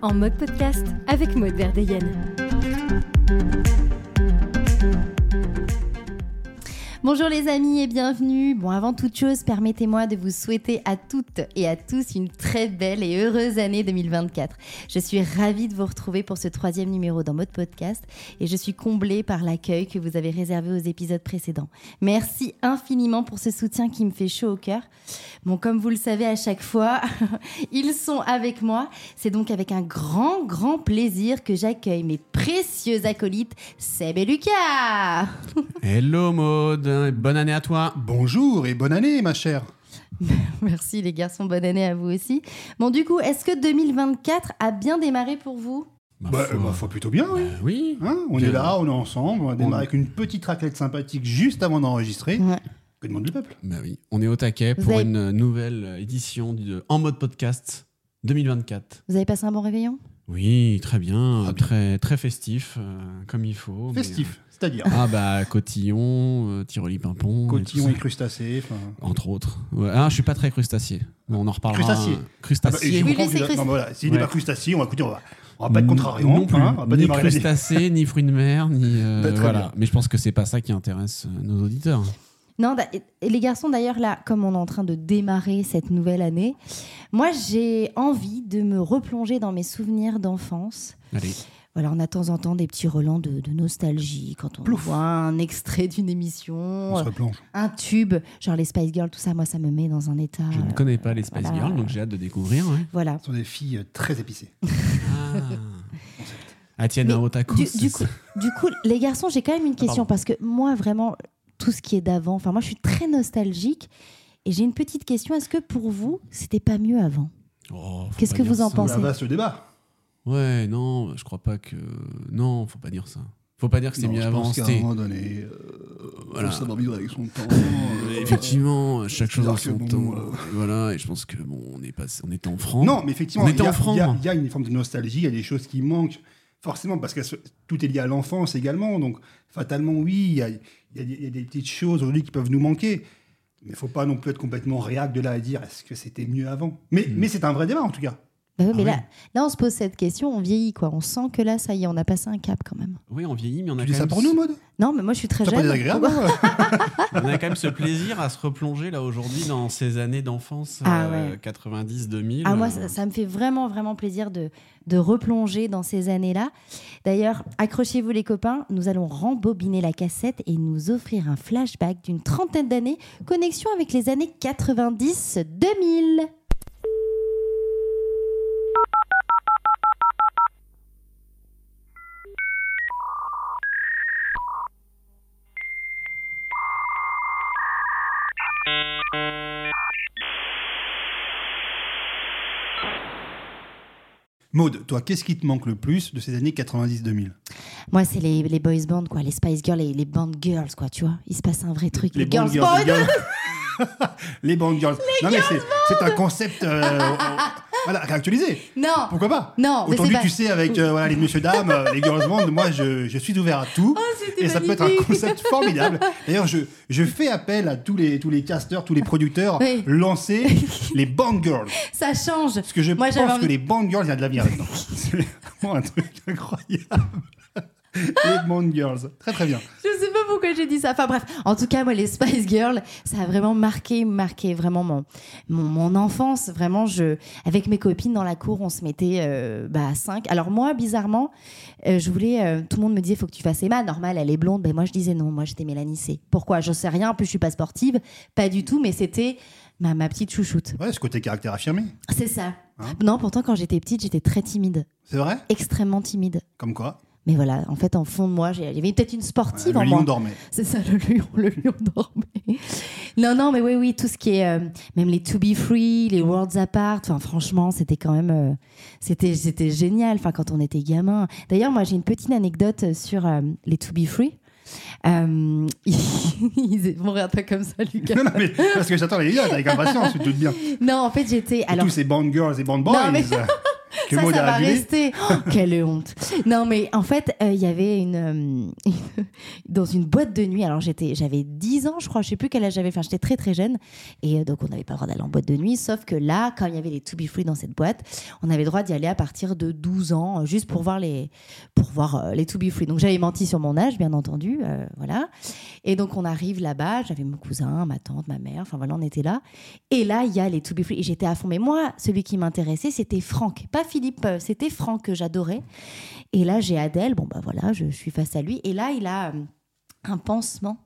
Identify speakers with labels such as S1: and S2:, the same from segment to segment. S1: en mode podcast avec Maud Verdeyen. Bonjour les amis et bienvenue. Bon, avant toute chose, permettez-moi de vous souhaiter à toutes et à tous une très belle et heureuse année 2024. Je suis ravie de vous retrouver pour ce troisième numéro dans mode podcast et je suis comblée par l'accueil que vous avez réservé aux épisodes précédents. Merci infiniment pour ce soutien qui me fait chaud au cœur. Bon, comme vous le savez à chaque fois, ils sont avec moi. C'est donc avec un grand, grand plaisir que j'accueille mes précieux acolytes Seb et Lucas.
S2: Hello Maud, et bonne année à toi.
S3: Bonjour et bonne année, ma chère.
S1: Merci les garçons, bonne année à vous aussi. Bon du coup, est-ce que 2024 a bien démarré pour vous
S2: Ma
S3: Bah,
S2: foi.
S3: euh, bah, faut plutôt bien, oui.
S2: Euh, oui.
S3: Hein, on
S2: Bien.
S3: est là, on est ensemble, on va
S2: On-
S3: démarrer avec une petite raclette sympathique juste avant d'enregistrer.
S1: Ouais.
S3: Que demande le peuple
S2: Bah oui, on est au taquet
S1: Vous
S2: pour
S1: avez-
S2: une nouvelle édition de En mode podcast 2024.
S1: Vous avez passé un bon réveillon
S2: Oui, très bien,
S3: Très Ah, bien.
S2: très très festif euh, comme il faut. mais,
S3: Festif, c'est-à-dire
S2: euh, ah bah cotillon, euh, tiroli pimpon, et
S3: cotillon
S2: tout
S3: et
S2: ça,
S3: crustacés. enfin-
S2: entre autres. Ouais, ah, je suis pas très crustacé. Bon, on en reparlera.
S3: Crustacé.
S2: hein.
S3: Ah bah, et
S2: Crustacé.
S3: je
S1: Oui,
S3: comprends
S1: lui,
S3: que
S1: c'est
S3: là-
S1: crust-
S3: non, voilà, S'il
S2: Ouais.
S3: n'est pas crustacé, on va, écouter, on va, on va pas être contrariant.
S2: Non plus.
S3: hein, on va pas
S2: ni
S3: démarrer l'année.
S2: crustacé, ni fruits de mer, ni euh,
S3: Bah, très
S2: voilà.
S3: bien.
S2: Mais je pense que c'est pas ça qui intéresse euh, nos auditeurs.
S1: Non, d'a- et- et les garçons d'ailleurs là, comme on est en train de démarrer cette nouvelle année, moi j'ai envie de me replonger dans mes souvenirs d'enfance.
S2: Allez.
S1: Voilà, on a de temps en temps des petits relents de, de nostalgie quand on
S3: Plouf.
S1: voit un extrait d'une
S3: On
S1: émission,
S3: se replonge.
S1: un tube, genre les Spice Girls, tout ça, moi ça me met dans un état.
S2: Je ne
S1: euh,
S2: connais pas les Spice
S1: voilà.
S2: Girls, donc j'ai hâte de découvrir. ouais.
S1: Voilà.
S3: Ce sont des filles euh, très épicées.
S2: Ah. Ah, tiens,
S1: Mais
S2: un otaku,
S1: du,
S2: c'est
S1: du
S2: ça.
S1: coup, du coup, les garçons, j'ai quand même
S2: Ah,
S1: une question parce que moi, vraiment, tout ce qui est d'avant, enfin, moi, je suis très nostalgique et j'ai une petite question. Est-ce que pour vous, c'était pas mieux avant
S2: Oh, faut
S1: Qu'est-ce
S2: pas
S1: que
S2: dire
S1: vous en
S2: ça.
S1: pensez
S3: Là, vaste débat.
S2: Ouais, non, je crois pas que. Non, faut pas dire ça. Faut pas dire que c'était
S3: Non,
S2: mieux
S3: je
S2: avant.
S3: pense qu'à un
S2: c'était-
S3: moment donné, euh,
S2: Voilà.
S3: faut savoir vivre avec son temps.
S2: Euh,
S3: euh,
S2: Effectivement, chaque chose en
S3: c'est-à-dire
S2: son
S3: que
S2: temps.
S3: bon, euh,
S2: Voilà, et je pense que bon, on est passé, on était en France.
S3: Non, mais effectivement,
S2: On
S3: il
S2: était
S3: y, a-
S2: en France.
S3: il y a- il y a une forme de nostalgie, il y a des choses qui manquent, forcément, parce que tout est lié à l'enfance également. Donc, fatalement, oui, il y a, il y a des- il y a des petites choses aujourd'hui qui peuvent nous manquer. Mais il ne faut pas non plus être complètement réac de là à dire est-ce que c'était mieux avant Mais,
S2: Mm.
S3: mais c'est un vrai débat, en tout cas.
S1: Bah oui,
S2: Ah
S1: mais là,
S2: oui.
S1: là, on se pose cette question, on vieillit, quoi. On sent que là, ça y est, on a passé un cap quand même.
S2: Oui, on vieillit, mais on a,
S3: Tu
S2: quand
S3: dis ça
S2: même
S3: pour nous,
S2: ce-
S3: mode
S1: Non, mais moi, je suis très
S3: C'est
S1: jeune.
S3: pas désagréable hein
S2: on a quand même ce plaisir à se replonger là aujourd'hui dans ces années d'enfance
S1: Ah
S2: euh,
S1: ouais.
S2: 90-2000.
S1: Ah, moi, ça, ça me fait vraiment, vraiment plaisir de, de replonger dans ces années-là. D'ailleurs, accrochez-vous les copains, nous allons rembobiner la cassette et nous offrir un flashback d'une trentaine d'années, connexion avec les années 90-2000.
S3: Maud, toi, qu'est-ce qui te manque le plus de ces années 90-2000
S1: Moi, c'est les, les boys bands, quoi, les Spice Girls, les, les band girls, quoi, tu vois. Il se passe un vrai truc. Les, girls
S3: Band
S1: band.
S3: les girls- Les Band Girls. non, mais c'est- c'est un concept euh, voilà, à actualiser.
S1: Non,
S3: Pourquoi pas
S1: non, mais c'est
S3: Aujourd'hui,
S1: pas.
S3: tu sais, avec euh, voilà, les messieurs, dames, euh, les girls band, moi, je, je suis ouvert à tout.
S1: c'était
S3: et ça peut être un
S1: Oh, magnifique.
S3: concept formidable. D'ailleurs, je, je fais appel à tous les, tous les casteurs, tous les producteurs,
S1: Oui.
S3: lancer les band girls.
S1: Ça change.
S3: Parce que je
S1: Moi, j'avais
S3: pense
S1: envie-
S3: que les band girls, il y a de l'avenir maintenant. C'est vraiment un truc incroyable. Les band girls. Très, très bien.
S1: Je sais pas pourquoi j'ai dit ça. Enfin bref, en tout cas, moi, les Spice Girls, ça a vraiment marqué, marqué vraiment mon, mon, mon enfance. Vraiment, je, avec mes copines dans la cour, on se mettait euh, bah, à 5. Alors moi, bizarrement, euh, je voulais, euh, tout le monde me disait, faut que tu fasses Emma, normal, elle est blonde. Ben moi, je disais non, moi, j'étais Mélanie C. Pourquoi Je sais rien, en plus, je suis pas sportive, pas du tout, mais c'était ma, ma petite chouchoute.
S3: Ouais, ce côté caractère affirmé.
S1: C'est ça.
S3: Hein
S1: non, pourtant, quand j'étais petite, j'étais très timide,
S3: C'est vrai
S1: extrêmement timide.
S3: Comme quoi
S1: Mais voilà, en fait, en fond de moi, j'ai- j'avais peut-être une
S3: Ouais,
S1: sportive
S3: Le
S1: en moi.
S3: lion dormait.
S1: C'est ça, le lion, le lion dormait. Non, non, mais oui, oui, tout ce qui est, euh, même les To Be Free, les Worlds Apart, enfin, franchement, c'était quand même, euh, c'était, c'était génial, enfin, quand on était gamin. D'ailleurs, moi, j'ai une petite anecdote sur euh, les To Be Free. Euh, ils, on regarde pas comme ça, Lucas.
S3: Non, non, mais parce que j'attends les liens avec impatience, tu te doutes bien.
S1: Non, en fait, j'étais,
S3: Et
S1: alors,
S3: tous ces band girls et band boys.
S1: Non, mais-
S3: euh, Que
S1: ça,
S3: Maud
S1: ça
S3: a
S1: va
S3: annulé.
S1: rester. Oh, quelle honte. Non, mais en fait, euh, il y avait une, euh, une- Dans une boîte de nuit, alors j'étais, j'avais 10 ans, je crois, je sais plus quel âge j'avais, enfin j'étais très très jeune. Et euh, donc on n'avait pas le droit d'aller en boîte de nuit, sauf que là, quand il y avait les To Be Free dans cette boîte, on avait le droit d'y aller à partir de 12 ans, euh, juste pour voir les, pour voir euh, les To Be Free. Donc j'avais menti sur mon âge, bien entendu, euh, voilà. Et donc on arrive là-bas, j'avais mon cousin, ma tante, ma mère, enfin voilà, on était là. Et là, il y a les To Be Free. Et j'étais à fond. Mais moi, celui qui m'intéressait, c'était Franck. Pas Philippe, euh, c'était Franck que j'adorais. Et là, j'ai Adèle. Bon, bah voilà, je, je suis face à lui. Et là, il a euh, un pansement.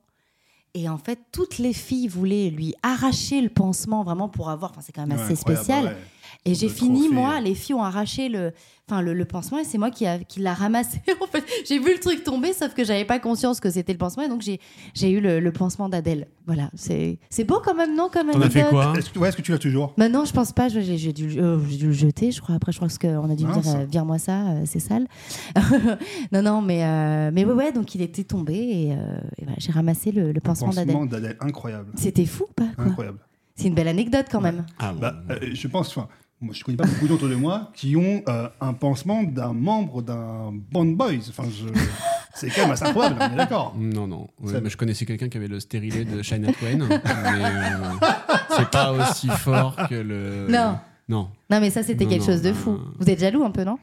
S1: Et en fait, toutes les filles voulaient lui arracher le pansement, vraiment pour avoir. Enfin, c'est quand même
S3: Ouais,
S1: assez
S3: incroyable,
S1: spécial.
S3: ouais.
S1: Et
S3: Ça
S1: j'ai
S3: doit être
S1: fini,
S3: trop
S1: moi,
S2: hein.
S3: fait.
S1: les filles ont arraché le, enfin, le, le pansement et c'est moi qui, a- qui l'a ramassé. En fait, j'ai vu le truc tomber, sauf que j'avais pas conscience que c'était le pansement et donc j'ai, j'ai eu le, le pansement d'Adèle. Voilà, c'est, c'est beau quand même, non comme
S2: T'en as fait
S1: anecdote
S2: quoi
S3: Est-ce que, ouais, est-ce que tu l'as toujours
S1: bah non, je pense pas. je- J'ai j'ai dû, le- euh, j'ai dû le jeter, je crois. Après, je crois que on a dû me
S3: Mince.
S1: dire, euh, vire-moi ça, euh, c'est sale. non, non, mais euh, mais ouais, ouais. Donc il était tombé et, euh, et voilà, j'ai ramassé le, le pansement d'Adèle. Hein
S3: Pansement d'Adèle, incroyable.
S1: C'était fou, ou pas quoi
S3: Incroyable.
S1: C'est une belle anecdote quand même.
S2: Ah bon.
S3: Bah, euh, je pense, enfin, moi, je connais pas beaucoup d'autres de moi qui ont euh, un pansement d'un membre d'un band boys. Enfin, je... c'est quand même assez improbable, on est d'accord.
S2: Non, non. Ouais,
S3: Ça-
S2: mais je connaissais quelqu'un qui avait le stérilet de Shania Twain. mais euh, c'est pas aussi fort que le.
S1: Non.
S2: Non.
S1: Non, mais ça, c'était
S2: Non,
S1: quelque
S2: non,
S1: chose de
S2: bah,
S1: fou.
S2: non.
S1: Vous êtes jaloux un peu, non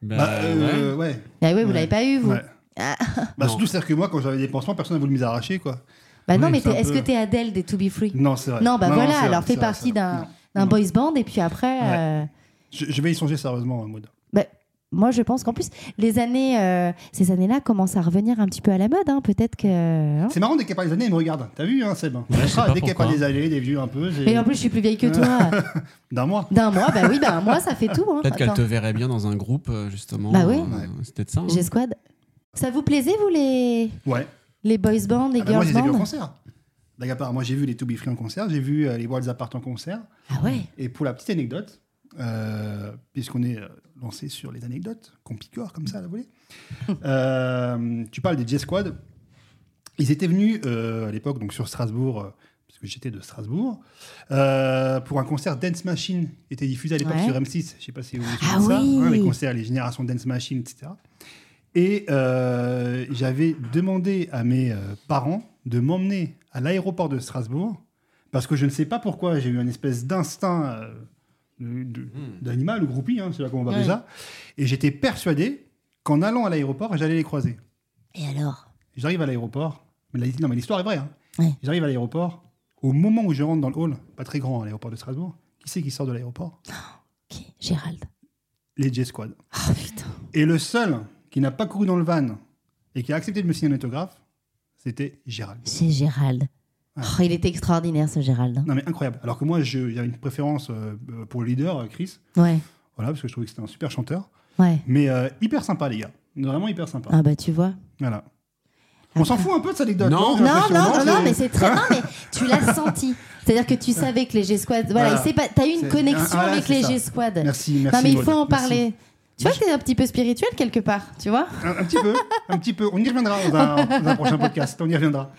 S2: Bah,
S3: Bah, euh, ouais.
S1: Ah ouais, vous
S3: Ouais.
S1: l'avez pas eu, vous
S3: ouais.
S1: Ah.
S3: Bah,
S2: Non.
S3: surtout, c'est-à-dire que moi, quand j'avais des pansements, personne n'a voulu me les arracher, quoi.
S1: Bah non,
S3: Oui,
S1: mais
S3: c'est
S1: t'es-
S3: un
S1: est-ce
S3: peu-
S1: que t'es Adèle des To Be Free
S3: Non, c'est vrai.
S1: Non, bah voilà,
S3: c'est vrai,
S1: alors
S3: c'est
S1: fais
S3: vrai,
S1: partie
S3: c'est vrai.
S1: d'un
S3: Non.
S1: d'un
S3: Non.
S1: boys band et puis après.
S3: Ouais.
S1: euh,
S3: Je, je vais y songer sérieusement, Maud.
S1: Moi, je pense qu'en plus, les années, euh, ces années-là commencent à revenir un petit peu à la mode. hein. Peut-être que. hein.
S3: C'est marrant, dès qu'elle parle des années, elle me regarde. T'as vu, hein, Seb
S2: je sais pas
S3: Dès qu'elle
S2: pourquoi.
S3: parle des années, des vieux un peu,
S1: Mais
S3: j'ai.
S1: en plus, je suis plus vieille que toi.
S3: D'un mois.
S1: D'un mois, bah oui, bah un mois, ça fait tout. hein.
S2: Peut-être qu'elle
S1: Attends.
S2: te verrait bien dans un groupe, euh, justement.
S1: Bah oui.
S2: Euh, C'est peut-être ça. hein.
S1: J'ai squad. Ça vous plaisait, vous, les,
S3: Ouais.
S1: les boys band, les
S3: Ah bah, moi, je
S1: girls
S3: les ai vus en
S1: band
S3: concert. Blague à part, moi, j'ai vu les To Be Free en concert, j'ai vu euh, les Worlds Apart en concert.
S1: Ah ouais
S3: Et pour la petite anecdote, euh, puisqu'on est euh, lancé sur les anecdotes qu'on picore comme ça à la volée, euh, tu parles des J-Squad. Ils étaient venus euh, à l'époque donc sur Strasbourg, euh, puisque j'étais de Strasbourg, euh, pour un concert Dance Machine qui était diffusé à l'époque
S1: Ouais.
S3: sur M6. Je sais pas si vous vous
S1: Ah
S3: souvenez de
S1: oui.
S3: ça, hein, les concerts, les générations Dance Machine, etc. Et euh, j'avais demandé à mes euh, parents de m'emmener à l'aéroport de Strasbourg parce que je ne sais pas pourquoi j'ai eu une espèce d'instinct euh, de- de- d'animal ou groupie, hein, je sais pas comment on
S1: Ouais.
S3: parle ça. Et j'étais persuadé qu'en allant à l'aéroport, j'allais les croiser.
S1: Et alors
S3: J'arrive à l'aéroport, mais la- non mais l'histoire est vraie. hein.
S1: Ouais.
S3: J'arrive à l'aéroport, au moment où je rentre dans le hall, pas très grand à l'aéroport de Strasbourg, qui c'est qui sort de l'aéroport
S1: Ok, Gérald.
S3: Les J-Squad.
S1: Oh putain.
S3: Et le seul qui n'a pas couru dans le van et qui a accepté de me signer un autographe, c'était Gérald.
S1: C'est Gérald.
S3: Ouais.
S1: Oh, il était extraordinaire, ce Gérald. hein.
S3: Non mais incroyable. Alors que moi, je- j'avais une préférence euh, pour le leader, euh, Chris,
S1: Ouais,
S3: voilà, parce que je trouvais que c'était un super chanteur.
S1: ouais.
S3: Mais euh, hyper sympa, les gars. Vraiment hyper sympa.
S1: Ah bah tu vois.
S3: Voilà. On s'en fout un peu de cette anecdote. hein,
S2: Non.
S3: J'ai
S1: Non,
S3: l'impression,
S1: non, non,
S3: c'est-
S1: non, mais c'est très. Non, mais tu l'as senti. C'est-à-dire que tu savais que les G-Squad. Voilà,
S3: Voilà.
S1: il s'est pas... t'as eu une
S3: C'est-
S1: connexion
S3: Ah, là,
S1: avec
S3: c'est
S1: les
S3: ça.
S1: G-Squad.
S3: Merci, merci.
S1: Non, mais il
S3: Maud.
S1: faut en
S3: Merci.
S1: parler. Tu vois que t'es un petit peu spirituel quelque part, tu vois
S3: Un, un petit peu, un petit peu. On y reviendra dans un,
S1: Ah.
S3: dans un prochain podcast. On y reviendra.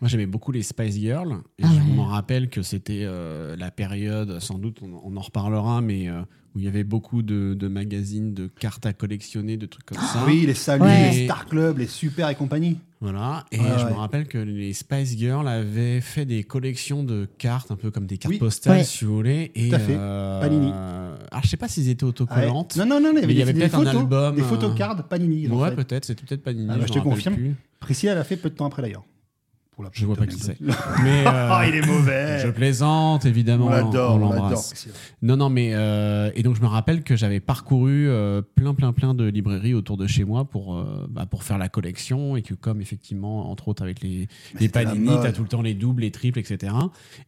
S2: Moi, j'aimais beaucoup les Spice Girls. Et
S1: Ah
S2: je
S1: ouais.
S2: m'en rappelle que c'était euh, la période, sans doute, on, on en reparlera, mais euh, où il y avait beaucoup de, de magazines, de cartes à collectionner, de trucs comme
S1: Ah
S2: ça.
S3: Oui, les saluts,
S1: Ouais.
S3: les Star Club, les Super et compagnie.
S2: Voilà. Et
S3: Ouais,
S2: je me
S3: ouais.
S2: rappelle que les Spice Girls avaient fait des collections de cartes, un peu comme des cartes
S3: Oui.
S2: postales,
S1: Ouais.
S2: si vous voulez. Et,
S3: Tout à fait.
S2: euh,
S3: Panini. Ah
S2: Alors, je sais pas s'ils étaient
S3: Ouais.
S2: autocollants.
S3: Non, non, non, il y
S2: Mais
S3: avait,
S2: il y avait
S3: des, des
S2: peut-être un
S3: photos,
S2: album,
S3: des
S2: euh,
S3: photocards Panini. ils ont
S2: Ouais,
S3: fait.
S2: peut-être, c'était peut-être Panini.
S3: Ah bah,
S2: je
S3: je
S2: m'en
S3: te
S2: rappelle
S3: confirme.
S2: plus.
S3: Priscilla l'a fait peu de temps après d'ailleurs. Pour la
S2: Je vois pas qui
S3: petite
S2: c'est.
S3: anecdote.
S2: Mais
S3: Ah,
S2: euh,
S3: il est mauvais.
S2: je plaisante, évidemment.
S3: on l'adore,
S2: on
S3: on l'adore.
S2: l'embrasse. Non, non, mais euh, et donc je me rappelle que j'avais parcouru euh, plein, plein, plein de librairies autour de chez moi pour euh, bah, pour faire la collection et que comme effectivement entre autres avec les
S3: Mais
S2: les
S3: Bah, c'était la
S2: panini,
S3: mode.
S2: t'as tout le temps les doubles, les triples, etc.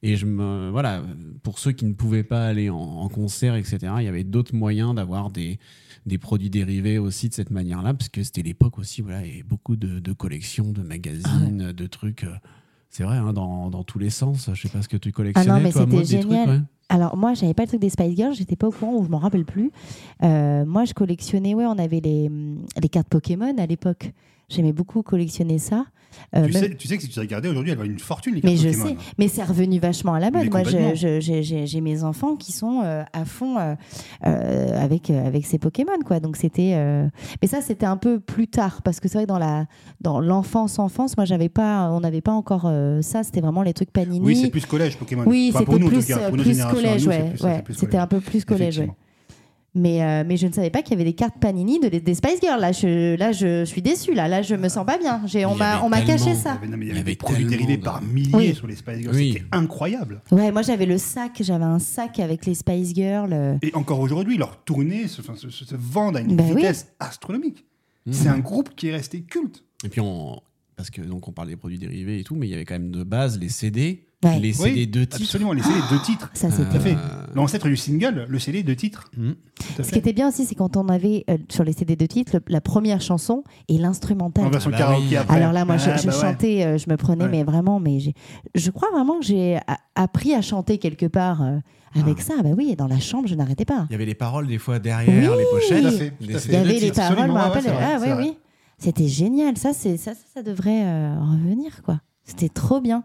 S2: Et je me voilà pour ceux qui ne pouvaient pas aller en, en concert, etc. Il y avait d'autres moyens d'avoir des des produits dérivés aussi de cette manière-là parce que c'était l'époque aussi voilà et beaucoup de, de collections,
S1: Ah
S2: de magazines, de trucs. euh, C'est vrai, hein, dans, dans tous les sens. Je sais pas ce que tu collectionnais,
S1: Ah mais
S2: toi,
S1: c'était
S2: Maud, des trucs,
S1: génial.
S2: ouais.
S1: Alors moi, j'avais pas le truc des Spice Girls, j'étais pas au courant ou je m'en rappelle plus. Euh, moi, je collectionnais, ouais, on avait les, hum, les cartes Pokémon à l'époque. J'aimais beaucoup collectionner ça. Euh,
S3: tu,
S1: même-
S3: sais, tu sais que si tu regardais aujourd'hui, elle valent une fortune, les
S1: mais
S3: cartes
S1: je
S3: Pokémon.
S1: sais, mais c'est revenu vachement à la mode.
S3: Mais
S1: Moi, je-
S3: complètement.
S1: je- j'ai j'ai- j'ai mes enfants qui sont euh, à fond euh, euh, avec euh, avec ces Pokémon, quoi. Donc c'était, euh, mais ça c'était un peu plus tard parce que c'est vrai que dans la dans l'enfance enfance, moi j'avais pas, on n'avait pas encore euh, ça. C'était vraiment les trucs Panini.
S3: Oui, c'est plus collège Pokémon.
S1: Oui,
S3: Enfin,
S1: c'était
S3: pour nous, en tout
S1: plus,
S3: cas,
S1: euh,
S3: pour nos
S1: plus
S3: générations, à
S1: collège,
S3: nous, c'est
S1: ouais.
S3: plus-
S1: ouais.
S3: c'est plus
S1: C'était
S3: collège.
S1: un peu plus collège, ouais.
S3: Effectivement.
S1: Mais, euh, mais je ne savais pas qu'il y avait des cartes Panini de, des Spice Girls. Là, je, là, je, suis déçue. Là, là, je me sens pas bien. J'ai, on
S2: Il y
S1: m'a,
S2: avait
S1: on m'a caché
S2: tellement.
S3: Il y
S1: ça.
S3: avait, non, mais
S2: Il
S3: il y
S2: y
S3: avait des
S2: avait
S3: produits
S2: tellement
S3: dérivés
S2: de-
S3: par milliers
S1: Oui.
S3: sur les Spice Girls.
S2: Oui.
S3: C'était incroyable.
S1: Ouais, moi, j'avais le sac. J'avais un sac avec les Spice Girls. euh.
S3: Et encore aujourd'hui, leurs tournées se, enfin, se- se- se vendent à une
S1: Bah oui.
S3: vitesse astronomique.
S2: Mmh.
S3: C'est un groupe qui est resté culte.
S2: Et puis, on... parce que donc on parle des produits dérivés et tout, mais il y avait quand même de base les CD,
S1: Ouais.
S2: les
S3: Oui,
S2: CD de titres. Euh,
S3: Absolument, les CD de titres.
S1: Ça,
S2: Ah.
S1: c'était.
S3: Tout à fait. L'ancêtre du single, le CD de titres.
S2: Mm.
S3: Tout à
S1: Ce
S3: fait.
S1: qui était bien aussi, c'est quand on avait euh, sur les CD de titres le- la première chanson et
S3: En
S1: l'instrumental.
S3: version
S2: bah
S3: karaoké
S2: oui.
S3: après.
S1: Alors là, moi, je,
S3: Ah,
S1: je
S3: bah ouais.
S1: chantais, euh, je me prenais,
S3: Ouais.
S1: mais vraiment, mais j'ai- je crois vraiment que j'ai a- appris à chanter quelque part euh,
S3: Ah.
S1: avec ça. Bah oui, et dans la chambre, je n'arrêtais pas.
S2: Il y avait les paroles des fois derrière les pochettes.
S3: Tout à fait,
S2: Les
S3: tout à fait.
S1: Il y
S2: CD de
S1: avait les
S2: titres.
S1: paroles, je me
S3: absolument, ouais,
S1: rappelle.
S3: c'est vrai,
S1: ah
S3: c'est
S1: ouais,
S3: vrai.
S1: oui. C'était génial. Ça, c'est ça, ça, ça devrait euh, revenir, quoi. C'était trop bien.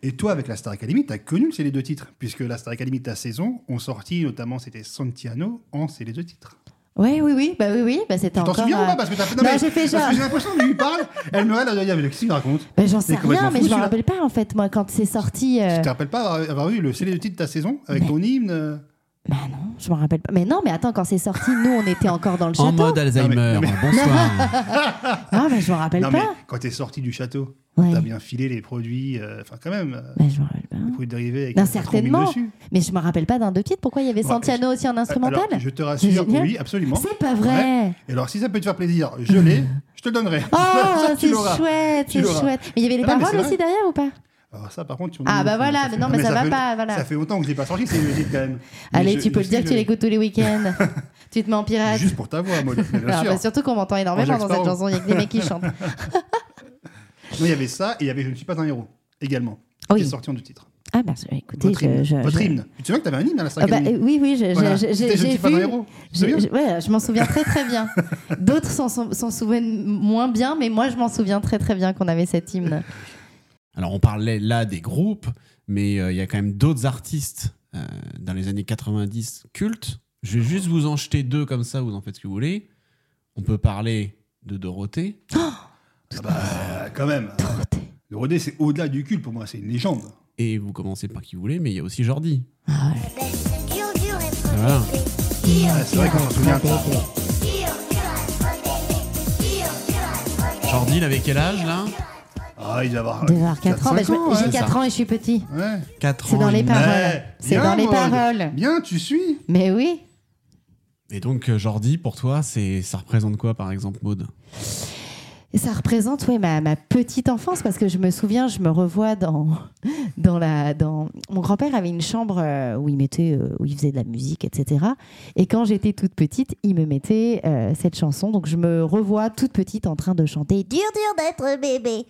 S3: Et toi, avec la Star Academy, tu as connu le CD de titres, puisque la Star Academy de ta saison ont sorti, notamment, c'était Santiano en CD de titres.
S1: Ouais, oui, oui, bah oui, oui, bah c'était
S3: Tu t'en
S1: encore.
S3: souviens
S1: euh,
S3: ou pas Parce que t'as fait. non,
S1: non,
S3: mais-
S1: j'ai fait
S3: parce que
S1: genre.
S3: j'ai l'impression que lui parle, elle me regarde, elle me dit, Ah, mais qu'est-ce qu'il raconte
S1: Bah, j'en sais
S3: C'est complètement
S1: rien, mais je
S3: fou,
S1: me
S3: celui-là.
S1: rappelle pas en fait moi quand c'est sorti. euh,
S3: Tu te rappelles pas avoir- avoir eu le CD de titre de ta saison avec ton hymne euh,
S1: Bah non, je me rappelle pas. Mais non, mais attends, quand c'est sorti, nous on était encore dans le
S2: En
S1: château.
S2: mode Alzheimer.
S3: Non, mais-
S2: Bonsoir.
S1: Ah bah je me rappelle
S3: Non, mais
S1: pas.
S3: quand t'es sorti du château,
S1: Ouais.
S3: t'as bien filé les produits, euh, enfin, quand même, euh,
S1: Bah, je me rappelle pas.
S3: les produits dérivés avec
S1: Non,
S3: la patrouille
S1: certainement.
S3: dessus.
S1: Mais je me rappelle pas d'un deux titres. Pourquoi il y avait
S3: Ouais,
S1: Santiano aussi en instrumental
S3: Alors, je te rassure,
S1: génial.
S3: oui, absolument.
S1: C'est pas vrai.
S3: Et Alors, si ça peut te faire plaisir, je l'ai, je te le donnerai.
S1: Oh,
S3: Ça, tu
S1: c'est
S3: l'auras.
S1: chouette,
S3: Tu
S1: c'est
S3: l'auras.
S1: chouette. Mais il y avait les
S3: Ah non, mais
S1: paroles
S3: c'est
S1: aussi
S3: vrai.
S1: derrière ou pas
S3: Alors, ça, par contre, tu-
S1: Ah, bah
S3: ça
S1: voilà,
S3: fait-
S1: mais non, mais ça va
S3: fait-
S1: pas, voilà.
S3: Ça fait longtemps que je l'ai pas sorti, c'est le titre quand même. Mais
S1: Allez,
S3: je-
S1: tu peux
S3: je
S1: le
S3: sais
S1: dire
S3: que
S1: que tu
S3: je
S1: l'écoutes tous les week-ends. tu te mets en
S3: l'ai.
S1: pirate.
S3: Juste pour ta voix, moi, bien
S1: Alors,
S3: sûr.
S1: bah, surtout qu'on m'entend énormément
S3: Jacques
S1: dans cette
S3: Sparrow.
S1: chanson, il n'y a que des mecs qui chantent.
S3: Non, il y avait ça, et il y avait Je ne suis pas un héros, également, qui est
S1: Oui.
S3: sorti en deux titres.
S1: Ah bah écoutez,
S3: Votre hymne.
S1: je, je-
S3: Votre
S1: je-
S3: hymne. Tu te souviens que t'avais un hymne à la Star
S1: Ah bah,
S3: Academy
S1: euh, oui, oui, je- je-
S3: Voilà.
S1: je-
S3: C'était
S1: j'ai
S3: Je ne
S1: j'ai
S3: suis pas un
S1: vu.
S3: héros. Tu te
S1: Je,
S3: souviens
S1: je- ouais, je m'en souviens très très bien. D'autres s'en sont- s'en souviennent moins bien, mais moi je m'en souviens très très bien qu'on avait cet hymne.
S2: Alors on parlait là des groupes, mais euh, il y a quand même d'autres artistes euh, dans les années 90 cultes. Je vais juste vous en jeter deux comme ça, vous en faites ce que vous voulez. On peut parler de Dorothée.
S3: Ah bah, quand même. Le Rodé, c'est au-delà du culte pour moi, c'est une légende.
S2: Et vous commencez par qui vous voulez, mais il y a aussi Jordi.
S1: Ah,
S2: Voilà.
S3: Ah, c'est vrai qu'on s'en souvient pas.
S2: Jordi, il avait quel âge là
S3: Ah, il doit avoir.
S1: il devait avoir 4 ans. Bah,
S3: 4-5
S1: je me-
S3: ans,
S1: J'ai
S3: ouais.
S1: 4 ans et je suis petit.
S2: 4
S1: C'est dans les
S2: et demi.
S1: paroles.
S3: Ouais,
S1: C'est
S3: bien,
S1: dans les
S3: Maud.
S1: paroles.
S3: Bien, tu suis. Oh,
S1: Mais oui.
S2: Et donc euh, Jordi, pour toi, c'est ça représente quoi par exemple, Maude
S1: Et ça représente ouais, ma, ma petite enfance parce que je me souviens, je me revois dans, dans la. Dans... Mon grand-père avait une chambre euh, où, il mettait, euh, où il faisait de la musique, etc. Et quand j'étais toute petite, il me mettait euh, cette chanson. Donc je me revois toute petite en train de chanter Dur, dur d'être bébé.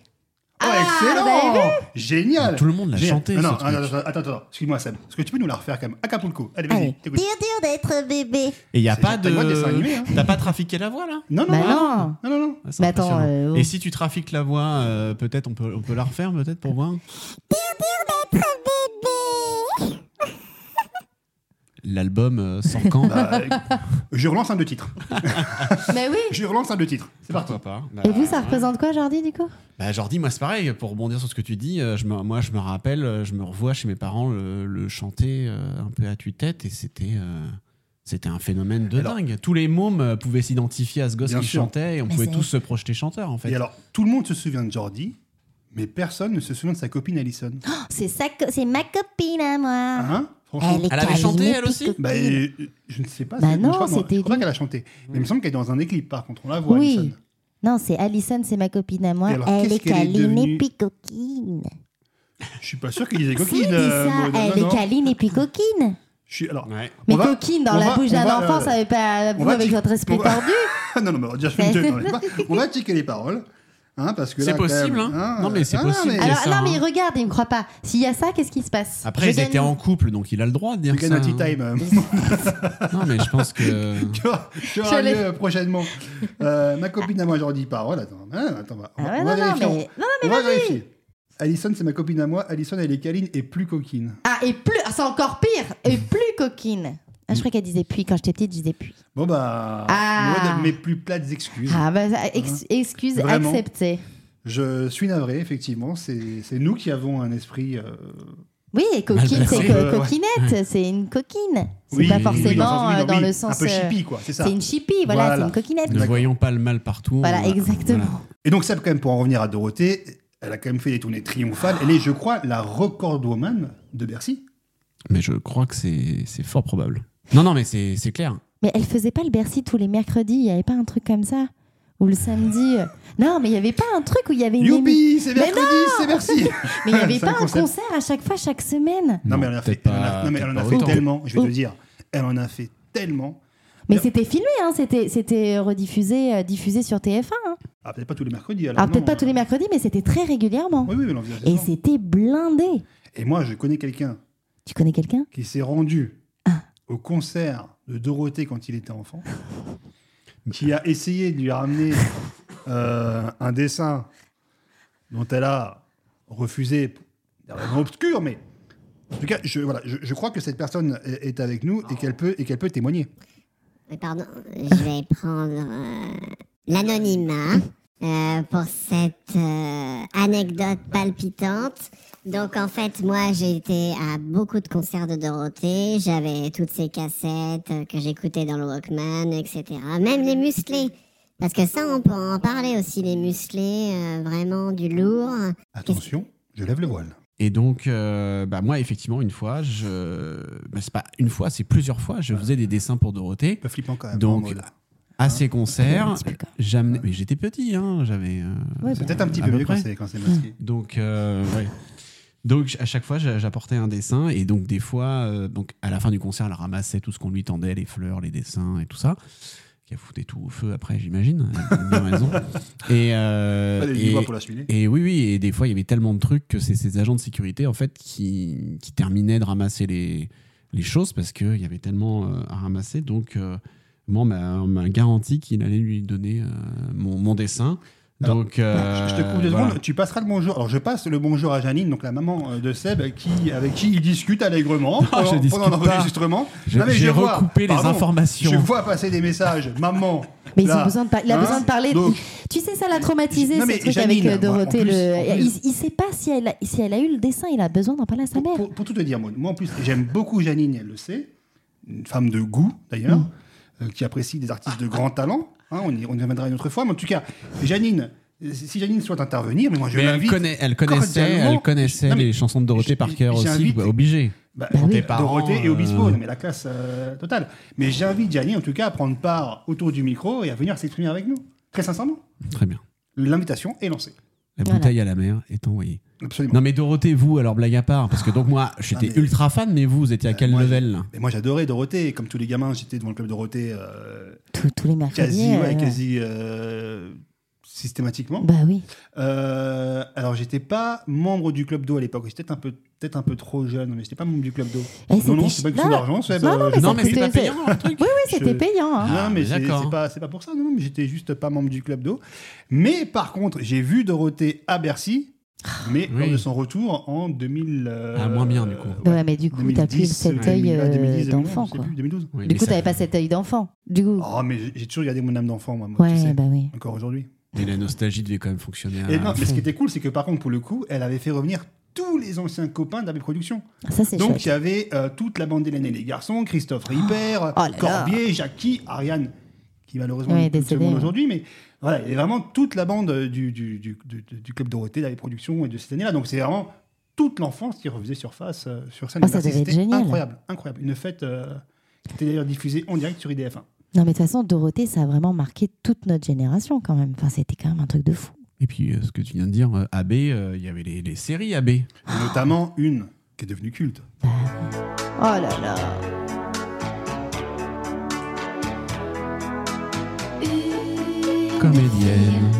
S3: Oh,
S1: Ah, vous
S3: excellent Génial
S2: Tout le monde l'a
S3: Génial.
S2: chanté,
S3: Non,
S2: ce
S3: non, euh,
S2: truc.
S3: attends, attends, attends, attends. excuse-moi, Seb. Est-ce que tu peux nous la refaire quand même Acapulco. Allez, vas-y,
S1: Allez. Dur,
S3: t'écoutes.
S1: dur d'être bébé.
S2: Et il n'y a
S3: C'est-
S2: pas
S3: t'as
S2: de.
S3: le droit de dessin animé, hein.
S2: T'as pas trafiqué la voix là
S3: Non, non,
S1: Bah
S3: non.
S1: non
S3: Non, non, non.
S2: Ah, c'est
S1: Mais attends,
S2: impressionnant.
S1: euh, oh.
S2: Et si tu trafiques la voix, euh, peut-être on peut, on peut la refaire peut-être pour voir L'album euh, sans camp.
S3: Bah, euh, je relance un deux titres.
S1: Mais oui
S3: Je relance un deux titres. C'est parti.
S2: Pourquoi pas Bah,
S1: Et vous, ça représente quoi, Jordi, du coup
S2: bah, Jordi, moi c'est pareil, pour rebondir sur ce que tu dis, euh, je me- moi je me rappelle, euh, je me revois chez mes parents le, le chanter euh, un peu à tue-tête et c'était euh, c'était un phénomène de
S3: Alors-
S2: dingue. Tous les mômes euh, pouvaient s'identifier à ce gosse
S3: Bien
S2: qui
S3: sûr.
S2: chantait et on
S1: Mais
S2: pouvait
S1: c'est-
S2: tous se projeter chanteur en fait.
S3: Et alors, tout le monde se souvient de Jordi, mais personne ne se souvient de sa copine Allison.
S1: C'est ça, que- c'est ma copine à moi.
S3: Hein Franchement.
S2: Elle avait chanté, elle aussi
S3: Bah, euh, je ne sais pas.
S1: Bah
S3: c'est-
S1: non,
S3: je crois,
S1: c'était
S3: Je crois
S1: lui.
S3: qu'elle a chanté. Mais il me semble qu'elle est dans un des clips, par contre. On la voit,
S1: Oui.
S3: Allison.
S1: Non, c'est Alison, c'est ma copine à moi.
S3: Et alors,
S1: Elle
S3: qu'est-ce
S1: est
S3: qu'elle est
S1: câline et
S3: devenue
S1: puis coquine.
S3: Je suis pas sûr qu'il disait
S1: Si, dis
S3: coquine. euh,
S1: ça,
S3: Maud.
S1: elle
S3: Non, non.
S1: est câline et puis coquine.
S3: Je suis alors.
S2: Ouais.
S1: Mais
S3: on va-
S1: coquine, dans
S3: on
S1: la
S3: va-
S1: bouche
S3: on
S1: d'un
S3: va,
S1: enfant,
S3: euh,
S1: ça n'est pas
S3: on
S1: vous
S3: va
S1: avec
S3: check-
S1: votre esprit
S3: on va-
S1: tordu.
S3: Ah non, non, mais on va dire, je suis une tête, on est pas. On va checker les paroles. Hein, parce que
S2: C'est
S3: là, quand
S2: possible,
S3: même,
S2: hein. Non, mais c'est
S3: ah,
S2: possible.
S3: mais
S2: Ah,
S4: Alors,
S2: ça,
S4: non,
S2: hein.
S4: mais regarde, il me croit pas. S'il y a ça, qu'est-ce qui se passe
S2: Après,
S4: Je
S2: ils
S4: gagne-
S2: étaient en couple, donc il a le droit de
S3: You
S2: dire
S3: get
S2: ça.
S3: a tea
S2: hein.
S3: time.
S2: Non, mais je pense que.
S3: tu vois, tu auras
S4: J'allais-
S3: lieu, euh, prochainement. Euh, ma copine à moi, Jordi Parole. Attends, hein, attends, on va-
S4: Ah ouais,
S3: on
S4: non,
S3: va
S4: non,
S3: vérifier.
S4: mais- non,
S3: On va vérifier. Allison, c'est ma copine à moi. Allison, elle est câline et plus coquine.
S4: Ah, et plus, ah, c'est encore pire.
S1: Et plus coquine. Ah, je crois qu'elle disait puis. Quand j'étais petite, je disais puis.
S3: Bon, bah,
S4: Ah.
S3: moi, de mes plus plates excuses.
S4: Ah, bah, ça, ex- excuse
S3: Vraiment.
S4: acceptée.
S3: Je suis navré, effectivement. C'est c'est nous qui avons un esprit. euh,
S4: Oui, et coquine, c'est
S2: Mal placée.
S4: que
S3: Euh, ouais.
S4: coquinette, c'est une coquine. C'est
S3: oui,
S4: pas
S3: oui, oui,
S4: forcément
S3: oui,
S4: euh, dans
S3: oui,
S4: le sens.
S3: Un peu
S4: euh,
S3: chippie, quoi, c'est ça.
S4: c'est une chipie, voilà,
S3: Voilà.
S4: c'est une coquinette.
S2: Ne
S3: D'accord.
S2: voyons pas le mal partout.
S4: Voilà,
S2: on va-
S3: Oh,
S4: exactement.
S2: voilà.
S3: Et donc, ça, quand même, pour en revenir à Dorothée, elle a quand même fait des tournées triomphales. Elle est, je crois, la record woman de Bercy.
S2: Mais je crois que c'est c'est fort probable. Non, non, mais c'est c'est clair.
S1: Mais elle faisait pas le Bercy tous les mercredis. Il y avait pas un truc comme ça Ou le samedi euh. Non, mais il y avait pas un truc où il y avait une émi-
S3: Youpi, c'est
S1: Mais
S3: mercredi, c'est Bercy.
S1: Mais il y avait
S3: C'est
S1: pas
S3: un
S1: un
S3: concept.
S1: concert à chaque fois, chaque semaine.
S3: Non, mais elle en a
S2: peut-être
S3: fait, elle en a-
S2: pas-
S3: non, mais elle
S2: peut-être
S3: en a
S2: pas
S3: fait
S2: autant.
S3: tellement, je vais
S1: Oh.
S3: te dire. Elle en a fait tellement.
S1: Mais
S3: Bien.
S1: c'était filmé, hein, c'était, c'était rediffusé euh, diffusé sur TF1. hein.
S3: Ah, peut-être pas tous les mercredis. Alors,
S1: Alors
S3: non.
S1: peut-être pas tous les mercredis, mais c'était très régulièrement.
S3: Oui, oui, mais l'environnement.
S1: Et c'était blindé.
S3: Et moi, je connais quelqu'un
S1: Tu connais quelqu'un
S3: qui s'est rendu au concert de Dorothée quand il était enfant, qui a essayé de lui ramener euh, un dessin dont elle a refusé, des raisons obscures, mais en tout cas, je, voilà, je, je crois que cette personne est, est avec nous et qu'elle peut, et qu'elle peut témoigner.
S5: Oui, Euh, Pardon, je vais prendre euh, l'anonymat euh, pour cette euh, anecdote palpitante. Donc en fait, moi j'ai été à beaucoup de concerts de Dorothée, j'avais toutes ces cassettes euh, que j'écoutais dans le Walkman, etc. Même les musclés, parce que ça on peut en parler aussi, les musclés, euh, vraiment du lourd.
S3: Attention, je lève le voile.
S2: Et donc, euh, bah moi, effectivement, une fois, je. bah, c'est pas une fois, c'est plusieurs fois, je faisais des dessins pour Dorothée.
S3: Un peu flippant quand même.
S2: Donc,
S3: en mode. Ah.
S2: À ses concerts,
S1: Un petit peu, quoi.
S2: j'amenais. Mais j'étais petit, hein, j'avais. euh,
S1: Ouais, bah.
S3: c'est peut-être un petit
S2: à
S3: peu
S2: peu
S3: mieux quand
S2: près.
S3: c'est quand c'est masqué.
S2: Donc, euh, ouais. Donc, à chaque fois, j'a- j'apportais un dessin. Et donc, des fois, euh, donc, à la fin du concert, elle ramassait tout ce qu'on lui tendait, les fleurs, les dessins et tout ça. Qui a foutu tout au feu après, j'imagine. Elle a bien raison. Et, euh,
S3: Allez,
S2: et-
S3: dis-moi pour la cheminée.
S2: et oui, oui, et des fois, il y avait tellement de trucs que c'est ces agents de sécurité, en fait, qui, qui terminaient de ramasser les, les choses parce qu'il y avait tellement euh, à ramasser. Donc, euh, moi, on m'a- on m'a garanti qu'il allait lui donner euh, mon, mon dessin.
S3: Alors,
S2: Donc,
S3: Je- Je te coupe deux
S2: euh, voilà.
S3: secondes, tu passeras le bonjour. Alors je passe le bonjour à Janine, donc la maman euh, de Seb, qui, avec qui il discute allègrement pendant,
S2: je discute
S3: pendant
S2: pas.
S3: l'enregistrement.
S2: J'ai
S3: Non, mais
S2: j'ai
S3: je vois,
S2: recoupé les
S3: pardon,
S2: informations.
S3: Je vois passer des messages, maman.
S1: Mais ils
S3: là.
S1: ont besoin de par- il a
S3: Hein
S1: besoin de parler.
S3: Donc,
S1: tu sais, ça l'a traumatisé,
S3: Non,
S1: ce
S3: mais
S1: truc
S3: Janine,
S1: avec euh,
S3: moi, en
S1: Dorothée.
S3: plus-
S1: le-
S3: en plus-
S1: Il, il sait pas si elle, a, si elle a eu le dessin, il a besoin d'en parler à sa
S3: pour,
S1: mère.
S3: pour- pour tout te dire, moi, moi, en plus, j'aime beaucoup Janine, elle le sait, une femme de goût d'ailleurs,
S1: Mm.
S3: euh, qui apprécie des artistes de grand talent. Hein, on, y, on y reviendra une autre fois, mais en tout cas, Janine, euh, si Janine souhaite intervenir, mais moi je
S2: Mais elle,
S3: l'invite.
S2: connaît, elle connaissait,
S3: cordialement.
S2: elle connaissait
S3: Non, mais
S2: les chansons de Dorothée
S3: j'-
S2: par cœur aussi,
S3: j'invite-
S2: bah, obligé.
S3: Bah,
S2: Pour
S3: oui,
S2: tes parents,
S3: Dorothée et Obispo,
S2: euh,
S3: non, mais la classe euh, totale. Mais j'invite Gianni, en tout cas, à prendre part autour du micro et à venir s'exprimer avec nous. Très sincèrement,
S2: Très bien.
S3: l'invitation est lancée.
S2: La
S1: Voilà.
S2: bouteille à la mer est envoyée.
S3: Absolument.
S2: Non mais Dorothée, vous, alors blague à part, parce que donc moi, j'étais
S3: mais- Euh,
S2: ultra fan, mais vous, vous étiez à quel
S3: moi,
S2: level là
S3: Mais moi, j'adorais Dorothée. Comme tous les gamins, j'étais devant le club Dorothée euh,
S1: Tous, tous les mercredis.
S3: quasi, ouais,
S1: euh,
S3: quasi euh, systématiquement.
S1: Bah oui.
S3: Euh, alors, j'étais pas membre du club d'eau à l'époque. J'étais peut-être un peu, peut-être un peu trop jeune, mais j'étais pas membre du club d'eau.
S1: Eh,
S3: Non, non,
S1: c'était
S3: c'est pas
S1: ch-
S3: une question d'argent. c'est-
S1: Non, non,
S3: je-
S1: mais
S2: Non
S1: ça
S2: mais c'est pas
S1: coûtait-
S2: payant le truc.
S1: Oui,
S3: je-
S1: c'était payant. hein.
S2: Ah,
S3: non, mais c'est
S2: d'accord.
S3: c'est pas, c'est pas pour ça. Non, non, mais j'étais juste pas membre du club d'eau. Mais par contre, j'ai vu Dorothée à Bercy,
S2: Ah,
S3: mais
S2: Oui.
S3: lors de son retour en 2000. euh,
S2: Ah, moins bien, du coup.
S3: ouais,
S1: Ouais, mais du coup, t'as plus
S3: 2010,
S1: cet
S3: euh,
S1: œil
S3: 2000,
S1: euh,
S3: 2010, 2011,
S1: d'enfant,
S3: je sais
S1: quoi.
S3: plus, 2012.
S2: Oui,
S1: Du
S2: mais
S1: coup,
S2: ça-
S1: t'avais pas cet œil d'enfant. Du coup.
S3: Oh, mais j'ai- j'ai toujours gardé mon âme d'enfant, moi. moi, tu
S1: ouais,
S3: sais,
S1: bah oui.
S3: Encore aujourd'hui.
S2: Mais la nostalgie devait quand même fonctionner. à
S3: Et non, mais ce
S2: fond.
S3: qui était cool, c'est que par contre, pour le coup, elle avait fait revenir tous les anciens copains d'Abbé Productions.
S1: Ça, c'est
S3: Donc,
S1: chouette.
S3: il y avait euh, toute la bande d'Hélène et les garçons, Christophe Ripper,
S1: oh là là.
S3: Corbier, Jackie, Ariane, qui malheureusement
S1: Ouais,
S3: n'est plus de ce
S1: décédée, hein.
S3: monde
S1: ouais.
S3: aujourd'hui, mais voilà, il y avait vraiment toute la bande euh, du, du, du, du- du Club Dorothée, des productions et de cette année-là. Donc, c'est vraiment toute l'enfance qui refaisait surface euh, sur scène.
S1: Ah, ça
S3: Merci,
S1: devait être
S3: c'était
S1: génial.
S3: Incroyable, incroyable. Une fête euh, qui était d'ailleurs diffusée en direct sur IDF1.
S1: Non, mais de toute façon, Dorothée, ça a vraiment marqué toute notre génération quand même. Enfin, c'était quand même un truc de fou.
S2: Et puis euh, ce que tu viens de dire, euh, AB, euh, il y avait les, les séries AB.
S3: Et notamment une qui est devenue culte.
S1: Oh là là.
S2: Comédienne.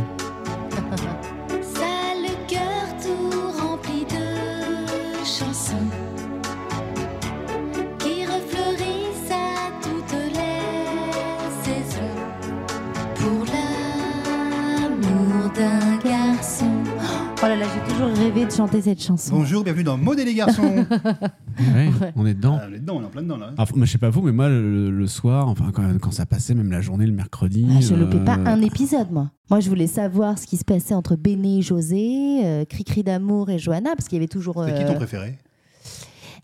S1: Oh toujours rêvé de chanter cette chanson.
S3: Bonjour, bienvenue dans Maud et les garçons.
S2: Ouais, On est dedans.
S3: Ah, on est dedans, on est en plein dedans là.
S2: Ah, f- mais je sais pas vous, mais moi, le, le soir, enfin, quand, quand ça passait, même la journée, le mercredi.
S1: Ah, je loupais pas
S2: euh,
S1: un épisode, moi. Moi, je voulais savoir ce qui se passait entre Béné et José, euh, Cricri d'amour et Johanna, parce qu'il y avait toujours.
S3: C'est qui
S1: euh,
S3: ton préféré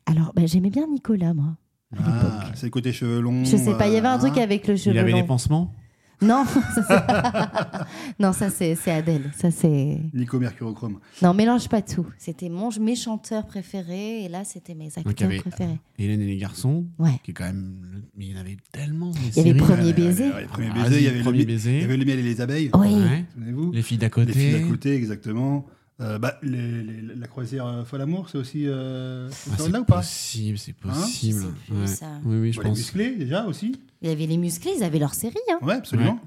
S1: Alors, bah, j'aimais bien Nicolas, moi.
S3: ah, C'est le côté cheveux longs.
S1: Je sais pas, il y avait un
S3: euh,
S1: truc
S3: hein.
S1: avec le
S2: Il
S1: cheveu
S2: avait
S1: long.
S2: des pansements
S1: Non, ça c'est... non, ça c'est, c'est Adèle. Ça c'est.
S3: Nico Mercurochrome.
S1: Non, mélange pas tout. C'était mon, mes chanteurs préférés et là c'était mes acteurs
S2: Donc, il y avait-
S1: préférés.
S2: Hélène et les garçons,
S1: Ouais.
S2: qui est quand même. Mais il y en avait tellement. des
S1: Il y avait
S2: séries.
S1: Premier
S3: Ouais,
S1: baiser.
S3: ouais, ouais, Premier
S2: Ah,
S3: baiser, il y avait le
S2: Premier
S3: mi-
S2: baiser.
S3: il y avait le miel et les abeilles.
S1: Oui.
S2: Ouais.
S3: Souvenez-vous
S2: Les filles d'à
S3: Les
S2: côté.
S3: filles d'à côté, exactement. Euh, bah, les- les- la croisière euh, Folle Amour, c'est aussi euh, cette
S2: Ah, c'est
S3: période-là ou pas
S2: possible, c'est
S3: Hein
S2: possible.
S1: Je sais plus,
S2: Ouais.
S1: ça.
S2: Oui, oui, je
S3: Bon, Les
S2: pense.
S3: musclés, déjà aussi
S1: Il y avait les musclés, ils avaient leur série, hein,
S3: Ouais, absolument.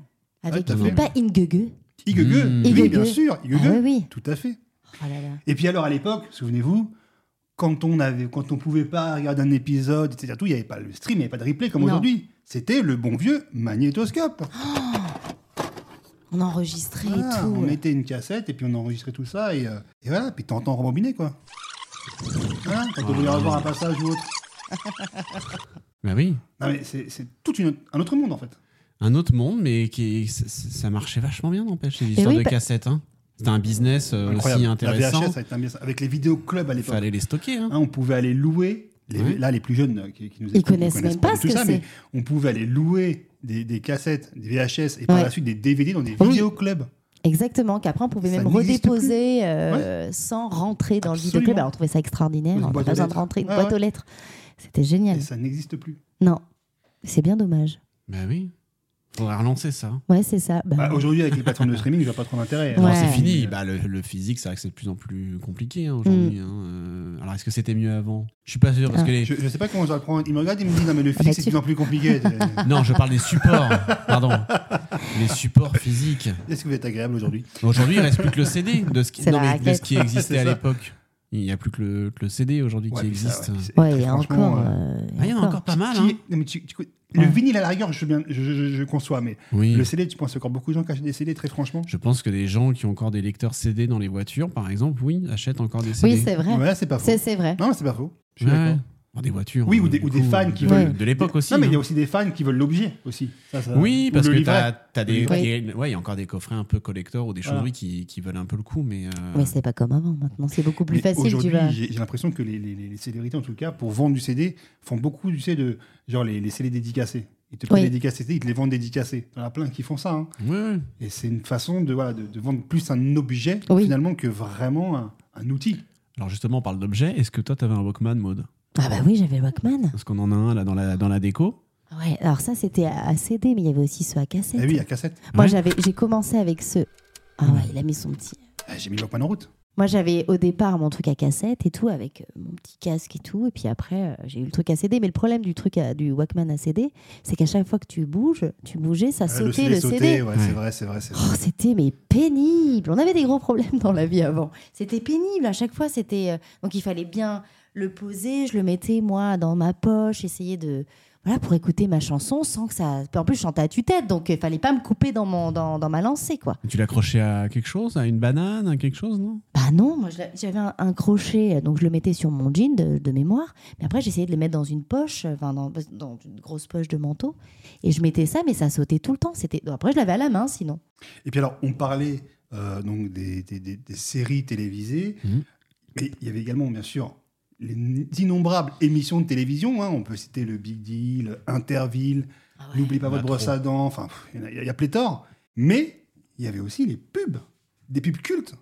S1: avec
S3: tout à
S1: ou
S3: fait.
S1: pas Ingege.
S3: Igege,
S2: Mm.
S3: oui,
S1: Igege.
S3: bien sûr, Igege,
S1: Mmh. Ah oui, oui.
S3: tout à fait.
S1: Oh là là.
S3: Et puis alors, à l'époque, souvenez-vous, quand on avait, quand on pouvait pas regarder un épisode, etc., tout, il n'y avait pas le stream, il n'y avait pas de replay comme
S1: Non.
S3: aujourd'hui. C'était le bon vieux magnétoscope.
S1: On enregistrait et
S3: Voilà,
S1: tout.
S3: Ah, on mettait une cassette et puis on enregistrait tout ça et, euh, et voilà, puis t'entends rembobiner quoi. Hein, quand on voulait revoir un passage ou autre.
S2: Bah oui.
S3: Non mais c'est c'est tout une autre- un autre monde en fait.
S2: Un autre monde, mais qui, c- c- ça marchait vachement bien, n'empêche, les histoires
S1: oui, bah-
S2: de
S1: pa-
S2: cassettes. Hein. C'était un business euh, aussi
S3: La
S2: intéressant.
S3: VHS, ça a été un bien- avec les vidéoclubs à
S2: Il
S3: l'époque.
S2: fallait les stocker. Hein.
S3: Hein, on pouvait aller louer. les-
S2: Ouais.
S3: Là, les plus jeunes euh, qui, qui nous
S1: Ils connaissent même pas
S3: du
S1: ce
S3: tout
S1: que
S3: ça, mais
S1: c'est.
S3: on pouvait aller louer des, des cassettes, des VHS et par
S1: Ouais.
S3: la suite des DVD dans des
S1: Oui.
S3: vidéoclubs.
S1: Exactement, qu'après on pouvait
S3: Ça
S1: même
S3: n'existe
S1: redéposer euh, sans rentrer dans
S3: Absolument.
S1: le vidéoclub. Alors on trouvait ça extraordinaire,
S3: Une
S1: on
S3: boîte
S1: n'avait pas besoin
S3: aux
S1: de
S3: lettres.
S1: rentrer une
S3: Ouais,
S1: boîte
S3: ouais.
S1: aux lettres. C'était génial.
S3: Et ça n'existe plus.
S1: Non, c'est bien dommage.
S2: Bah oui. Faudrait relancer ça.
S1: Ouais, c'est ça. Bah,
S3: Bah, Aujourd'hui, avec les plateformes de streaming, je vois pas trop d'intérêt.
S1: Ouais.
S2: Alors, c'est fini. Bah, le, le physique, c'est vrai que c'est de plus en plus compliqué hein, aujourd'hui. hein. Euh, Alors, est-ce que c'était mieux avant Je suis pas sûr. Parce
S1: Mm. Ah.
S2: que les...
S3: Je, je sais pas comment je dois le prendre. Ils me regardent, ils me disent non mais le physique
S1: bah,
S3: c'est de
S1: tu-
S3: plus en plus compliqué.
S2: Non, je parle des supports. Pardon. Les supports physiques.
S3: Est-ce que vous êtes agréable aujourd'hui
S2: Aujourd'hui, il reste plus que le CD de ce qui,
S1: C'est
S2: non,
S1: la
S2: mais de ce
S1: raquette.
S2: qui existait
S3: C'est
S2: à
S3: ça.
S2: l'époque. Il n'y a plus que le, que le CD aujourd'hui
S3: Ouais,
S2: qui
S3: puis ça,
S2: existe.
S3: ouais, puis c'est-
S1: ouais, il y a
S3: franchement,
S1: encore.
S3: euh,
S1: euh, il y a
S2: Ah, il y en a encore pas mal.
S3: qui-
S2: Hein.
S3: non, mais tu- tu- Le
S1: Ouais.
S3: vinyle à la rigueur, je, veux bien, je, je- je conçois, mais
S2: Oui.
S3: le CD, tu penses encore beaucoup de gens qui achètent des CD, très franchement
S2: Je pense que les gens qui ont encore des lecteurs CD dans les voitures, par exemple, oui, achètent encore des CD.
S1: Oui, c'est vrai.
S3: Ouais, c'est pas faux.
S1: C'est, c'est vrai.
S3: Non, mais c'est pas faux. Je suis
S2: Ouais.
S3: d'accord.
S2: Enfin, des voitures.
S3: Oui, ou
S2: euh,
S3: des-
S2: du
S3: ou des fans qui
S2: de-
S1: veulent-
S2: De l'époque aussi.
S3: Non, mais il y a
S2: hein.
S3: aussi des fans qui veulent l'objet aussi. Ça, ça-
S2: Oui,
S3: ou
S2: parce
S3: le
S2: que
S3: livret.
S2: t'as as des.
S1: Oui.
S2: il y a- ouais, il y a encore des coffrets un peu collector ou des
S3: Voilà.
S2: choses qui, qui veulent un peu le coup, mais. euh,
S1: Mais c'est pas comme avant. Maintenant, c'est beaucoup plus
S3: Mais
S1: facile. Tu
S3: Aujourd'hui,
S1: vas.
S3: j'ai j'ai l'impression que les, les- les- les célébrités, en tout cas, pour vendre du CD, font beaucoup du CD, de, genre les, les CD dédicacés. Ils te prennent
S1: Oui.
S3: les dédicacés, ils te les vendent dédicacés. Il y en a plein qui font ça. hein.
S2: ouais, ouais.
S3: Et c'est une façon de, voilà, de, de vendre plus un objet,
S1: Oui.
S3: finalement, que vraiment un, un outil.
S2: Alors justement, on parle d'objets. Est-ce que toi, t'avais un Walkman mode
S1: Ah bah oui, j'avais le Walkman.
S2: Parce qu'on en a un là dans la, dans la déco.
S1: Ouais. Alors ça, c'était à, à CD, mais il y avait aussi ceux à cassette.
S3: Eh oui, à cassette.
S1: Moi,
S2: Ouais.
S1: j'avais, j'ai commencé avec ceux. Ah ouais, il a mis son petit.
S3: Ah, J'ai mis le Walkman en route.
S1: Moi, j'avais au départ mon truc à cassette et tout, avec euh, mon petit casque et tout. Et puis après, euh, j'ai eu le truc à CD. Mais le problème du truc à- du Walkman à CD, c'est qu'à chaque fois que tu bouges, tu bougeais, ça
S3: Ah, le
S1: sautait
S3: CD
S1: le CD.
S3: sautait, ouais, c'est vrai, c'est vrai. c'est vrai.
S1: Oh, c'était mais pénible. On avait des gros problèmes dans la vie avant. C'était pénible à chaque fois. C'était euh, donc il fallait bien le poser. Je le mettais moi dans ma poche, essayer de voilà pour écouter ma chanson sans que ça. En plus, je chantais à tue-tête, donc il fallait pas me couper dans mon dans, dans ma lancée quoi.
S2: Tu l'accrochais à quelque chose, à une banane, à quelque chose, non
S1: Bah non, moi je l'a- j'avais un, un crochet, donc je le mettais sur mon jean de, de mémoire. Mais après, j'essayais de le mettre dans une poche, enfin dans, dans une grosse poche de manteau, et je mettais ça, mais ça sautait tout le temps. C'était après, je l'avais à la main sinon.
S3: Et puis alors, on parlait euh, donc des, des- des- des séries télévisées,
S2: Mhm.
S3: mais il y avait également, bien sûr, les n- innombrables émissions de télévision. hein. On peut citer le Big Deal, Interville,
S1: Ah
S3: N'oublie pas
S2: Il y en a
S3: votre brosse
S2: trop.
S3: à dents, enfin, pff, il y en a- il y, a pléthore. Mais il y avait aussi les pubs, des pubs cultes,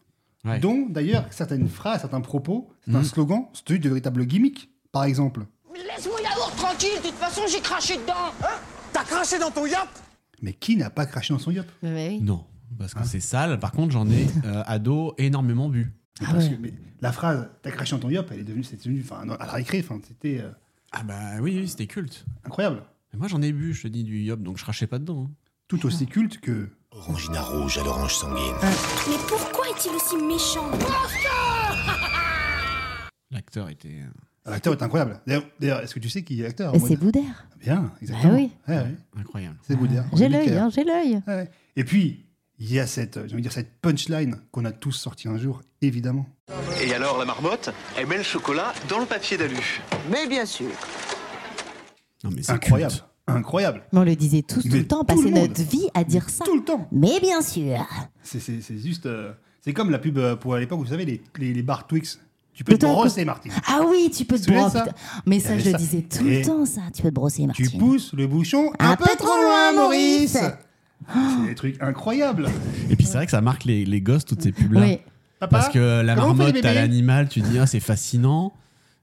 S2: Ouais.
S3: dont d'ailleurs certaines phrases, certains propos, certains
S2: Mhm.
S3: slogans sont devenus de véritables gimmicks, par exemple.
S6: Laisse-moi l'amour tranquille, de toute façon j'ai craché dedans. Hein T'as craché dans ton yacht
S3: Mais qui n'a pas craché dans son yop
S2: Non, parce que c'est sale. Par contre, j'en ai euh, ado énormément bu.
S3: Mais
S1: Ah
S3: parce
S1: ouais.
S3: que- mais La phrase « t'as craché dans ton yop », elle est devenue, c'est devenu, enfin, à la récré, enfin, c'était euh,
S2: Ah bah oui, oui, c'était culte.
S3: incroyable.
S2: Mais moi, j'en ai bu, je te dis, du yop, donc je crachais pas dedans. hein.
S3: Tout aussi culte que
S7: Orangina rouge à l'orange sanguine.
S8: Mais pourquoi est-il aussi méchant
S2: L'acteur était. euh,
S3: ah, L'acteur est incroyable. D'ailleurs- D'ailleurs, est-ce que tu sais qui est l'acteur
S1: Et
S3: Moi,
S1: c'est Boudère.
S3: Bien, exactement.
S1: oui.
S3: Ouais, ouais,
S2: Incroyable.
S3: c'est Boudère.
S1: J'ai
S3: Angélique
S1: l'œil,
S3: Kerr.
S1: hein, j'ai l'œil.
S3: Ouais, ouais. Et puis, il y a cette, j'ai envie de dire, cette punchline qu'on a tous sorti un jour, évidemment.
S9: Et alors, la marmotte, elle met le chocolat dans le papier d'alu.
S6: Mais bien sûr.
S2: Non, mais c'est
S3: Incroyable.
S2: culte.
S3: Incroyable.
S1: Mais on le disait tous tout
S3: Mais
S1: le temps,
S3: tout le
S1: passer
S3: monde.
S1: notre vie à dire ça.
S3: Tout le temps.
S1: Mais bien sûr.
S3: C'est- C'est c'est juste. euh, c'est comme la pub euh, pour à l'époque, vous savez, les, les, les bars Twix. Tu peux
S1: Mais
S3: te
S1: toi,
S3: brosser, Martine.
S1: Ah oui, tu peux te
S3: Souviens de
S1: brosser.
S3: ça
S1: putain. Mais ça,
S3: avait
S1: je le
S3: ça.
S1: disais tout
S3: Et
S1: le temps, ça. Tu peux te brosser,
S3: Tu
S1: Martine.
S3: pousses le bouchon un, peu, trop loin, Maurice. C'est des trucs incroyables.
S2: Et puis c'est vrai que ça marque les, les gosses, toutes ces pubs-là.
S1: Oui.
S3: Papa,
S2: Parce que la
S3: comment on fait les
S2: marmotte, t'as
S3: bébés
S2: l'animal, tu dis, ah, c'est fascinant.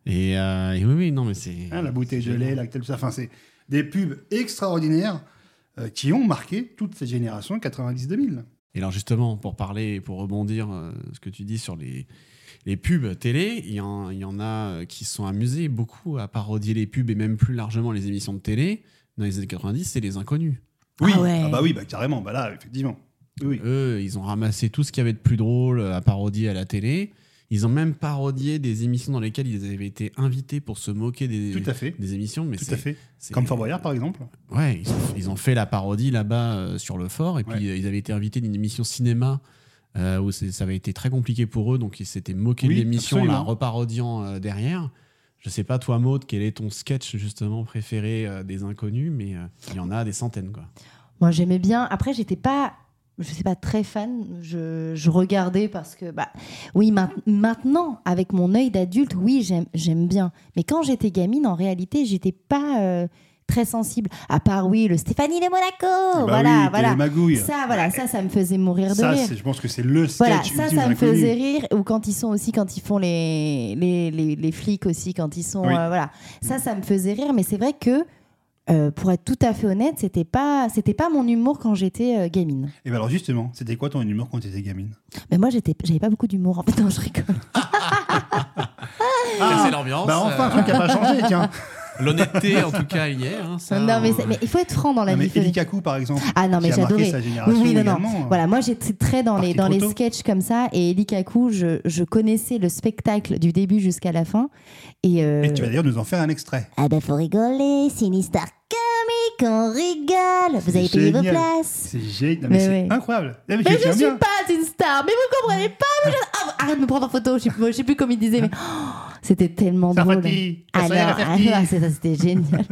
S2: Et, euh, et oui, oui, non, mais c'est.
S3: Hein, la bouteille de lait, la tout ça. Enfin, c'est des pubs extraordinaires euh, qui ont marqué toute cette génération 90-2000.
S2: Et alors justement, pour parler, pour rebondir euh, ce que tu dis sur les, les pubs télé, il y, en il y en a euh, qui se sont amusés beaucoup à parodier les pubs et même plus largement les émissions de télé. Dans les années 90, c'est les inconnus.
S3: Oui,
S1: Ah ouais.
S3: bah oui, bah carrément, bah là, effectivement. Oui, oui.
S2: Eux, ils ont ramassé tout ce qu'il y avait de plus drôle euh, à parodier à la télé. Ils ont même parodié des émissions dans lesquelles ils avaient été invités pour se moquer des,
S3: Tout à fait.
S2: Euh, des émissions. Mais
S3: tout
S2: c'est-
S3: à fait.
S2: c'est-
S3: Comme Fort Boyard, par exemple.
S1: Oh,
S2: Ouais, ils ont, ils ont fait la parodie là-bas euh, sur le fort. Et puis,
S3: Ouais.
S2: euh, ils avaient été invités d'une émission cinéma euh, où c'est- ça avait été très compliqué pour eux. Donc, ils s'étaient moqués
S3: Oui,
S2: de l'émission en la
S3: absolument.
S2: reparodiant euh, derrière. Je sais pas, toi, Maude, quel est ton sketch justement préféré euh, des inconnus, mais euh, il y en a des centaines, quoi.
S1: Moi, j'aimais bien. Après, j'étais pas. Je sais pas, très fan. Je, je regardais parce que, bah, oui, ma- maintenant, avec mon œil d'adulte, oui, j'aime- j'aime bien. Mais quand j'étais gamine, en réalité, j'étais pas euh, très sensible. À part, oui, le Stéphanie de Monaco.
S3: Bah
S1: voilà,
S3: oui,
S1: voilà.
S3: Télémagouille.
S1: Ça, voilà, ça, ça me faisait mourir de
S3: Ça,
S1: rire.
S3: c'est- je pense que c'est le sketch
S1: Voilà, ça,
S3: ultime
S1: ça
S3: de
S1: me
S3: l'inconnu.
S1: faisait rire. Ou quand ils sont aussi, quand ils font les, les, les, les flics aussi, quand ils sont.
S3: Oui.
S1: euh, voilà. Ça, ça me faisait rire. Mais c'est vrai que, euh, pour être tout à fait honnête, c'était pas, c'était pas mon humour quand j'étais euh, gamine.
S3: Et ben alors justement, c'était quoi ton humour quand tu étais gamine
S1: Mais moi, j'étais, j'avais pas beaucoup d'humour. En fait, non, je rigole.
S2: Ah. c'est l'ambiance.
S3: Bah enfin, un truc qui a pas
S2: euh,
S3: changé, tiens.
S2: L'honnêteté, en tout cas, hier.
S1: non, mais, c'est- mais il faut être franc dans la
S3: Ah, Non, mais
S1: vie. Frédéric.
S3: Elikaku, par exemple.
S1: Ah non, mais
S3: qui a marqué
S1: j'adorais.
S3: sa génération
S1: Oui, oui, non,
S3: également.
S1: non. Voilà, moi j'étais très dans les,
S3: Parti
S1: dans
S3: trop
S1: les
S3: tôt.
S1: sketchs comme ça et Eli Kaku, je, je connaissais le spectacle du début jusqu'à la fin. Et, euh,
S3: Et tu vas d'ailleurs nous en faire un extrait.
S5: Ah bah faut rigoler, Sinistar Comic, on rigole. Vous avez payé vos
S3: Génial.
S5: places.
S3: C'est génial,
S1: Mais
S3: mais c'est
S1: oui.
S3: incroyable. Eh, mais
S1: Mais
S3: tu
S1: je
S3: tiens
S1: suis
S3: bien.
S1: pas une star, mais vous comprenez pas. mais je- Ah, arrête de me prendre en photo, je sais, plus- je sais plus comment il disait, mais oh, c'était tellement drôle.
S3: Sarfati,
S1: Alors,
S3: Kassaya Rafferti.
S1: ah, c'est ça, c'était génial.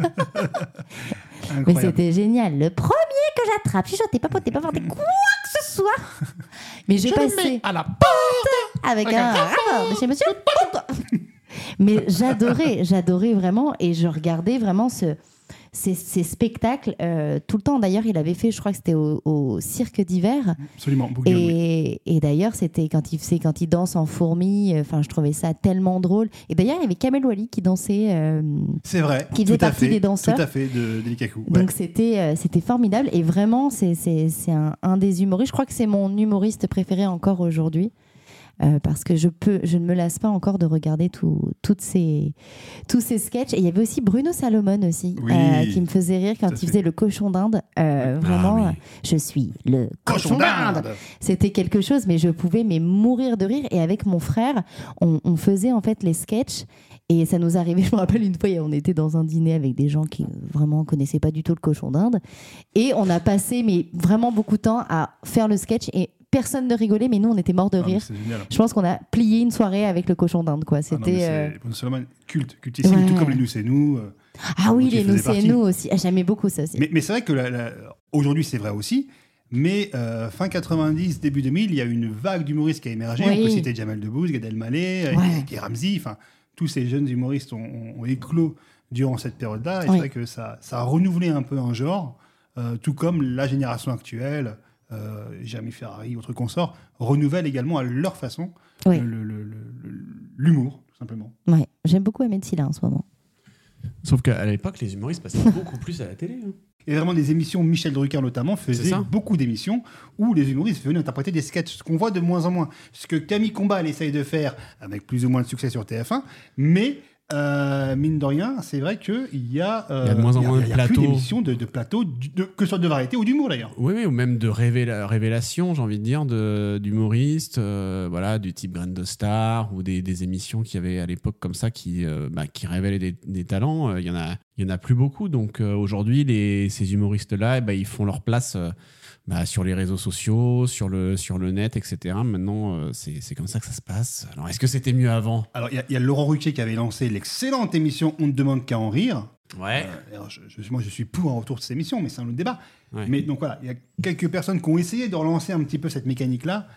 S1: mais
S3: Incroyable.
S1: c'était génial. Le premier que j'attrape, chuchotez, papotez, pas porté quoi que ce soit. Mais je, passais
S2: à la
S1: avec un rapport de chez monsieur. Mais j'adorais, j'adorais vraiment et je regardais vraiment ce, ces, ces spectacles euh, tout le temps. D'ailleurs, il avait fait, je crois que c'était au, au cirque d'hiver.
S3: Absolument. Bouc de Bois.
S1: Et, et d'ailleurs, c'était quand il c'est quand il danse en fourmi. euh, Enfin, je trouvais ça tellement drôle. Et d'ailleurs, il y avait Kamel Wally qui dansait. euh,
S3: C'est vrai.
S1: qui
S3: tout
S1: faisait
S3: à
S1: partie
S3: fait,
S1: des danseurs.
S3: Tout à fait, de d'Elikaku. Ouais.
S1: Donc c'était euh, c'était formidable. Et vraiment, c'est c'est c'est un, un des humoristes. Je crois que c'est mon humoriste préféré encore aujourd'hui. euh, parce que je peux, je ne me lasse pas encore de regarder tout- toutes ces, tous ces sketchs. Et il y avait aussi Bruno Salomon aussi,
S3: Oui,
S1: euh, qui me faisait rire quand
S3: tout à
S1: il
S3: fait. Ah
S1: faisait le cochon d'Inde. Euh, vraiment, euh, je suis le cochon d'Inde. C'était quelque chose, mais je pouvais mais mourir de rire. Et avec mon frère, on, on faisait en fait les sketchs. Et ça nous arrivait, je me rappelle une fois, on était dans un dîner avec des gens qui euh, vraiment connaissaient pas du tout le cochon d'Inde. Et on a passé mais vraiment beaucoup de temps à faire le sketch et personne ne rigolait, mais nous on était morts de
S3: Ah, mais
S1: rire.
S3: C'est génial.
S1: Je pense qu'on a plié une soirée avec le cochon d'Inde, quoi.
S3: Ah non, mais
S1: C'était. euh,
S3: c'est- Bruno Salomon, culte, cultissime,
S1: Ouais.
S3: tout comme les nous c'est nous. euh.
S1: Ah, oui,
S3: Donc, il
S1: les nous
S3: faisait
S1: c'est
S3: partie.
S1: nous aussi. Ah, J'aimais beaucoup ça aussi.
S3: Mais, mais c'est vrai que la- la- aujourd'hui, c'est vrai aussi. Mais euh, fin 90, début 2000, il y a eu une vague d'humoristes qui a émergé.
S1: Oui.
S3: On peut citer Jamel Debbouze, Gad Elmaleh, euh,
S1: Ouais.
S3: Guy Ramsey. Enfin, tous ces jeunes humoristes ont, ont- ont éclos durant cette période-là. Et
S1: Oui.
S3: c'est vrai que ça, ça a renouvelé un peu un genre, euh, tout comme la génération actuelle, euh, Jeremy Ferrari, autres consorts, renouvellent également à leur façon
S1: Oui.
S3: le- le- le- le- le- l'humour, tout simplement.
S1: Ouais, J'aime beaucoup Ahmed Silla en ce moment.
S2: Sauf qu'à l'époque, les humoristes passaient beaucoup plus à la télé. hein.
S3: Et vraiment des émissions, Michel Drucker notamment
S2: C'est
S3: faisait
S2: ça.
S3: beaucoup d'émissions où les humoristes venaient interpréter des sketchs, ce qu'on voit de moins en moins. Ce que Camille Combal essaye de faire avec plus ou moins de succès sur TF1, mais euh, mine de rien, c'est vrai qu'il y a, euh,
S2: Il y a de moins en moins de
S3: il y a plus
S2: plateaux.
S3: d'émissions de, de plateaux, du- de- que ce soit de variété ou d'humour d'ailleurs.
S2: Oui, oui, ou même de révéla- révélation, j'ai envie de dire, de- d'humoristes, euh, voilà, du type Grain de Star ou des, des émissions qu'il y avait à l'époque comme ça qui, euh, bah, qui révélaient des, des talents. Euh, Il y en a, il y en a plus beaucoup. Donc euh, aujourd'hui, les- ces humoristes-là, eh ben, ils font leur place euh, bah, sur les réseaux sociaux, sur le, sur le net, etc. Maintenant, euh, c'est c'est comme ça que ça se passe. Alors, est-ce que c'était mieux avant
S3: Alors, il y a- il y, a Laurent Ruquier qui avait lancé l'excellente émission On ne demande qu'à en rire.
S2: Ouais.
S3: Euh, alors, je, je- moi, je suis pour un retour de cette émission, mais c'est un autre débat.
S2: Ouais.
S3: Mais donc voilà, il y a quelques personnes qui ont essayé de relancer un petit peu cette mécanique-là.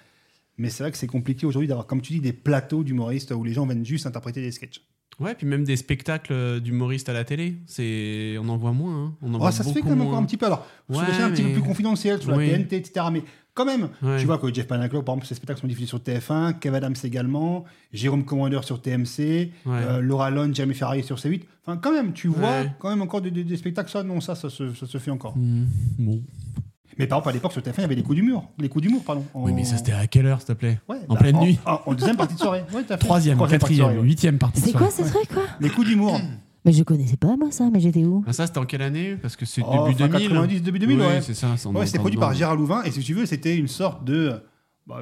S3: Mais c'est vrai que c'est compliqué aujourd'hui d'avoir, comme tu dis, des plateaux d'humoristes où les gens viennent juste interpréter des sketchs.
S2: Euh, Ouais, puis même des spectacles euh, d'humoristes à la télé, c'est on en voit moins. hein. On en
S3: Oh,
S2: voit
S3: ça se
S2: beaucoup
S3: fait quand même encore
S2: moins.
S3: un petit peu. Alors, sur
S2: Ouais,
S3: des chaînes un petit peu
S2: mais-
S3: plus confidentielles, sur la
S2: Oui.
S3: TNT, etc. Mais quand même,
S2: Ouais.
S3: tu vois que Jeff Panaclock, par exemple, ses spectacles sont diffusés sur TF1, Kev Adams également, Jérôme Commander sur TMC, euh, Laura Lone, Jeremy Ferrari sur C8. Enfin, quand même, tu vois
S2: Ouais.
S3: quand même encore des, des- des spectacles. Ça, non, ça, ça se, ça se fait encore.
S2: Mmh, bon.
S3: Mais par exemple, à l'époque, sur TF1, il y avait les coups d'humour. Les coups d'humour, pardon. En-
S2: Oui, mais ça c'était à quelle heure, s'il te plaît
S3: Ouais,
S2: En
S3: bah,
S2: pleine nuit
S3: En, en deuxième partie de soirée. Ouais, tout à fait.
S2: Troisième,
S3: Troisième partie de soirée,
S2: quatrième,
S3: ouais.
S2: huitième partie. de
S1: C'est quoi
S2: soirée.
S1: ce truc, quoi
S3: Les coups d'humour.
S1: Mais je connaissais pas, moi, ça. Mais j'étais où
S2: Ah, ça c'était en quelle année Parce que c'est
S3: Oh,
S2: début
S3: fin
S2: 2000.
S3: 90, début 2000,
S2: Oui,
S3: ouais.
S2: c'est ça. ça, on
S3: Ouais, c'était
S2: entend
S3: produit
S2: dedans.
S3: par Gérard Louvain, et si tu veux, c'était une sorte de. bah,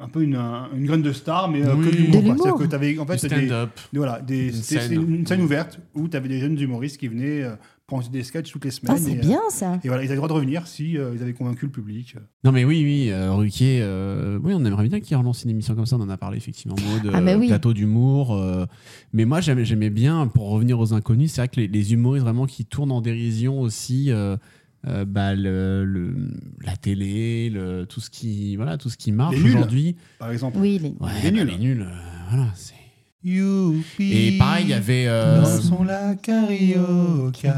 S3: un peu une, un- une graine de star, mais euh,
S2: Oui.
S3: que
S2: De
S3: du l'humour. quoi.
S1: l'humour.
S3: C'est-à-dire que t'avais, en
S2: Du
S3: fait, des,
S2: stand-up.
S3: voilà, des,
S2: Une
S3: c'était-
S2: scène.
S3: c'était une scène ouverte où tu avais des jeunes humoristes qui venaient euh, prendre des sketchs toutes les semaines.
S1: Ah, c'est
S3: et, euh,
S1: bien, ça.
S3: et voilà, ils avaient le droit de revenir si euh, ils avaient convaincu le public.
S2: Non mais oui, oui, euh, Ruquier, euh, oui, on aimerait bien qu'il relance une émission comme ça, on en a parlé effectivement, Maud,
S1: Ah,
S2: euh,
S1: mais oui.
S2: plateau d'humour. euh, mais moi j'aimais, j'aimais bien, pour revenir aux inconnus, c'est vrai que les, les humoristes vraiment qui tournent en dérision aussi euh, euh, bah, le, le- la télé, le, tout, ce qui, voilà, tout ce qui marche
S3: Les nuls.
S2: aujourd'hui.
S3: Par exemple,
S1: Oui, les-
S2: Ouais,
S3: Les
S2: bah,
S3: nuls.
S2: les nuls, euh, voilà, c'est-
S3: Youpi,
S2: Et pareil, il y avait euh,
S3: dansons la carioca.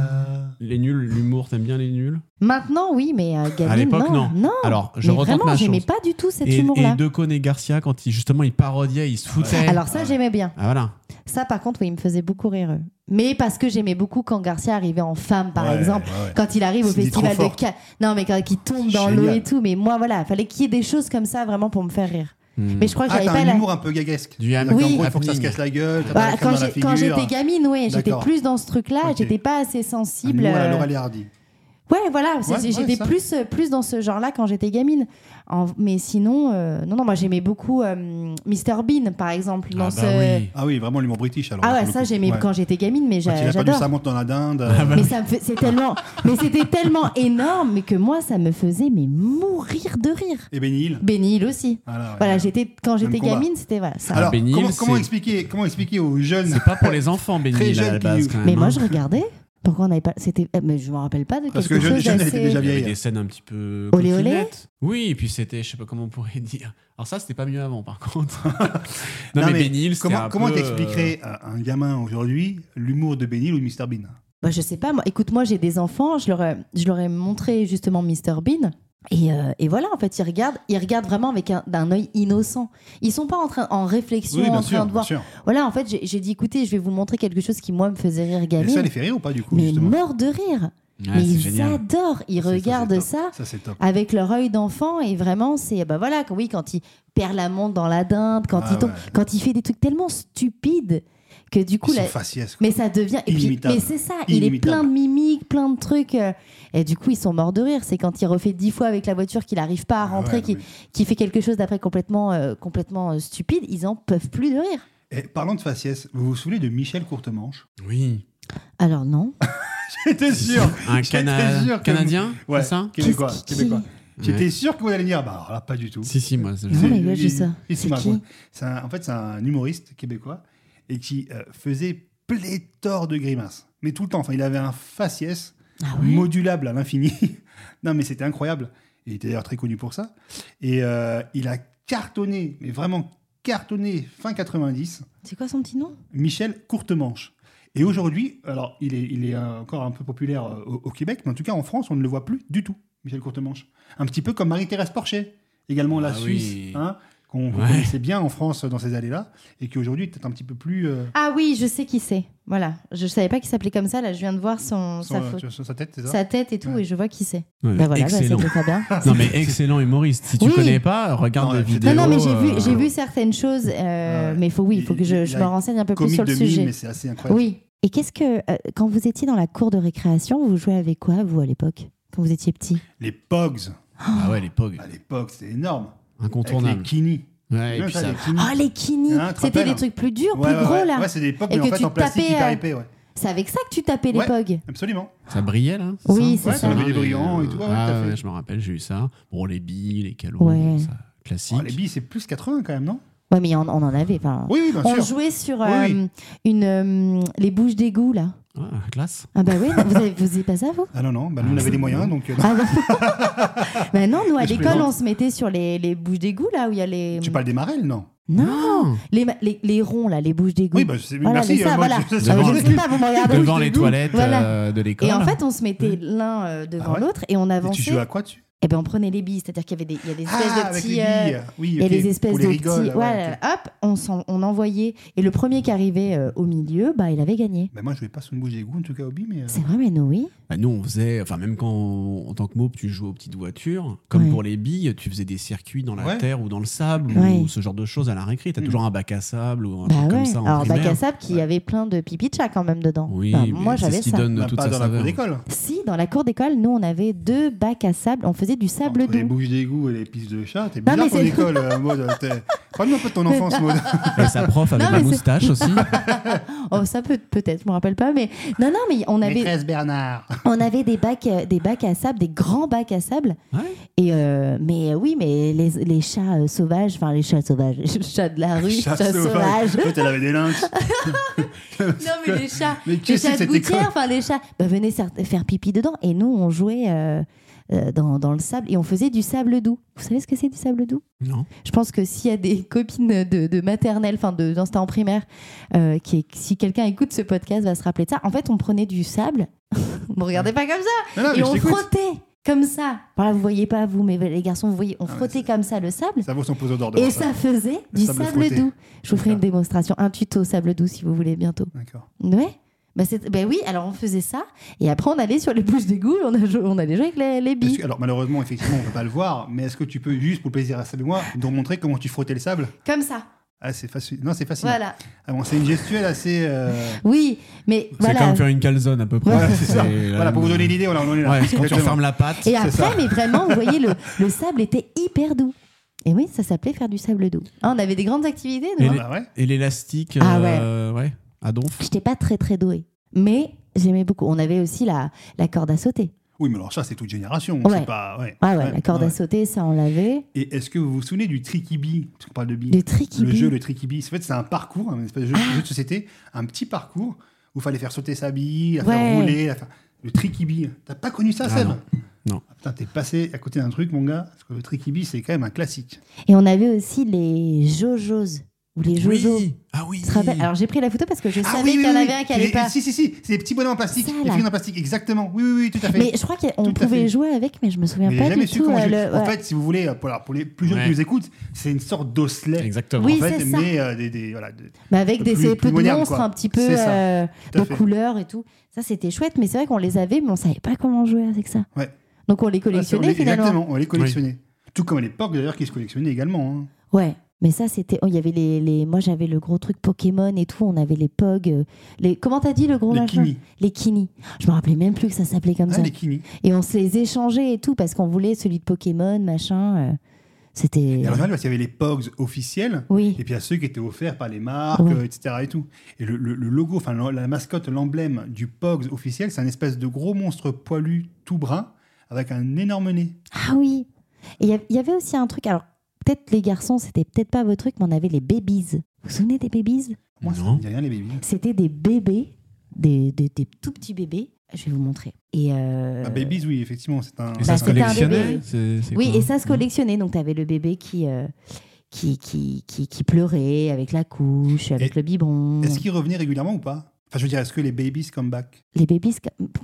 S2: les nuls, l'humour, t'aimes bien les nuls
S1: Maintenant, oui, mais euh, Gavin,
S2: À l'époque, non.
S1: Non,
S3: Ah,
S2: Alors, je
S1: mais
S2: retente
S1: vraiment,
S2: ma
S1: j'aimais
S2: chose.
S1: pas du tout cet
S2: Et, et
S1: humour-là. Ah
S2: Decaune et Garcia, quand ils, justement ils parodiaient, ils se foutaient.
S1: Alors ça, j'aimais bien.
S2: Ah voilà.
S1: Ça, par contre, oui, il me faisait beaucoup rire. eux. Mais parce que j'aimais beaucoup quand Garcia arrivait en femme, par
S3: Ouais,
S1: exemple.
S3: ouais, ouais.
S1: Quand il arrive au
S3: C'est dit
S1: festival
S3: trop
S1: de
S3: fort.
S1: Cannes. Non, mais quand il tombe dans
S3: C'est
S1: l'eau
S3: génial.
S1: et tout. Mais moi, voilà, fallait qu'il y ait des choses comme ça vraiment pour me faire rire.
S2: Hmm.
S1: Mais je crois que
S3: Ah,
S1: j'avais
S3: t'as
S1: pas
S3: un
S1: la.
S3: humour un peu gaguesque.
S2: Du ham-
S3: C'est-à-dire qu'en
S1: Oui.
S3: gros, il faut que ça se
S2: Happening.
S3: casse la gueule. t'as
S1: Voilà,
S3: la crème
S1: quand
S3: dans la
S1: j'ai- quand
S3: figure.
S1: j'étais gamine, ouais, j'étais
S3: D'accord.
S1: plus dans ce truc-là.
S3: Ok.
S1: J'étais pas assez
S3: Un
S1: sensible.
S3: humour à la
S1: euh,
S3: Laurel et Hardy.
S1: Ouais, voilà, c'est-
S3: Ouais,
S1: c'est-
S3: ouais,
S1: j'étais
S3: ça.
S1: plus, euh, plus dans ce genre-là quand j'étais gamine. En- mais sinon, euh, non, non, moi j'aimais beaucoup euh, Mr Bean, par exemple. Dans
S2: Ah bah
S1: ce...
S2: oui.
S3: Ah oui, vraiment l'humour british. Alors,
S1: Ah ouais,
S3: pour le
S1: ça
S3: coup.
S1: j'aimais
S3: Ouais.
S1: quand j'étais gamine, mais
S3: Quand
S1: j'a-
S3: il a perdu
S1: j'adore. Ah, bah.
S3: sa montre dans la dinde. euh,
S1: Mais ça me fait- c'est tellement, mais c'était tellement énorme, mais que moi ça me faisait mais mourir de rire.
S3: Et ben, Benny Hill.
S1: Benny Hill aussi.
S3: Voilà, Ah ouais.
S1: Voilà, j'étais quand j'étais
S3: combat.
S1: gamine, c'était voilà ça.
S3: Alors,
S2: Benny Hill,
S3: comment, comment
S2: Ben, c'est-
S3: expliquer, comment expliquer aux jeunes
S2: C'est pas pour les enfants, Benny,
S3: Très
S2: Hill, à
S3: jeune
S2: la
S3: qui-
S2: base, quand même.
S1: mais moi
S2: hein.
S1: je regardais. Pourquoi on n'avait pas C'était, euh, mais je me rappelle pas de
S3: Parce
S1: quelque
S3: que jeune-
S1: chose
S3: jeune, elle était
S1: d'assez-
S3: déjà
S2: Il y avait
S3: vieille.
S2: des scènes un petit peu.
S1: Olé, olé.
S2: coquinettes. Oui, et puis c'était, je sais pas comment on pourrait dire. Alors ça, c'était pas mieux avant, par contre. non,
S3: Non,
S2: mais,
S3: mais
S2: Benny Hill, c'était
S3: Comment,
S2: un
S3: comment
S2: peu, euh,
S3: t'expliquerais à un gamin aujourd'hui l'humour de Benny Hill ou de Mr Bean
S1: Bah, je sais pas, moi, écoute, moi j'ai des enfants, je leur, ai, je leur ai montré justement Mr Bean. Et, euh, et voilà, en fait, ils regardent, ils regardent vraiment avec un, d'un œil innocent. Ils sont pas en train en réflexion, en train de voir.
S3: sûr.
S1: Voilà, en fait, j'ai, j'ai dit, écoutez, je vais vous montrer quelque chose qui moi me faisait rire
S3: Et ça
S1: gamine,
S3: les fait rire ou pas du coup
S1: mais
S3: justement
S1: mort de rire.
S2: ouais,
S1: mais
S2: c'est
S1: ils
S2: génial.
S1: adorent, ils
S3: Ça, ça, c'est
S1: regardent
S3: top.
S1: ça, Ah,
S3: Ça c'est top.
S1: avec leur œil d'enfant et vraiment, c'est bah voilà, quand- oui, quand il perd la montre dans la dinde, quand
S3: Ah
S1: il tombe,
S3: ouais.
S1: quand il fait des trucs tellement stupides que du coup,
S3: Ils
S1: la-
S3: sont faciès.
S1: mais ça devient. Et puis,
S3: Inimitable.
S1: mais c'est ça, il est
S3: Inimitable.
S1: plein de mimiques, plein de trucs. euh, Et du coup, ils sont morts de rire. C'est quand il refait dix fois avec la voiture qu'il n'arrive pas à rentrer,
S3: Ah ouais,
S1: qu'il
S3: oui.
S1: qu'il fait quelque chose d'après complètement, euh, complètement euh, stupide, ils en peuvent plus de rire.
S3: Et parlant de faciès, vous vous souvenez de Michel Courtemanche
S2: Oui.
S1: Alors non.
S3: J'étais sûr.
S2: Un
S3: J'étais
S2: Cana-
S3: sûr que-
S2: Canadien,
S3: Ouais,
S2: c'est ça
S3: Québécois.
S1: Qu'est-ce qui-
S3: Québécois. J'étais
S2: Ouais.
S3: sûr que vous allez dire, bah alors là, pas du tout.
S2: Si, si, moi. c'est-
S1: Non, Ah, mais ouais,
S3: Il-
S1: j'ai ça.
S3: il-
S1: C'est
S3: il-
S1: qui
S3: c'est un- en fait, c'est un humoriste québécois et qui euh, faisait pléthore de grimaces. Mais tout le temps. Enfin, il avait un faciès
S1: Ah
S3: modulable à l'infini. non, mais c'était incroyable. Il était d'ailleurs très connu pour ça. Et euh, il a cartonné, mais vraiment cartonné fin 90,
S1: C'est quoi son petit nom
S3: Michel Courtemanche. Et aujourd'hui, alors il est, il est euh, encore un peu populaire euh, au, au Québec, mais en tout cas en France, on ne le voit plus du tout, Michel Courtemanche. Un petit peu comme Marie-Thérèse Porcher, également la
S2: Ah
S3: Suisse,
S2: oui.
S3: hein, qu'on qu'on
S2: Ouais.
S3: connaissait bien en France euh, dans ces années-là, et qui aujourd'hui est peut-être un petit peu plus euh,
S1: Ah oui, je sais qui c'est. Voilà. Je savais pas qu'il s'appelait comme ça. Là, je viens de voir son,
S3: sur,
S1: sa,
S3: euh,
S1: faute-
S3: sur- sur sa tête, c'est ça
S1: sa tête et tout,
S3: Ouais.
S1: et je vois qui c'est.
S2: Ouais,
S1: Bah voilà, bah,
S2: excellent.
S1: c'était Fabien.
S2: non, mais excellent humoriste. Si tu
S1: Oui.
S2: connais pas, regarde
S3: Non,
S2: des
S3: non,
S2: vidéos.
S1: Non, non, mais j'ai vu,
S2: euh,
S1: j'ai vu certaines choses, euh,
S3: ouais.
S1: mais faut, oui, il faut
S3: Il-
S1: que je,
S3: il
S1: je
S3: a
S1: me renseigne un peu plus
S3: Comique
S1: sur le
S3: de mime,
S1: sujet.
S3: mais c'est assez incroyable.
S1: Oui. Et qu'est-ce que euh, quand vous étiez dans la cour de récréation, vous jouiez avec quoi vous à l'époque quand vous étiez petit
S3: Les Pogs,
S2: Ah ouais, les pogs.
S3: à l'époque, c'était énorme. Avec les
S2: Incontournable.
S3: Kini.
S2: Ouais, et puis ça.
S1: Oh les kinis,
S3: Hein, tu te
S1: c'était
S3: rappelles
S1: des trucs plus durs,
S3: Ouais,
S1: plus
S3: ouais,
S1: gros
S3: ouais.
S1: là.
S3: Ouais, c'est des Pogs,
S1: Et
S3: mais en
S1: que
S3: fait
S1: tu
S3: en plastique
S1: tapais,
S3: hyper
S1: euh,
S3: épais, ouais.
S1: C'est avec ça que tu tapais les
S3: Ouais.
S1: pogs.
S3: Absolument.
S2: Ça brillait là
S1: Oui, c'est
S3: Ouais,
S1: ça.
S3: t'avais
S2: les
S3: des brillants et tout, ouais, ouais,
S2: ah,
S3: tout à fait.
S2: ouais, je me rappelle, j'ai eu ça. Bon, les billes, les calots,
S1: Ouais.
S2: ça, classique.
S3: Oh, les billes, c'est plus 80 quand même, non
S1: Ouais, mais on, on en avait. enfin,
S3: Oui, oui, bien
S1: on
S3: sûr.
S1: jouait sur
S3: Oui,
S1: euh,
S3: oui.
S1: une euh, les bouches d'égout là.
S2: Ah, classe.
S1: Ah bah oui, vous avez, vous faisiez pas ça vous
S3: Ah non, non, bah, nous on
S2: Ah,
S3: avait les
S2: c'est
S3: moyens, donc. euh,
S1: Ah non. bah non, nous à
S3: Mais je
S1: l'école
S3: plaisante.
S1: on se mettait sur les, les bouches d'égout là où il y a les
S3: Tu parles des marelles, non
S1: non
S2: Ah,
S1: les, ma- les, les ronds là les bouches d'égout.
S3: Oui, bah, c'est-
S1: Voilà,
S3: merci.
S1: mais ça,
S3: euh, moi,
S1: voilà. Ah,
S3: je-
S2: Devant
S3: je-
S2: les-
S1: bah Je sais pas, vous me regardez.
S2: devant
S1: Bouches
S2: les
S1: d'égout.
S2: toilettes
S1: Voilà.
S2: euh, de l'école.
S1: Et en fait, on se mettait l'un euh, devant
S3: Ah ouais
S1: l'autre et on
S3: Et
S1: avançait.
S3: tu joues à quoi tu
S1: Et ben on prenait les billes, c'est-à-dire qu'il y avait des, il y a des espèces
S3: Ah,
S1: de
S3: avec les
S1: petits.
S3: billes.
S1: euh,
S3: oui,
S1: Il y a
S3: ok,
S1: des espèces
S3: pour les
S1: de
S3: rigoles.
S1: petits,
S3: ouais,
S1: voilà,
S3: ok.
S1: hop, on, s'en- on envoyait. Et le premier qui arrivait euh, au milieu, bah, il avait gagné.
S3: Bah, moi, je vais pas sur une bouche d'égout, en tout cas, Obi, mais. euh,
S1: C'est vrai, mais nous, oui.
S2: Bah, nous, on faisait, enfin, même quand, en tant que mob, tu joues aux petites voitures, comme
S1: Ouais.
S2: pour les billes, tu faisais des circuits dans la
S3: Ouais.
S2: terre ou dans le sable
S1: Ouais.
S2: ou ce genre de choses à la récré. T'as
S3: Mm.
S2: toujours un bac à sable ou un
S1: Bah
S2: truc
S1: ouais.
S2: comme ça en
S1: Alors,
S2: primaire.
S1: bac à sable qui avait plein de pipi de chat quand même dedans.
S2: Oui,
S1: Enfin,
S2: mais
S1: Bah, moi,
S2: c'est
S1: j'avais
S2: ce qui
S1: ça.
S2: donne
S3: bah,
S2: toute
S3: pas
S2: sa
S3: dans la cour
S2: saveur.
S3: d'école.
S1: Si, dans la cour d'école, nous, on avait deux bacs à sable. On faisait du sable
S3: Entre les
S1: doux.
S3: bouches d'égout et les pistes de chat, t'es
S1: Non,
S3: bizarre
S1: mais
S3: ton
S1: c'est-
S3: école, euh, Maud. t'es- Parle-nous un peu de ton enfance, Maud.
S2: Et sa prof avait
S1: Non,
S2: la
S1: mais c'est-
S2: moustache aussi.
S1: Oh, ça peut peut-être, je me rappelle pas, mais non, non, mais on avait,
S3: Maîtresse Bernard.
S1: on avait des bacs, euh, des bacs à sable, des grands bacs à sable.
S2: Ouais.
S1: Et euh, mais euh, oui, mais les, les chats euh, sauvages, enfin les chats sauvages, les chats de la rue,
S3: Chat
S1: chats
S3: sauvage.
S1: sauvages.
S3: Toi, elle avait des lynx.
S1: Non, mais les chats,
S3: Mais
S1: les
S3: qu'est-ce que
S1: chats de
S3: c'était que
S1: gouttière, enfin les chats, bah, venaient cer- faire pipi dedans. Et nous, on jouait euh, euh, dans, dans le sable et on faisait du sable doux. Vous savez ce que c'est du sable doux
S2: Non.
S1: Je pense que s'il y a des copines de, de maternelle, enfin de- d'instant primaire, euh, qui, si quelqu'un écoute ce podcast, va se rappeler de ça. En fait, on prenait du sable. Vous me regardez pas comme ça
S3: Non, non,
S1: et
S3: mais je
S1: on
S3: t'écoute.
S1: frottait comme ça. Voilà, vous voyez pas vous, mais les garçons, vous voyez, on
S3: Ah ouais,
S1: frottait
S3: c'est-
S1: comme ça le sable.
S3: Ça vaut son pot d'or
S1: Et ça faisait
S3: Le
S1: du
S3: sable
S1: sable,
S3: frotté.
S1: doux. Je vous ferai une
S3: D'accord.
S1: démonstration, un tuto sable doux si vous voulez bientôt.
S3: D'accord.
S1: Ouais. Bah, c'est- bah oui, alors on faisait ça et après on allait sur les bouches d'égout, on, a jou- on allait jouer avec les, les
S3: Est-ce
S1: billes.
S3: que- alors malheureusement, effectivement, on ne peut pas le voir, mais est-ce que tu peux, juste pour le plaisir à ça et moi, nous montrer comment tu frottais le sable
S1: Comme ça.
S3: Ah, c'est facile. Non, c'est facile.
S1: Voilà.
S3: Ah bon, c'est une gestuelle assez... euh,
S1: Oui, mais
S2: C'est
S1: voilà.
S2: comme faire une calzone à peu près.
S3: Voilà, c'est ça.
S2: C'est la
S3: Voilà, pour vous
S2: même-
S3: donner l'idée, voilà, on en est là.
S2: Ouais, quand tu
S3: Exactement.
S2: refermes la patte.
S1: Et
S3: c'est ça.
S1: après, mais vraiment, vous voyez, le, le sable était hyper doux. Et oui, ça s'appelait faire du sable doux. Ah, on avait des grandes activités, nous.
S2: Et
S3: Ah,
S2: les-
S3: bah ouais.
S2: Et l'élastique,
S1: Ah
S2: euh, ouais. à donf.
S1: J'étais pas très très douée, mais j'aimais beaucoup. On avait aussi la, la corde à sauter.
S3: Oui, mais alors ça, c'est toute génération.
S1: Ouais.
S3: C'est pas... ouais.
S1: Ah ouais, la corde
S3: ouais.
S1: à sauter, ça on l'avait.
S3: Et est-ce que vous vous souvenez du tricky-bee Parce qu'on parle de billes.
S1: Le tricky
S3: Le
S1: bee.
S3: jeu, le tricky bee, en fait, c'est un parcours, un espèce de jeu,
S1: Ah.
S3: jeu de société, un petit parcours où il fallait faire sauter sa bille, la
S1: Ouais.
S3: faire rouler, la faire- le tricky bee. T'as pas connu ça,
S2: Ah,
S3: Seb
S2: non. Non.
S3: Ah, putain, t'es passé à côté d'un truc, mon gars, parce que le tricky bee, c'est quand même un classique.
S1: Et on avait aussi les jojos ou les jojos.
S2: Oui. Ah oui.
S1: Tu te rappelles Alors j'ai pris la photo parce que je savais
S3: Ah oui,
S1: qu'il y en
S3: oui,
S1: avait
S3: oui.
S1: un qui allait
S3: Les-
S1: pas.
S3: Si, si, si, c'est des petits bonhommes en plastique,
S1: Ça,
S3: des
S1: là.
S3: figurines en plastique, exactement. Oui, oui, oui, tout à fait.
S1: Mais je crois qu'on
S3: Tout à
S1: pouvait
S3: fait.
S1: jouer avec, mais je me souviens
S3: Mais j'ai
S1: pas
S3: jamais
S1: du
S3: su
S1: tout.
S3: comment
S1: euh,
S3: jouer.
S1: le-
S3: En
S1: ouais.
S3: fait, si vous voulez, pour, alors, pour les plus jeunes
S2: Ouais.
S3: qui nous écoutent, c'est une sorte d'osselet.
S2: Exactement.
S1: Oui,
S3: en fait,
S1: c'est ça.
S3: mais euh, des, des- voilà, de-
S1: Mais avec des
S3: plus-
S1: ces
S3: plus
S1: peu de
S3: moderne,
S1: monstres
S3: quoi.
S1: un petit peu
S3: C'est ça,
S1: euh,
S3: tout à
S1: de
S3: fait.
S1: couleurs et tout. Ça c'était chouette, mais c'est vrai qu'on les avait, mais on savait pas comment jouer avec ça.
S3: Ouais.
S1: Donc on les collectionnait
S3: on les-
S1: finalement.
S3: Exactement, on les collectionnait. Tout comme à l'époque, d'ailleurs, qui se collectionnait également. hein.
S1: Ouais. Mais ça, c'était. oh, Il y avait les, les- Moi, j'avais le gros truc Pokémon et tout. On avait les Pog. euh, Les... Comment t'as dit le gros
S3: Les
S1: machin
S3: kinis.
S1: Les Kini. Je me rappelais même plus que ça s'appelait comme
S3: Ah,
S1: ça.
S3: les kinis.
S1: Et on se les échangeait et tout parce qu'on voulait celui de Pokémon, machin. euh, C'était.
S3: Et alors, parce qu'il y avait les POGs officiels,
S1: Oui.
S3: et puis il y a ceux qui étaient offerts par les marques,
S1: Ouais.
S3: euh, etc. Et, tout. et le, le- le logo, enfin la, la mascotte, l'emblème du POGs officiel, c'est un espèce de gros monstre poilu tout brun avec un énorme nez.
S1: Ah oui. Et il y a- il y avait aussi un truc. Alors, peut-être les garçons, c'était peut-être pas votre truc, mais on avait les babies. Vous vous souvenez des babies
S3: Moi, ça
S2: Non.
S3: me dit rien, les bébés.
S1: C'était des bébés, des, des, des tout petits bébés. Je vais vous montrer. Et euh,
S3: Ah, Babies, oui, effectivement, c'est un.
S2: Et
S1: Bah,
S2: ça se
S1: c'était un bébé,
S2: collectionnait
S1: oui.
S2: c'est- c'est
S1: Oui,
S2: quoi
S1: et ça se collectionnait. Donc, tu avais le bébé qui, euh, qui, qui, qui, qui pleurait avec la couche, avec
S3: Et
S1: le biberon.
S3: Est-ce qu'il revenait régulièrement ou pas Enfin, je veux dire, est-ce que les babies come back
S1: Les babies,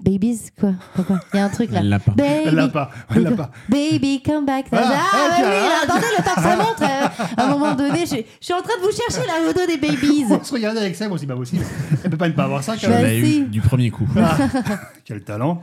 S1: babies quoi Pourquoi Il y a un truc là.
S2: Elle l'a pas.
S3: Elle l'a
S1: Baby,
S3: pas, elle l'a pas.
S1: baby, come back. Ça,
S3: Ah,
S1: ça- ah,
S3: ah,
S1: bah oui,
S3: ah,
S1: attendez le temps que ça monte. euh, à un moment donné, je, je suis en train de vous chercher la photo des babies.
S3: On se regardait avec ça, on s'est dit, pas possible. Elle peut pas ne pas avoir ça,
S2: Je
S3: quand
S1: Bah,
S3: même.
S2: l'ai
S1: si.
S2: eu du premier coup.
S3: Ah, quel talent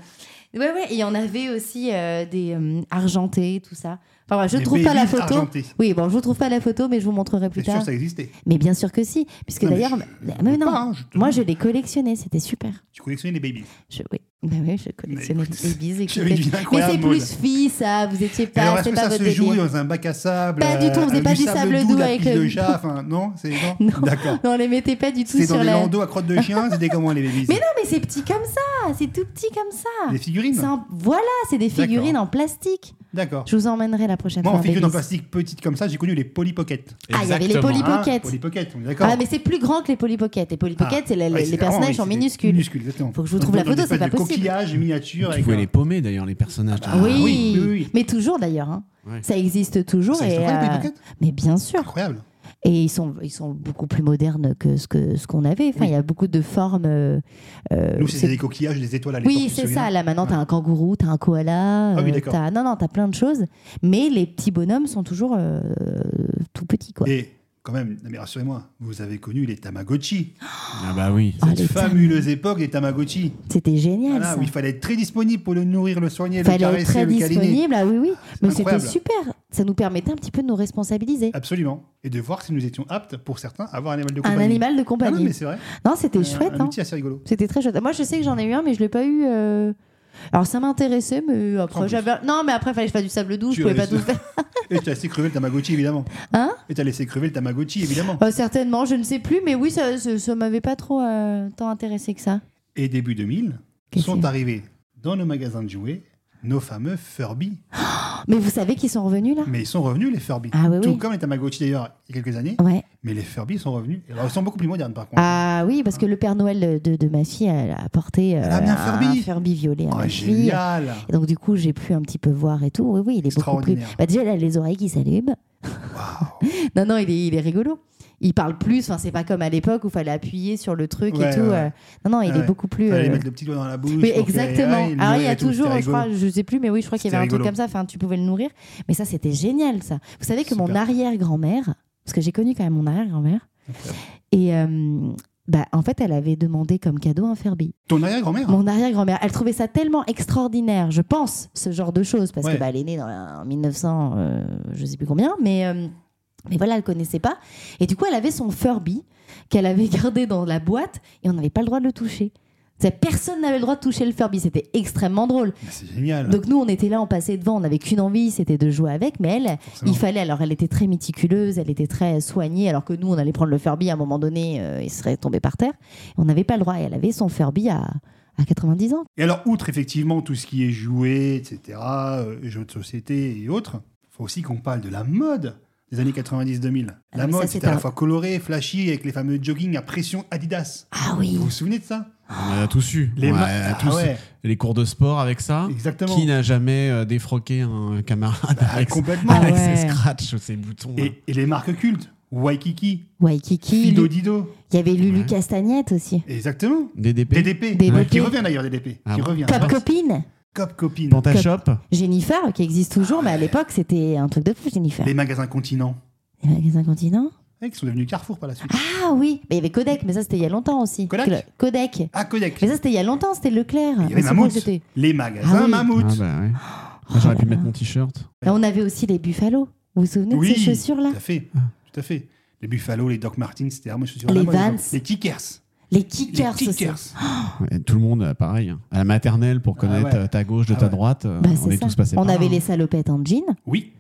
S1: Ouais, ouais, et on avait aussi euh, des euh, argentés, tout ça. Enfin, bref, je
S3: Les
S1: ne trouve pas la
S3: babies
S1: photo.
S3: argentées.
S1: Oui, bon, je ne trouve pas la photo, mais je vous montrerai plus
S3: C'est sûr,
S1: tard.
S3: ça existait.
S1: Mais bien sûr que si, puisque
S3: Non, mais
S1: d'ailleurs,
S3: je- je
S1: mais
S3: veux
S1: non,
S3: pas, hein, je te-
S1: moi je les collectionnais, c'était super.
S3: Tu collectionnais les babies.
S1: Je- oui. Ben oui, je collectionnais
S3: écoute,
S1: les bises. écoutez.
S3: j'avais deviné
S1: Mais
S3: incroyable,
S1: c'est
S3: Maud.
S1: plus fille, ça. Vous étiez
S3: Alors,
S1: pas,
S3: est-ce
S1: c'est
S3: que
S1: pas
S3: ça
S1: votre
S3: se joue
S1: délire.
S3: dans un bac à sable
S1: Pas du tout, on faisait
S3: euh,
S1: pas du sable doux
S3: de la
S1: avec
S3: piste
S1: le-
S3: de chat, enfin, non, c'est non,
S1: Non.
S3: euh, D'accord.
S1: Non, on les mettait pas du tout
S3: C'était
S1: sur
S3: dans des
S1: la.
S3: landaux à crotte de chien, c'était comment les babies
S1: Mais non, mais c'est petit comme ça. C'est tout petit comme ça.
S3: Les figurines
S1: C'est un- Voilà, c'est des
S3: D'accord.
S1: figurines en plastique.
S3: D'accord.
S1: Je vous emmènerai la prochaine
S3: Moi,
S1: fois.
S3: en figurine en
S1: Baileys.
S3: plastique petite comme ça, j'ai connu les Polly Pocket.
S1: Ah, il y avait les
S2: Exactement.
S1: Polly
S3: Hein,
S1: Pocket.
S3: Polly Pocket, on est d'accord
S1: Ah, mais c'est plus grand que les Polly Pocket. Les Polly Pocket,
S3: Ah,
S1: c'est la-
S3: ouais,
S1: les
S3: c'est vraiment,
S1: personnages
S3: oui,
S1: sont
S3: c'est des-
S1: minuscules.
S3: Minuscules, exactement.
S1: Faut que je vous trouve la
S3: Dans
S1: photo, c'est
S3: des
S1: pas
S3: espèces de
S1: possible.
S3: coquillages, miniatures.
S2: Tu
S3: avec
S2: pouvais
S3: un-
S2: les paumer d'ailleurs, les personnages.
S3: Ah bah
S1: oui.
S3: oui, oui, oui.
S1: mais toujours d'ailleurs. hein.
S2: Ouais.
S1: Ça existe toujours.
S3: Ça
S1: et,
S3: existe encore, les Polly
S1: euh,
S3: Pocket
S1: Mais bien sûr.
S3: Incroyable.
S1: Et ils sont, ils sont beaucoup plus modernes que ce qu'on ce qu'on avait. Enfin, il y a beaucoup de formes. euh, euh,
S3: Nous,
S1: c'est-
S3: c'était des coquillages, des étoiles à l'époque.
S1: Oui,
S3: tu te
S1: c'est
S3: souviens
S1: ça. Là, maintenant, t'as un kangourou, t'as un koala.
S3: Ah oui,
S1: euh,
S3: d'accord.
S1: t'as- non, non, t'as plein de choses. Mais les petits bonhommes sont toujours euh, tout petits, quoi.
S3: Et quand même, non, mais rassurez-moi, vous avez connu les Tamagotchi.
S2: Ah bah oui.
S1: Ah,
S3: Cette Ah
S1: les
S3: fabuleuse époque des Tamagotchi.
S1: tam- C'était génial,
S3: Voilà,
S1: ça.
S3: où il fallait être très disponible pour le nourrir, le soigner, le
S1: Fallait être
S3: caresser,
S1: très
S3: le câliner.
S1: disponible. Ah oui, oui. Mais c'était
S3: incroyable. Ah,
S1: super. Ça nous permettait un petit peu de nous responsabiliser.
S3: Absolument. Et de voir si nous étions aptes, pour certains, à avoir un animal de
S1: Un
S3: compagnie.
S1: animal de
S3: Ah non,
S1: compagnie.
S3: mais c'est vrai.
S1: Non, c'était
S3: Euh,
S1: chouette.
S3: Un
S1: hein.
S3: outil assez rigolo.
S1: C'était très chouette. Moi, je sais que j'en ai eu un, mais je l'ai pas eu. euh, Alors, ça m'intéressait, mais
S3: Sans
S1: après,
S3: doute.
S1: j'avais. Non, mais après, fallait que je fasse du sable doux.
S3: Tu
S1: Je pouvais
S3: avais
S1: pas tout
S3: ça.
S1: faire.
S3: Et t'as laissé crever le Tamagotchi, évidemment.
S1: Hein
S3: Et t'as laissé crever le Tamagotchi, évidemment.
S1: Euh, certainement, je ne sais plus, mais oui, ça, ça, ça m'avait pas trop euh, tant intéressé que ça.
S3: Et début 2000,
S1: Qu'est-ce
S3: sont
S1: qu'il y a
S3: arrivés dans nos magasins de jouets nos fameux Furby.
S1: Mais vous savez qu'ils sont revenus là
S3: Mais ils sont revenus, les Furby.
S1: Ah oui,
S3: Tout
S1: oui.
S3: comme les Tamagotchi, d'ailleurs, il y a quelques années.
S1: Ouais.
S3: Mais les Furby sont revenus. Alors, ils sont beaucoup plus modernes, par contre.
S1: Ah oui, parce que le Père Noël de, de ma fille, elle a apporté euh,
S3: Elle a mis un Furby.
S1: un Furby violet à
S3: Oh,
S1: ma fille.
S3: génial
S1: Et donc du coup, j'ai pu un petit peu voir et tout. Oui, oui, il est beaucoup plus.
S3: Extraordinaire.
S1: Bah, déjà, il a les oreilles qui s'allument. non, non, il est, il est rigolo. Il parle plus. Enfin, c'est pas comme à l'époque où fallait appuyer sur le truc
S3: Ouais,
S1: et tout.
S3: ouais, ouais.
S1: euh, Non, non, il
S3: Ouais.
S1: est beaucoup plus.
S3: Fallait
S1: euh,
S3: mettre le petit doigt dans la bouche.
S1: Oui,
S3: pour que-
S1: exactement.
S3: ouais, le
S1: Ah, il y
S3: nourrir
S1: a
S3: et tout,
S1: toujours,
S3: c'était
S1: je crois,
S3: rigolo.
S1: je sais plus, mais oui, je crois qu'il y
S3: C'était
S1: avait un truc
S3: rigolo.
S1: comme ça. Enfin, tu pouvais le nourrir. Mais ça, c'était génial, ça. Vous savez que mon
S3: Super.
S1: arrière-grand-mère, parce que j'ai connu quand même mon arrière-grand-mère, et euh, bah, en fait, elle avait demandé comme cadeau un Furby.
S3: Ton arrière-grand-mère
S1: Mon arrière-grand-mère, elle trouvait ça tellement extraordinaire, je pense, ce genre de choses, parce
S3: Ouais.
S1: que bah, elle est née dans la- en 1900, euh, je sais plus combien, mais, euh, mais voilà, elle connaissait pas. Et du coup, elle avait son Furby qu'elle avait gardé dans la boîte et on n'avait pas le droit de le toucher. C'est-à-dire, Personne n'avait le droit de toucher le Furby, c'était extrêmement drôle.
S3: Mais Ah, C'est génial.
S1: Donc nous, on était là, on passait devant, on n'avait qu'une envie, c'était de jouer avec, mais elle,
S3: forcément.
S1: il fallait, alors elle était très méticuleuse, elle était très soignée, alors que nous, on allait prendre le Furby à un moment donné, euh, il serait tombé par terre. On n'avait pas le droit, et elle avait son Furby à, à 90 ans.
S3: Et alors, outre effectivement tout ce qui est jouets, etc., euh, jeux de société et autres, faut aussi qu'on parle de la mode des années 90-2000. La
S1: Ah, mais ça,
S3: mode,
S1: c'est
S3: c'était à
S1: un-
S3: la fois coloré, flashy, avec les fameux jogging à pression Adidas.
S1: Ah
S3: Vous
S1: oui
S3: vous souvenez de ça
S2: On a tous eu.
S3: Les
S2: On a-
S3: ma-
S2: a
S3: Ah
S2: tous-
S3: ouais.
S2: Les cours de sport avec ça.
S3: Exactement.
S2: Qui n'a jamais euh, défroqué un camarade
S3: Ah,
S2: avec,
S3: complètement.
S2: avec
S1: Ah ouais.
S2: ses scratchs, ses boutons hein. là.
S3: Et, et les marques cultes, Waikiki,
S1: Waikiki,
S3: Fido
S1: Lu-
S3: Dido,
S1: il y avait Lulu
S2: Ouais.
S1: Castagnette aussi.
S3: exactement.
S2: DDP.
S3: DDP,
S1: DDP.
S3: qui revient d'ailleurs, DDP,
S2: Ah
S3: qui
S2: bon
S3: revient.
S1: Cop
S3: Ah,
S1: Copine,
S3: Cop Copine.
S2: Pantashop.
S1: Jennifer, qui existe toujours, mais à l'époque, c'était un truc de fou, Jennifer.
S3: Les magasins Continent,
S1: Les magasins continents
S3: eh, qui sont devenus Carrefour par la suite.
S1: Ah oui Mais il y avait Kodak, mais ça, c'était il y a longtemps aussi.
S3: Kodak
S1: Kodak.
S3: Ah, Kodak.
S1: Mais ça, c'était il y a longtemps, c'était Leclerc.
S3: Il y avait
S1: Mais c'est bon que
S3: Mammouth.
S1: c'était-
S3: Les magasins
S1: Ah oui.
S3: Mammouth.
S2: Ah bah ouais. Ah, J'aurais pu mettre mon t-shirt.
S1: Et on avait aussi les Buffalo. Vous vous souvenez de
S3: Oui,
S1: ces chaussures-là
S3: tout à fait,
S2: Ah.
S3: tout à fait. Les Buffalo, les Doc Martens, c'était vraiment les chaussures à
S1: Les
S3: la mode,
S1: Vans.
S3: Les Kickers.
S1: Les
S3: Les
S1: kickers. ce
S3: Kickers.
S2: Ouais, Tout le monde, euh, pareil. hein. À la maternelle, pour connaître
S3: ouais.
S2: euh, ta gauche de
S3: Ah
S2: ta
S3: ouais.
S2: droite, euh,
S1: sont- Bah,
S2: on
S1: c'est
S2: est
S1: ça.
S2: tous passés
S1: On
S2: par
S1: avait
S2: là. hein. Mm.
S1: les salopettes en jean,
S3: Oui,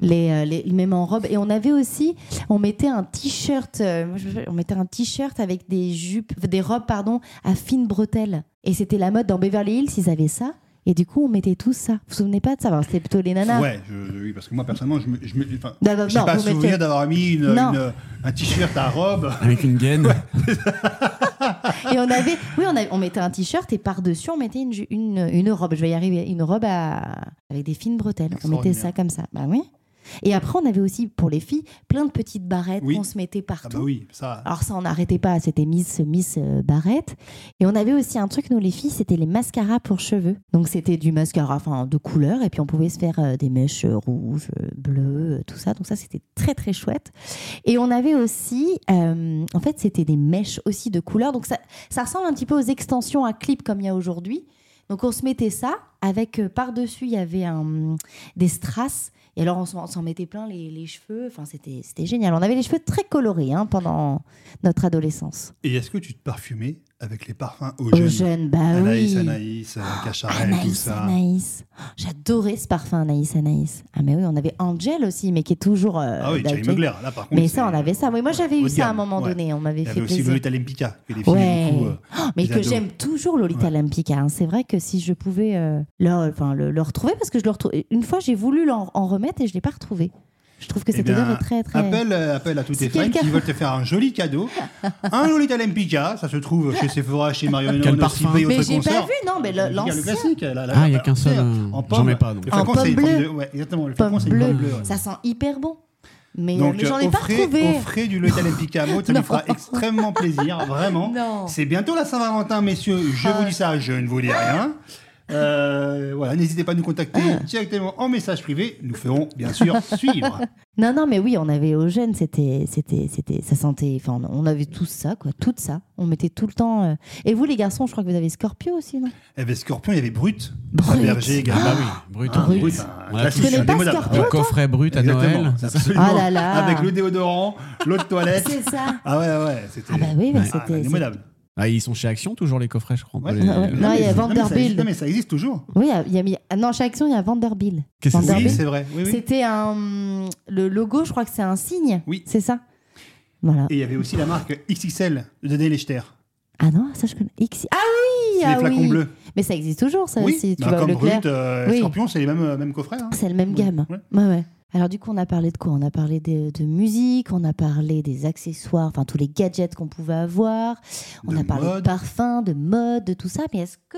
S1: les, euh, les- même en robe, et on avait aussi, on mettait un t-shirt, euh, moi, je- on mettait un t-shirt avec des jupes, des robes pardon, à fines bretelles. Et c'était la mode dans Beverly Hills, ils avaient ça. Et du coup, on mettait tout ça. Vous vous souvenez pas de ça Alors, C'était plutôt les nanas.
S3: ouais, je- je- oui, parce que moi personnellement, je me, je me- enfin,
S1: Non, non,
S3: j'ai
S1: non,
S3: pas
S1: vous
S3: souvenir
S1: mettez-
S3: d'avoir mis une,
S1: Non.
S3: une- un t-shirt à robe.
S2: Avec une gaine.
S1: Et on avait, oui, on, avait- on mettait un t-shirt et par-dessus, on mettait une, ju- une, une robe. Je vais y arriver. Une robe à- avec des fines bretelles. On mettait
S3: Extraordinaire.
S1: ça comme ça. Bah oui. Et après, on avait aussi, pour les filles, plein de petites barrettes
S3: Oui.
S1: qu'on se mettait
S3: Ah
S1: partout.
S3: bah oui, ça.
S1: Alors ça, on n'arrêtait pas. C'était Miss, Miss euh, Barrette. Et on avait aussi un truc, nous, les filles, c'était les mascaras pour cheveux. Donc c'était du mascara enfin, de couleur. Et puis on pouvait se faire euh, des mèches euh, rouges, euh, bleues, euh, tout ça. Donc ça, c'était très, très chouette. Et on avait aussi... euh, en fait, c'était des mèches aussi de couleur. Donc ça, ça ressemble un petit peu aux extensions à clip comme il y a aujourd'hui. Donc on se mettait ça. avec euh, par-dessus, il y avait un- mm, des strass. Et alors, on s'en on s'en mettait plein les, les cheveux. Enfin, c'était c'était génial. On avait les cheveux très colorés hein, pendant notre adolescence.
S3: Et est-ce que tu te parfumais avec les parfums aux
S1: Au
S3: jeunes
S1: jeune, bah
S3: Anaïs,
S1: oui. Ah,
S3: Anaïs, euh, Cacharel, tout
S1: Anaïs,
S3: ça.
S1: Anaïs. Oh, J'adorais ce parfum, Anaïs, Anaïs. Ah, mais oui, on avait Angel aussi, mais qui est toujours. euh,
S3: ah oui, Thierry
S1: d'Angel.
S3: Mugler, là par contre.
S1: Mais ça,
S3: c'est-
S1: on avait ça. Oui, moi,
S3: ouais,
S1: j'avais
S3: haut
S1: eu
S3: de
S1: ça à un
S3: gamme,
S1: moment
S3: ouais.
S1: donné. On m'avait
S3: Il y avait
S1: fait
S3: aussi
S1: plaisir.
S3: Lolita Lempicka, que les filles,
S1: Ouais.
S3: beaucoup, euh,
S1: Oh, mais
S3: les
S1: que
S3: ados.
S1: j'aime toujours Lolita
S3: Ouais.
S1: Lampica. hein. C'est vrai que si je pouvais euh, le, enfin, le, le retrouver, parce que je le retrouve. Une fois, j'ai voulu l'en- en, remettre et je l'ai pas retrouvé. Je trouve que
S3: Eh
S1: cette odeur
S3: bien,
S1: est très très.
S3: Appelle, euh, appelle à tous
S1: Si
S3: tes fans
S1: quelqu'un-
S3: qui veulent te faire un joli cadeau. un Lolita Lempicka, ça se trouve chez Sephora, chez Marion
S2: Quel
S3: Honneur,
S2: parfum.
S3: Cipé,
S1: mais
S3: autres
S1: j'ai pas
S3: concerts.
S1: vu, non, mais
S3: Le
S1: le-
S3: Lempicka, le
S1: l'ancien
S3: classique. la- la-
S2: Ah, il y a
S3: la-
S2: qu'un seul, euh,
S3: En
S2: j'en
S3: pomme.
S2: mets pas, donc.
S3: Le
S1: En
S3: flacon, c'est une
S1: pomme
S3: pomme
S1: bleue.
S3: de- ouais, exactement, le flacon,
S1: pomme
S3: c'est une pomme
S1: bleue.
S3: bleue. ouais.
S1: Ça sent hyper bon. Mais,
S3: Donc,
S1: mais j'en ai
S3: euh,
S1: pas
S3: offrez,
S1: retrouvé.
S3: offrez du Lolita Lempicka à Maud, ça
S1: Non.
S3: nous fera extrêmement plaisir, vraiment.
S1: Non. Ah.
S3: C'est bientôt la Saint-Valentin, messieurs. Je vous dis ça, je ne vous dis rien. Euh, voilà, n'hésitez pas à nous contacter
S1: Ah.
S3: directement en message privé. Nous ferons bien sûr suivre.
S1: Non, non, mais oui, on avait au jeune, c'était, c'était, c'était, ça sentait. Enfin, on avait tout ça, quoi, tout ça. On mettait tout le temps. euh, Et vous, les garçons, je crois que vous avez Scorpio aussi, non
S3: Il y avait Eh ben, Scorpion, il y avait Brut.
S1: Brut.
S3: Berger également.
S2: bah oui, brut.
S3: Ah,
S2: on est-
S3: brut,
S2: on
S3: un
S2: a tous
S3: classique,
S1: connais
S2: le
S1: pas
S3: indémodable.
S1: Scorpion, toi
S2: coffret brut à
S3: Exactement,
S2: Noël. c'est ça
S3: absolument.
S1: Ah là là.
S3: Avec le déodorant, l'eau de toilette.
S1: C'est ça.
S3: Ah ouais, ouais, c'était.
S1: Ah bah oui, bah
S3: Ah,
S1: c'était-
S3: indémodable.
S2: Ah, ils sont chez Action toujours les coffrets, je crois. on peut
S3: Ouais.
S2: les-
S1: Non, Ah ouais.
S3: mais-
S1: il y a
S3: mais ça
S1: Vanderbilt.
S3: existe- Non, mais ça existe toujours.
S1: Oui, il y a- il y a mis. ah non, chez Action, il y a Vanderbilt.
S2: Qu'est-ce que c'est
S3: Oui,
S1: Vanderbilt.
S3: c'est vrai. Oui, oui.
S1: C'était un. Le logo, je crois que c'est un signe.
S3: Oui.
S1: C'est ça Voilà.
S3: Et il y avait aussi la marque XXL de Denis Lechter.
S1: Ah non, ça je connais. X... Ah oui
S3: C'est
S1: ah
S3: les flacons
S1: oui.
S3: bleus.
S1: Mais ça existe toujours, ça
S3: oui,
S1: aussi. Tu
S3: bah,
S1: vois,
S3: comme
S1: Leclerc.
S3: Brut, euh,
S1: Oui.
S3: Scorpion, c'est les mêmes, euh, mêmes coffrets. hein.
S1: C'est le même gamme.
S3: Ouais.
S1: Ouais, ouais. Alors du coup, on a parlé de quoi On a parlé de, de musique, on a parlé des accessoires, enfin tous les gadgets qu'on pouvait avoir, on
S3: De
S1: a parlé
S3: mode.
S1: de parfums, de mode, de tout ça. Mais est-ce que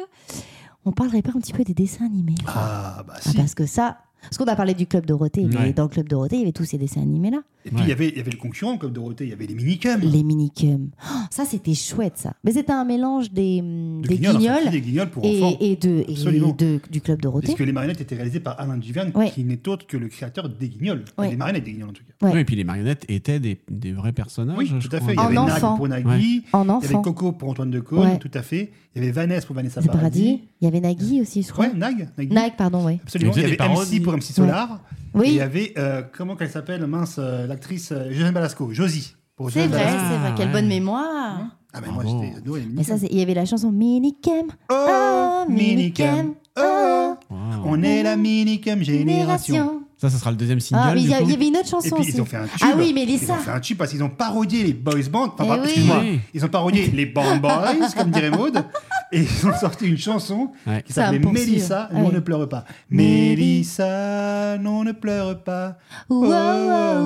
S1: on parlerait pas un petit peu des dessins animés
S3: Ah, bah
S1: Ah,
S3: si.
S1: Parce que ça, parce qu'on a parlé du club Dorothée, mais
S2: Ouais.
S1: dans le club Dorothée, il y avait tous ces dessins animés là.
S3: Et puis, il y avait- il y avait le concurrent, comme Dorothée, il y avait les minicums.
S1: Les minicums. Oh, ça, c'était chouette, ça. Mais c'était un mélange des, hum,
S3: De
S1: des
S3: guignols, en fait,
S1: guignols,
S3: Des guignols pour enfants.
S1: et, et de, et
S3: Absolument.
S1: de- du club Dorothée.
S3: Puisque les marionnettes étaient réalisées par Alain Duverne,
S1: Ouais.
S3: qui n'est autre que le créateur des guignols. Enfin,
S1: Ouais.
S3: Des marionnettes des guignols, en tout cas.
S1: Ouais.
S2: Oui, et puis les marionnettes étaient des, des vrais personnages.
S3: Oui,
S2: Ah, je
S3: tout à
S2: crois. hein.
S3: fait. Il y
S1: En
S3: avait Nag
S1: enfant.
S3: pour Nagui,
S2: Ouais.
S1: En
S3: il y avait
S1: enfant.
S3: Coco pour Antoine de Caunes,
S1: Ouais.
S3: tout à fait. Il y avait Vanessa pour Vanessa
S1: C'est
S3: Paradis.
S1: paradis. Il y avait Nagui aussi, je crois.
S3: Ouais, Nag. Nagui.
S1: Nag, pardon, oui.
S3: Absolument.
S2: Il
S3: Il y
S2: faisait
S3: avait
S2: des
S3: MC
S2: parodies.
S3: pour MC Solar. Et il
S1: Oui,
S3: y avait, euh, comment qu'elle s'appelle, mince, euh, l'actrice euh, Josiane Balasco, Josie. Pour
S1: c'est
S3: Josiane
S1: vrai,
S3: Balasco.
S1: c'est vrai.
S2: Ah,
S1: Quelle
S2: ouais.
S1: bonne mémoire.
S3: Ah, mais moi,
S2: Bravo.
S3: j'étais ado et
S1: Mais ça, c'est- il y avait la chanson Minicum.
S3: Oh, Minicam. Oh,
S2: Wow.
S3: on est la Minicam génération.
S1: Génération.
S2: Ça, ça sera le deuxième single.
S1: Ah, mais il y, a-
S2: du coup.
S1: il y avait une autre
S3: Et
S1: chanson
S3: puis
S1: aussi.
S3: ils ont fait un tube.
S1: ah oui, mais
S3: Ils ont
S1: Lisa.
S3: fait un tube parce qu'ils ont parodié les boys bands. Enfin,
S1: Eh
S3: pas-
S1: oui.
S3: excuse-moi.
S2: Oui.
S3: Ils ont parodié les band boys, comme dirait Maud. Et ils ont sorti une chanson
S2: Ouais.
S3: qui
S1: Ça va
S3: s'appelait
S1: me poursuivre.
S3: Mélissa,
S1: Ah
S3: non
S1: oui.
S3: ne pleure pas.
S1: Méli-
S3: Mélissa, non ne pleure pas. Oh,
S1: Wow, wow,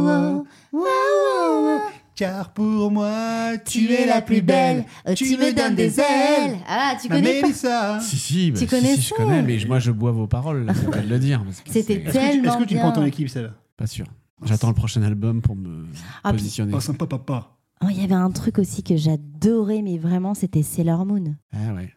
S1: wow. Wow, wow, wow.
S3: Car pour moi,
S1: Tu es la plus belle, euh, tu me donnes des ailes. Ah, tu
S3: Ma
S1: connais pas
S3: Mélissa.
S2: Si, si, bah,
S1: Tu
S2: si,
S1: connais
S2: si, je
S1: ça
S2: connais, mais je- moi je bois vos paroles, là, faut pas le dire. parce que
S1: C'était
S2: c'est-
S3: Est-ce
S1: tellement
S3: que tu
S1: bien.
S3: prends ton équipe, celle
S2: Pas sûr. J'attends le prochain album pour me
S1: Ah, puis-
S2: positionner.
S3: Oh, sympa, papa.
S1: Oh, il y avait un truc aussi que j'adorais, mais vraiment, c'était Sailor Moon.
S2: Ah ouais.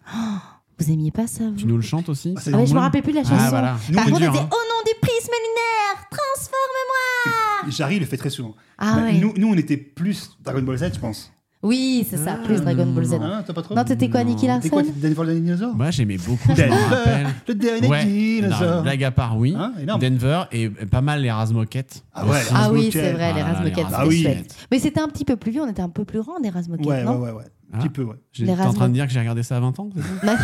S1: Vous aimiez pas ça vous
S2: Tu nous le chantes aussi
S3: Ah, c'est
S1: Ah ouais, Je me
S3: Moon.
S1: rappelle plus de la
S2: Ah,
S1: chanson.
S2: voilà. Nous,
S1: Par
S2: on est
S1: contre,
S2: dur,
S1: on disait
S2: hein.
S1: au nom du prisme lunaire, transforme-moi
S3: Jarry le fait très souvent.
S1: Ah
S3: Bah,
S1: ouais.
S3: nous, nous, on était plus Dragon Ball Z, je pense.
S1: Oui, c'est ça, plus Dragon Ball Z.
S2: Ah,
S3: Hein, t'as pas trop
S1: Non, t'étais quoi, Nicky
S3: T'es quoi,
S1: Larson
S3: t'étais Denver le dinosaure
S2: Moi j'aimais beaucoup, je
S3: Denver,
S2: me rappelle.
S3: le dernier
S2: Ben, Ouais, non,
S3: dinosaure.
S2: blague à part, oui.
S3: Hein, énorme.
S2: Denver et pas mal les Razmoquettes.
S3: Ah
S1: Ah
S3: ouais,
S1: oui,
S3: Rasmoquette.
S1: c'est vrai, les
S2: Ah,
S1: Rasmoquettes,
S2: les
S1: c'était
S3: Ah oui.
S1: chouette. Mais c'était un petit peu plus vieux, on était un peu plus grands des Rasmoquettes,
S3: Ouais, ouais,
S1: non
S3: ouais, ouais.
S2: Ah.
S3: Un petit peu, ouais.
S1: Les
S2: J'étais en train
S1: Rasmoquettes.
S2: de dire que j'ai regardé ça à 20 ans. c'est ça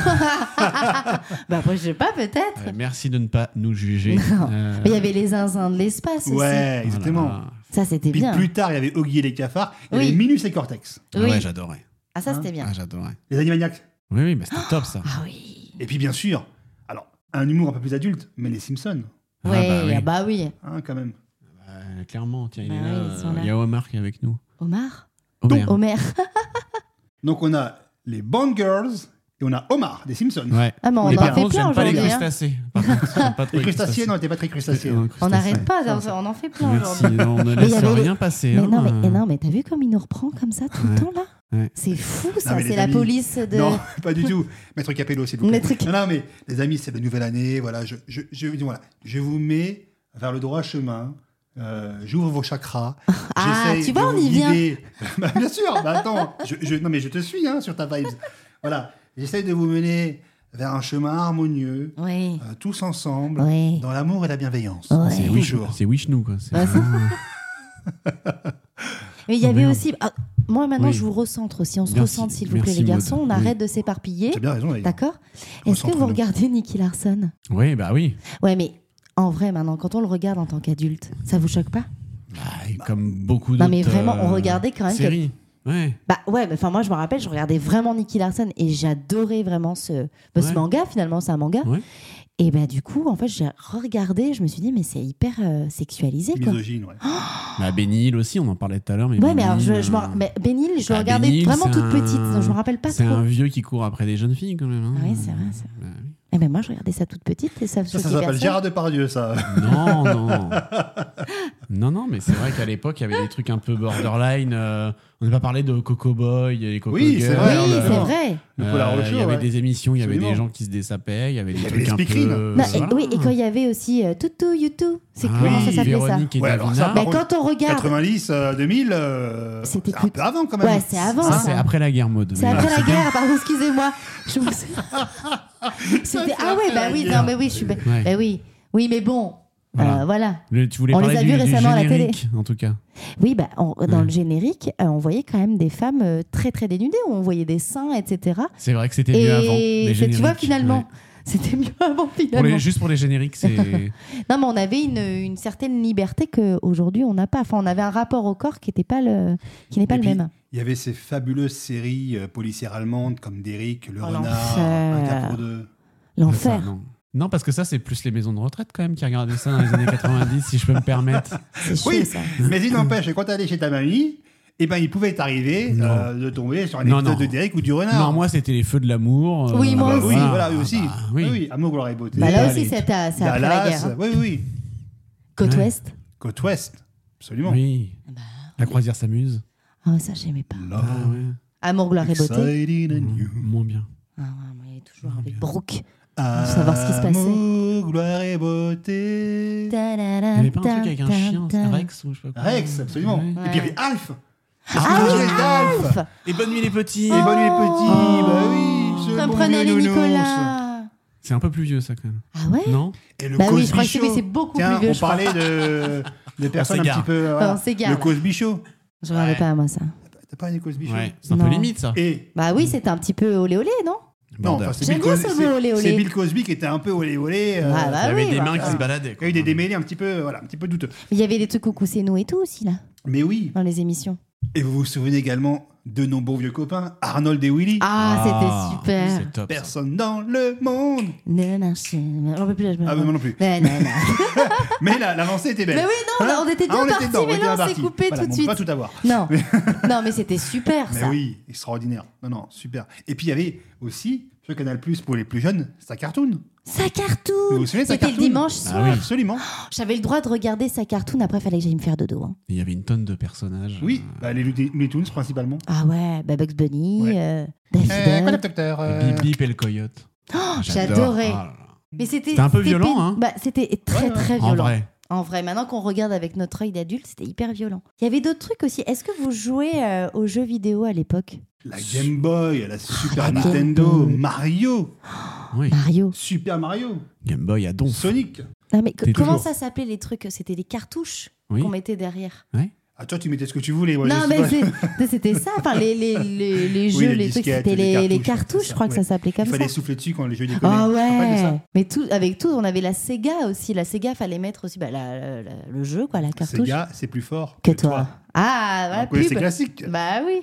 S1: Bah, moi, je sais pas, peut-être.
S2: Ouais, merci de ne pas nous juger. Euh,
S1: Mais il y avait les zinzins de l'espace aussi.
S3: Ouais,
S2: oh là
S3: exactement.
S2: là.
S1: Ça, c'était
S3: Puis
S1: bien.
S3: plus tard, il y avait Oggy et les cafards, il y
S1: Oui.
S3: avait Minus et Cortex,
S2: Ah
S1: Oui.
S2: ouais, j'adorais.
S1: Ah, ça, c'était bien.
S2: Ah, j'adorais.
S3: les Animaniacs.
S2: Oui, oui, mais c'était top ça.
S1: Ah oui.
S3: Et puis bien sûr, alors un humour un peu plus adulte, mais les Simpsons,
S2: Ah,
S1: Ouais,
S2: bah oui.
S1: ah bah oui.
S3: hein, quand même.
S2: Euh, clairement, tiens, il
S1: Bah
S2: est
S1: oui,
S2: là.
S1: ils sont
S2: euh,
S1: là.
S2: Il y a Omar qui est avec nous.
S1: Omar
S2: Homer.
S1: Homer.
S3: Donc on a les Bond Girls et on a Omar des Simpsons.
S2: Ouais.
S1: Ah, mais on
S3: Mais
S1: en
S3: par
S1: fait
S2: contre,
S1: plein
S2: j'aime pas les
S1: aujourd'hui. hein.
S2: crustacés. Par contre, j'aime pas trop
S3: Les crustacés, non, t'es pas très crustacé.
S2: Non,
S1: On
S2: crustacés.
S1: n'arrête pas, on on en fait plein
S2: Merci,
S1: aujourd'hui.
S2: non, on ne
S1: Mais il y
S2: laisse
S1: avait-
S2: rien passer.
S1: Mais
S2: hein.
S1: non, mais, eh non, mais t'as vu comme il nous reprend comme ça tout le
S2: Ouais.
S1: temps là
S2: Ouais.
S1: C'est fou ça,
S3: mais les
S1: c'est la
S3: amis,
S1: police de.
S3: Non, pas du tout. Maître Capello, s'il vous plaît.
S1: Maître Cap-
S3: Non, non, mais les amis, c'est la nouvelle année. Voilà, je, je, je, voilà, je vous mets vers le droit chemin. Euh, J'ouvre vos chakras.
S1: Ah,
S3: J'essaye
S1: tu vois, on
S3: de
S1: y
S3: vous
S1: vient.
S3: guider. Bah, bien sûr. Bah, attends, je, je- non, mais je te suis hein, sur ta vibe. Voilà, j'essaye de vous mener vers un chemin harmonieux,
S1: Oui.
S3: euh, tous ensemble,
S1: Oui.
S3: dans l'amour et la bienveillance.
S1: Ouais.
S2: C'est Wish-
S3: Toujours.
S2: c'est Wishnu, quoi. C'est-
S1: Ah, ça- Mais il y
S2: Oh,
S1: avait
S2: merde.
S1: aussi. Ah, moi, maintenant,
S2: Oui.
S1: je vous recentre aussi. On se
S2: Merci.
S1: recentre, s'il vous plaît,
S2: Merci,
S1: les garçons.
S2: Maud.
S1: On
S2: Oui.
S1: arrête de s'éparpiller.
S3: T'as bien raison, d'ailleurs.
S1: D'accord Est-ce que vous
S3: Recentre-nous.
S1: regardez Nicky Larson
S2: Oui, bah oui.
S1: Ouais, mais en vrai, maintenant, quand on le regarde en tant qu'adulte, ça vous choque pas
S2: Bah, et comme beaucoup d'autres.
S1: Non, mais vraiment, on
S2: euh,
S1: regardait quand même que-
S2: Séries. Ouais.
S1: Bah ouais, mais enfin, moi, je me rappelle, je regardais vraiment Nicky Larson et j'adorais vraiment ce, bah, ce
S2: Ouais.
S1: manga, finalement, c'est un manga.
S2: Ouais.
S1: Et bah, du coup, en fait, j'ai regardé, je me suis dit, mais c'est hyper euh, sexualisé, quoi.
S3: Misogyne, ouais.
S2: Bah, Benny Hill aussi, on en parlait tout à l'heure. Mais
S1: Ouais, mais alors, je,
S2: Benny Hill,
S1: je me
S2: euh,
S1: ra- mais Benny Hill, je le
S2: Ah,
S1: regardais
S2: Benny Hill,
S1: vraiment
S2: c'est
S1: toute petite,
S2: un-
S1: donc je me rappelle pas
S2: C'est
S1: trop.
S2: un vieux qui court après des jeunes filles, quand même. hein.
S1: Ah oui, c'est vrai, c'est
S2: Bah, oui.
S1: Eh ben, moi, je regardais ça toute petite et ça me
S3: Ça, ça
S1: choquait
S3: s'appelle
S1: personne.
S3: Gérard Depardieu, ça.
S2: Non, non. Non, non, mais c'est vrai qu'à l'époque, il y avait des trucs un peu borderline. euh, on n'a pas parlé de Coco Boy et Coco
S3: Oui, c'est
S2: Girl.
S3: vrai,
S1: Oui,
S3: Ouais,
S1: c'est
S3: alors,
S1: vrai.
S3: Le Polar
S2: Euh,
S3: Show,
S2: Il y avait
S3: ouais.
S2: des émissions, il y avait des
S3: Absolument.
S2: gens qui se dessapaient, il y avait des
S3: Il y avait
S2: trucs
S3: les
S2: un peu. euh,
S3: speakerines.
S1: Non,
S2: voilà. Ah
S1: et, Bah, oui, et quand il y avait aussi euh, Toutou, Youtou, c'est comment
S3: oui,
S1: ça s'appelait ça
S2: Véronique et
S3: Ouais, alors
S2: Davina.
S3: ça,
S1: Bah,
S3: par contre,
S1: Quand on regarde,
S3: 90, euh, 2000, euh,
S1: C'était
S3: c'est un
S1: cool.
S3: peu avant quand même. Ah,
S1: ouais, c'est avant.
S2: Ça,
S1: ça.
S3: hein.
S2: c'est après la guerre mode.
S1: C'est après la guerre, pardon, excusez-moi. Je vous- C'était ah ouais, bah oui, non mais oui, je suis ba-
S2: Ouais.
S1: bah oui. Oui, mais bon,
S2: Voilà.
S1: euh, voilà.
S2: Le- tu voulais
S1: On
S2: parler
S1: les a
S2: du,
S1: vus
S2: du
S1: récemment à la télé.
S2: générique, en tout cas.
S1: Oui, bah on- dans
S2: Ouais.
S1: le générique, euh, on voyait quand même des femmes euh, très très dénudées, où on voyait des seins, etc.
S2: C'est vrai que c'était mieux avant.
S1: Et
S2: les
S1: c'est- tu vois
S2: génériques.
S1: finalement,
S2: Ouais.
S1: c'était mieux avant
S2: Pour les-
S1: finalement.
S2: juste pour les génériques, c'est.
S1: Non, mais on avait une, une certaine liberté que aujourd'hui on n'a pas. Enfin, on avait un rapport au corps qui n'était pas le qui n'est pas
S3: Et
S1: le
S3: puis,
S1: même.
S3: Il y avait ces fabuleuses séries euh, policières allemandes comme Derrick, Le
S1: Oh,
S3: Renard,
S1: l'enfer.
S3: Un cap pour deux.
S1: L'enfer.
S2: Ça, non. Non, parce que ça, c'est plus les maisons de retraite quand même qui regardaient ça dans les années 90, si je peux me permettre.
S1: C'est chaud
S3: Oui,
S1: ça.
S3: mais il n'empêche, que quand t'allais chez ta mamie, eh ben, il pouvait t'arriver
S2: Non.
S3: euh, de tomber sur un
S2: Non, non.
S3: épisode de Derrick ou du Renard.
S2: Non, moi, c'était les feux de l'amour. euh,
S1: Oui, moi
S3: Ah bah
S1: aussi.
S3: oui, voilà, oui
S2: Ah
S3: aussi.
S2: bah,
S3: oui.
S2: oui.
S3: oui, Amour, gloire et beauté.
S1: Bah, là
S2: Allez.
S1: aussi, c'est à- c'est après la
S3: Dallas,
S1: guerre. hein.
S3: oui, oui, oui.
S1: Côte
S2: Ouais.
S1: ouest.
S3: Côte Ouest, absolument.
S2: Oui. La croisière s'amuse.
S1: Ah, ça, j'aimais pas.
S3: Love,
S2: Ah ouais.
S1: Amour, gloire et beauté.
S3: exciting and new.
S2: Moins bien.
S1: Ah, ouais, mais toujours
S2: Ah,
S1: avec Brooke. savoir ce qui se passait.
S3: Amour, gloire et
S2: Il
S3: beauté.
S2: n'y avait pas un truc avec un chien, c'est
S1: vrai
S2: Rex ou je sais pas quoi.
S3: Rex, absolument.
S2: Ouais.
S3: Et puis il y avait Alf.
S1: Ah oui,
S3: Alf.
S1: Alf
S2: Et bonne nuit les petits.
S3: Et bonne nuit les petits. Bah oui, ce bon
S1: Comprenez
S3: vieux
S1: les
S3: nounours.
S1: Ah. Nicolas.
S2: C'est un peu plus vieux ça quand même.
S1: Ah ouais
S2: Non
S3: Et le
S1: Bah oui,
S3: Cosby
S1: je crois que c'est-
S3: Show.
S1: mais c'est beaucoup
S3: Tiens,
S1: plus vieux,
S3: On
S1: je crois.
S3: parlait de, de personnes un
S2: s'égare.
S3: petit peu. voilà.
S1: on s'égare,
S3: le
S1: là.
S3: Cosby Show.
S1: Je regardais
S2: Ouais.
S1: pas, moi, ça.
S3: T'as pas aimé Cosby Show
S2: Ouais. C'est un peu
S1: Non.
S2: limite ça.
S3: Et
S1: Bah oui, c'était un petit peu olé olé, non
S3: non,
S2: Border.
S3: enfin, c'est
S1: J'aime
S3: Bill,
S1: bien
S3: Cosby-
S1: ce mot,
S3: c'est-
S1: olé, olé.
S3: c'est Bill Cosby qui était un peu olé olé. euh,
S1: Ah, bah
S2: Il y avait
S1: oui,
S2: des
S1: bah,
S2: mains qui
S1: voilà.
S2: se baladaient.
S3: Il y a eu des démêlés un petit peu, voilà, un petit peu douteux.
S1: Mais Il y avait des trucs coucou, c'est nous et tout aussi, là,
S3: Mais oui.
S1: dans les émissions.
S3: Et vous vous souvenez également de nos bons vieux copains, Arnold et Willy.
S1: Ah, c'était super.
S2: C'est top. ça.
S3: Personne dans le monde.
S1: Ne marchez. J'en peux plus, là, je me.
S3: Ah, bah, moi non plus.
S1: Non, non, non.
S3: Mais la- l'avancée était belle.
S1: Mais oui, non,
S3: Hein
S1: on était bien
S3: Ah, on
S1: partis,
S3: dedans, on
S1: mais
S3: était
S1: là,
S3: bien
S1: on s'est
S3: partis.
S1: coupé
S3: Voilà,
S1: tout de
S3: bon,
S1: suite.
S3: On peut pas tout avoir.
S1: Non, non, mais c'était super,
S3: Mais
S1: Ah, ça.
S3: oui, extraordinaire. Non, non, super. Et puis il y avait aussi sur Canal Plus pour les plus jeunes, sa cartoon.
S1: Sa
S3: Vous vous
S1: cartoon
S3: souvenez de sa
S1: C'était le
S3: cartoon Ah.
S1: dimanche soir.
S3: Absolument.
S1: J'avais le droit de regarder sa cartoon, après, fallait que j'aille me faire dodo. hein.
S2: Il y avait une tonne de personnages.
S3: Oui, bah, les Looney les Tunes principalement.
S1: Ah ouais, bah Bugs Bunny,
S3: Ouais.
S1: euh, Daffy
S3: Euh, quoi,
S1: Duck.
S3: le docteur euh,
S2: Bip Bip et le coyote. J'adore.
S1: j'adorais.
S2: Ah là là.
S1: Mais c'était
S2: C'était un peu
S1: c'était-
S2: violent, hein.
S1: bah, c'était très
S3: Ouais, ouais.
S1: très
S2: En
S1: violent.
S2: vrai.
S1: En vrai, maintenant qu'on regarde avec notre œil d'adulte, c'était hyper violent. Il y avait d'autres trucs aussi. Est-ce que vous jouez euh, aux jeux vidéo à l'époque
S3: La Game Boy, la Super
S1: la Game
S3: Nintendo,
S1: Boy.
S3: Mario,
S2: Oui.
S1: Mario.
S3: Super Mario,
S2: Game Boy à donf.
S3: Sonic.
S1: Non mais co-
S2: T'es
S1: comment
S2: toujours.
S1: ça s'appelait les trucs C'était les cartouches
S2: Oui.
S1: qu'on mettait derrière.
S3: Ah toi, tu mettais ce que tu voulais. moi,
S1: non
S3: je-
S1: mais
S3: ouais.
S1: c'est- c'était ça. Enfin les les, les, les jeux,
S3: les
S1: les, trucs,
S3: disquettes,
S1: c'était
S3: les
S1: les, les
S3: cartouches,
S1: cartouches. Je crois que ça
S3: ouais.
S1: s'appelait comme
S3: Il fallait
S1: ça.
S3: souffler dessus quand les jeux déconnaient.
S1: Ah
S3: Tu te rappelles de ça
S1: ouais, mais tout avec tout, on avait la Sega aussi. La Sega, fallait mettre aussi bah, la- la- le jeu quoi, la cartouche.
S3: Sega, c'est plus fort
S1: que toi. Ah, voilà,
S3: Donc, ouais, C'est
S1: pub.
S3: classique.
S1: Bah oui.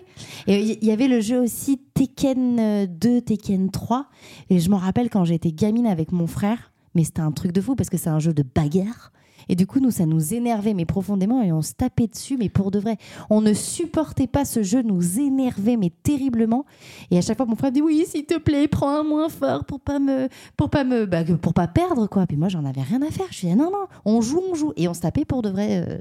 S1: Et il y- y avait le jeu aussi Tekken euh, 2, Tekken 3. Et je m'en rappelle quand j'étais gamine avec mon frère, mais c'était un truc de fou parce que c'est un jeu de bagarre. Et du coup, nous, ça nous énervait, mais profondément, et on se tapait dessus, mais pour de vrai. On ne supportait pas ce jeu, nous énervait, mais terriblement. Et à chaque fois, mon frère me dit Oui, s'il te plaît, prends un moins fort pour pas me. pour pas me. bah, que- pour pas perdre, quoi. Puis moi, j'en avais rien à faire. Je disais Non, non, on joue, on joue. Et on se tapait pour de vrai euh,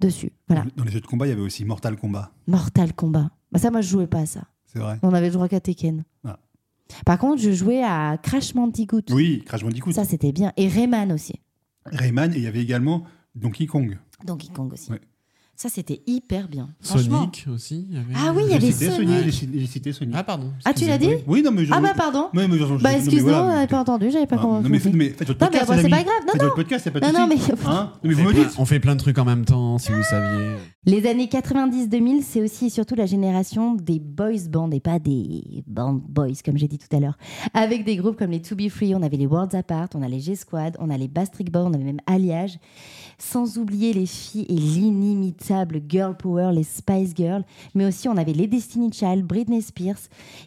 S1: dessus. Voilà.
S3: Dans les jeux de combat, il y avait aussi Mortal Kombat.
S1: Mortal Kombat. Bah ça, moi, je jouais pas à ça.
S3: C'est vrai.
S1: On avait le droit qu'à Tekken.
S3: Ah.
S1: Par contre, je jouais à Crash Bandicoot.
S3: Oui, Crash Bandicoot.
S1: Ça, c'était bien. Et Rayman aussi.
S3: Rayman, et il y avait également Donkey Kong.
S1: Donkey Kong aussi.
S3: Ouais.
S10: Ça, c'était hyper bien. Franchement.
S2: Sonic aussi. il y avait- euh,
S10: Ah oui, il y
S3: J'ai
S10: avait
S3: cité
S10: Sonic.
S3: Sony, j'ai cité- j'ai cité Sony.
S2: Ah pardon.
S10: Ah, tu l'as dit
S2: excusez-moi.
S3: Oui, non, mais je.
S10: Ah bah pardon.
S3: Ouais, mais je- je-
S10: Bah
S3: mais
S10: excuse-moi,
S3: voilà,
S10: on
S3: mais-
S10: n'avait pas entendu, j'avais pas
S3: Ah, Non, mais,
S10: compris.
S3: mais faites votre
S10: Non, mais
S3: podcast.
S10: bon,
S3: les
S10: c'est
S3: amis.
S10: pas grave. Non,
S3: Faites
S10: non.
S3: votre podcast, c'est pas de
S10: Non, non,
S3: souci.
S10: mais-
S3: Hein Non,
S2: On
S3: mais vous me
S2: fait
S3: dites.
S2: plein- On fait plein de trucs en même temps, si vous saviez.
S1: Les années 90-2000, c'est aussi et surtout la génération des boys bands et pas des band boys, comme j'ai dit tout à l'heure. Avec des groupes comme les To Be Free, on avait les Worlds Apart, on a les G-Squad, on a les Bastric Boys, on avait même Alliage. Sans oublier les filles et l'inimitable Girl Power, les Spice Girls. Mais aussi, on avait les Destiny Child, Britney Spears.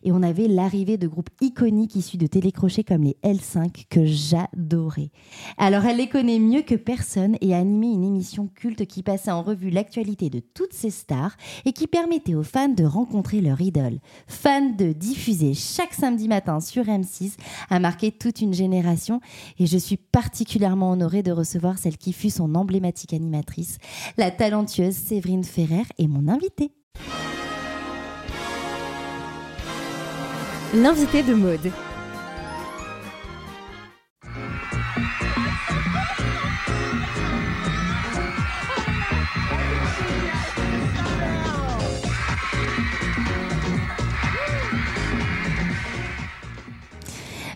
S1: Et on avait l'arrivée de groupes iconiques issus de télécrochets comme les L5 que j'adorais. Alors elle les connaît mieux que personne et a animé une émission culte qui passait en revue l'actualité de toutes ces stars et qui permettait aux fans de rencontrer leur idole. Fan de diffuser chaque samedi matin sur M6 a marqué toute une génération et je suis particulièrement honorée de recevoir celle qui fut son emblématique animatrice, la talentueuse Séverine Ferrer est mon invitée.
S11: L'invité de mode.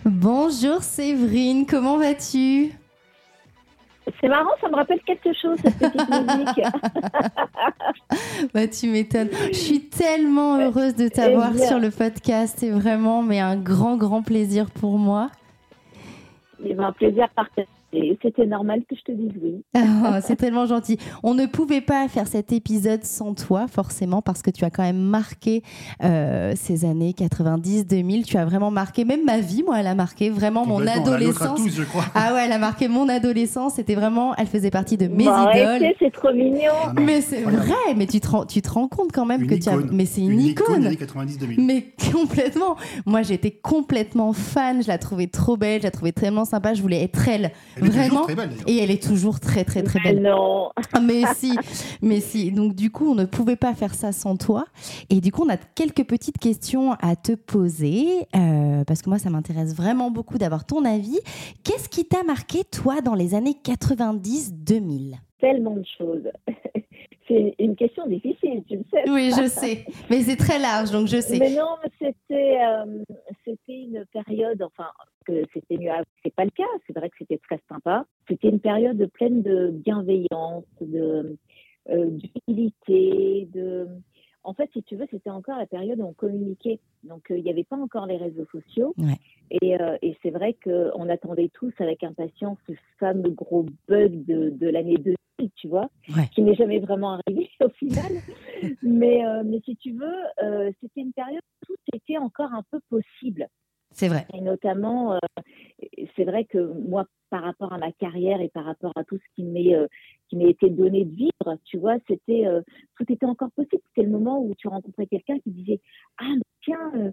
S1: Bonjour Séverine, comment vas-tu
S12: C'est marrant, ça me rappelle quelque chose, cette petite musique.
S1: Bah, tu m'étonnes. Je suis tellement heureuse de t'avoir
S12: bien.
S1: sur le podcast. C'est vraiment mais un grand, grand plaisir pour moi.
S12: Il m'a un plaisir partagé. Et C'était normal que je te dise oui.
S1: Ah, c'est tellement gentil. On ne pouvait pas faire cet épisode sans toi, forcément, parce que tu as quand même marqué euh, ces années 90-2000. Tu as vraiment marqué, même ma vie, moi, elle a marqué vraiment mon
S3: Complètement, la nôtre à
S1: adolescence.
S3: tous, je crois.
S1: Ah ouais, elle a marqué mon adolescence. C'était vraiment, elle faisait partie de mes
S12: Bon,
S3: Bah
S1: idoles.
S12: arrêtez, Bah, c'est trop mignon.
S1: Mais c'est
S3: Ah Incroyable.
S1: vrai, mais tu te, rends- tu te rends compte quand même
S3: Une
S1: que tu as.
S3: icône.
S1: Mais c'est une,
S3: Une
S1: icône.
S3: icône des années 90-2000.
S1: Mais complètement. Moi, j'étais complètement fan. Je la trouvais trop belle. Je la trouvais tellement sympa. Je voulais être elle.
S3: Elle est toujours
S1: Vraiment.
S3: très belle, d'ailleurs.
S1: Et elle est toujours très, très, très
S12: Mais
S1: belle.
S12: non.
S1: Ah, Mais si, mais si. Donc, du coup, on ne pouvait pas faire ça sans toi. Et du coup, on a quelques petites questions à te poser. euh, parce que moi, ça m'intéresse vraiment beaucoup d'avoir ton avis. Qu'est-ce qui t'a marqué, toi, dans les années 90-2000
S12: Tellement de choses. C'est une question difficile, tu le sais.
S1: Oui, je sais. Mais c'est très large, donc je sais.
S12: Mais non, mais c'était euh, c'était une période, enfin, que c'était mieux. avant. C'est pas le cas. C'est vrai que c'était très sympa. C'était une période pleine de bienveillance, de euh, d'utilité, de. En fait, si tu veux, c'était encore la période où on communiquait. Donc, euh, il n'y avait pas encore les réseaux sociaux.
S1: Ouais.
S12: Et, euh, et c'est vrai qu'on attendait tous avec impatience ce fameux gros bug de, de l'année 2000, tu vois,
S1: Ouais.
S12: qui n'est jamais vraiment arrivé au final. mais, euh, mais si tu veux, euh, c'était une période où tout était encore un peu possible.
S1: C'est vrai.
S12: Et notamment, euh, c'est vrai que moi, par rapport à ma carrière et par rapport à tout ce qui m'est euh, qui m'est été donné de vivre, tu vois, c'était euh, tout était encore possible. C'était le moment où tu rencontrais quelqu'un qui disait ah mais tiens, euh,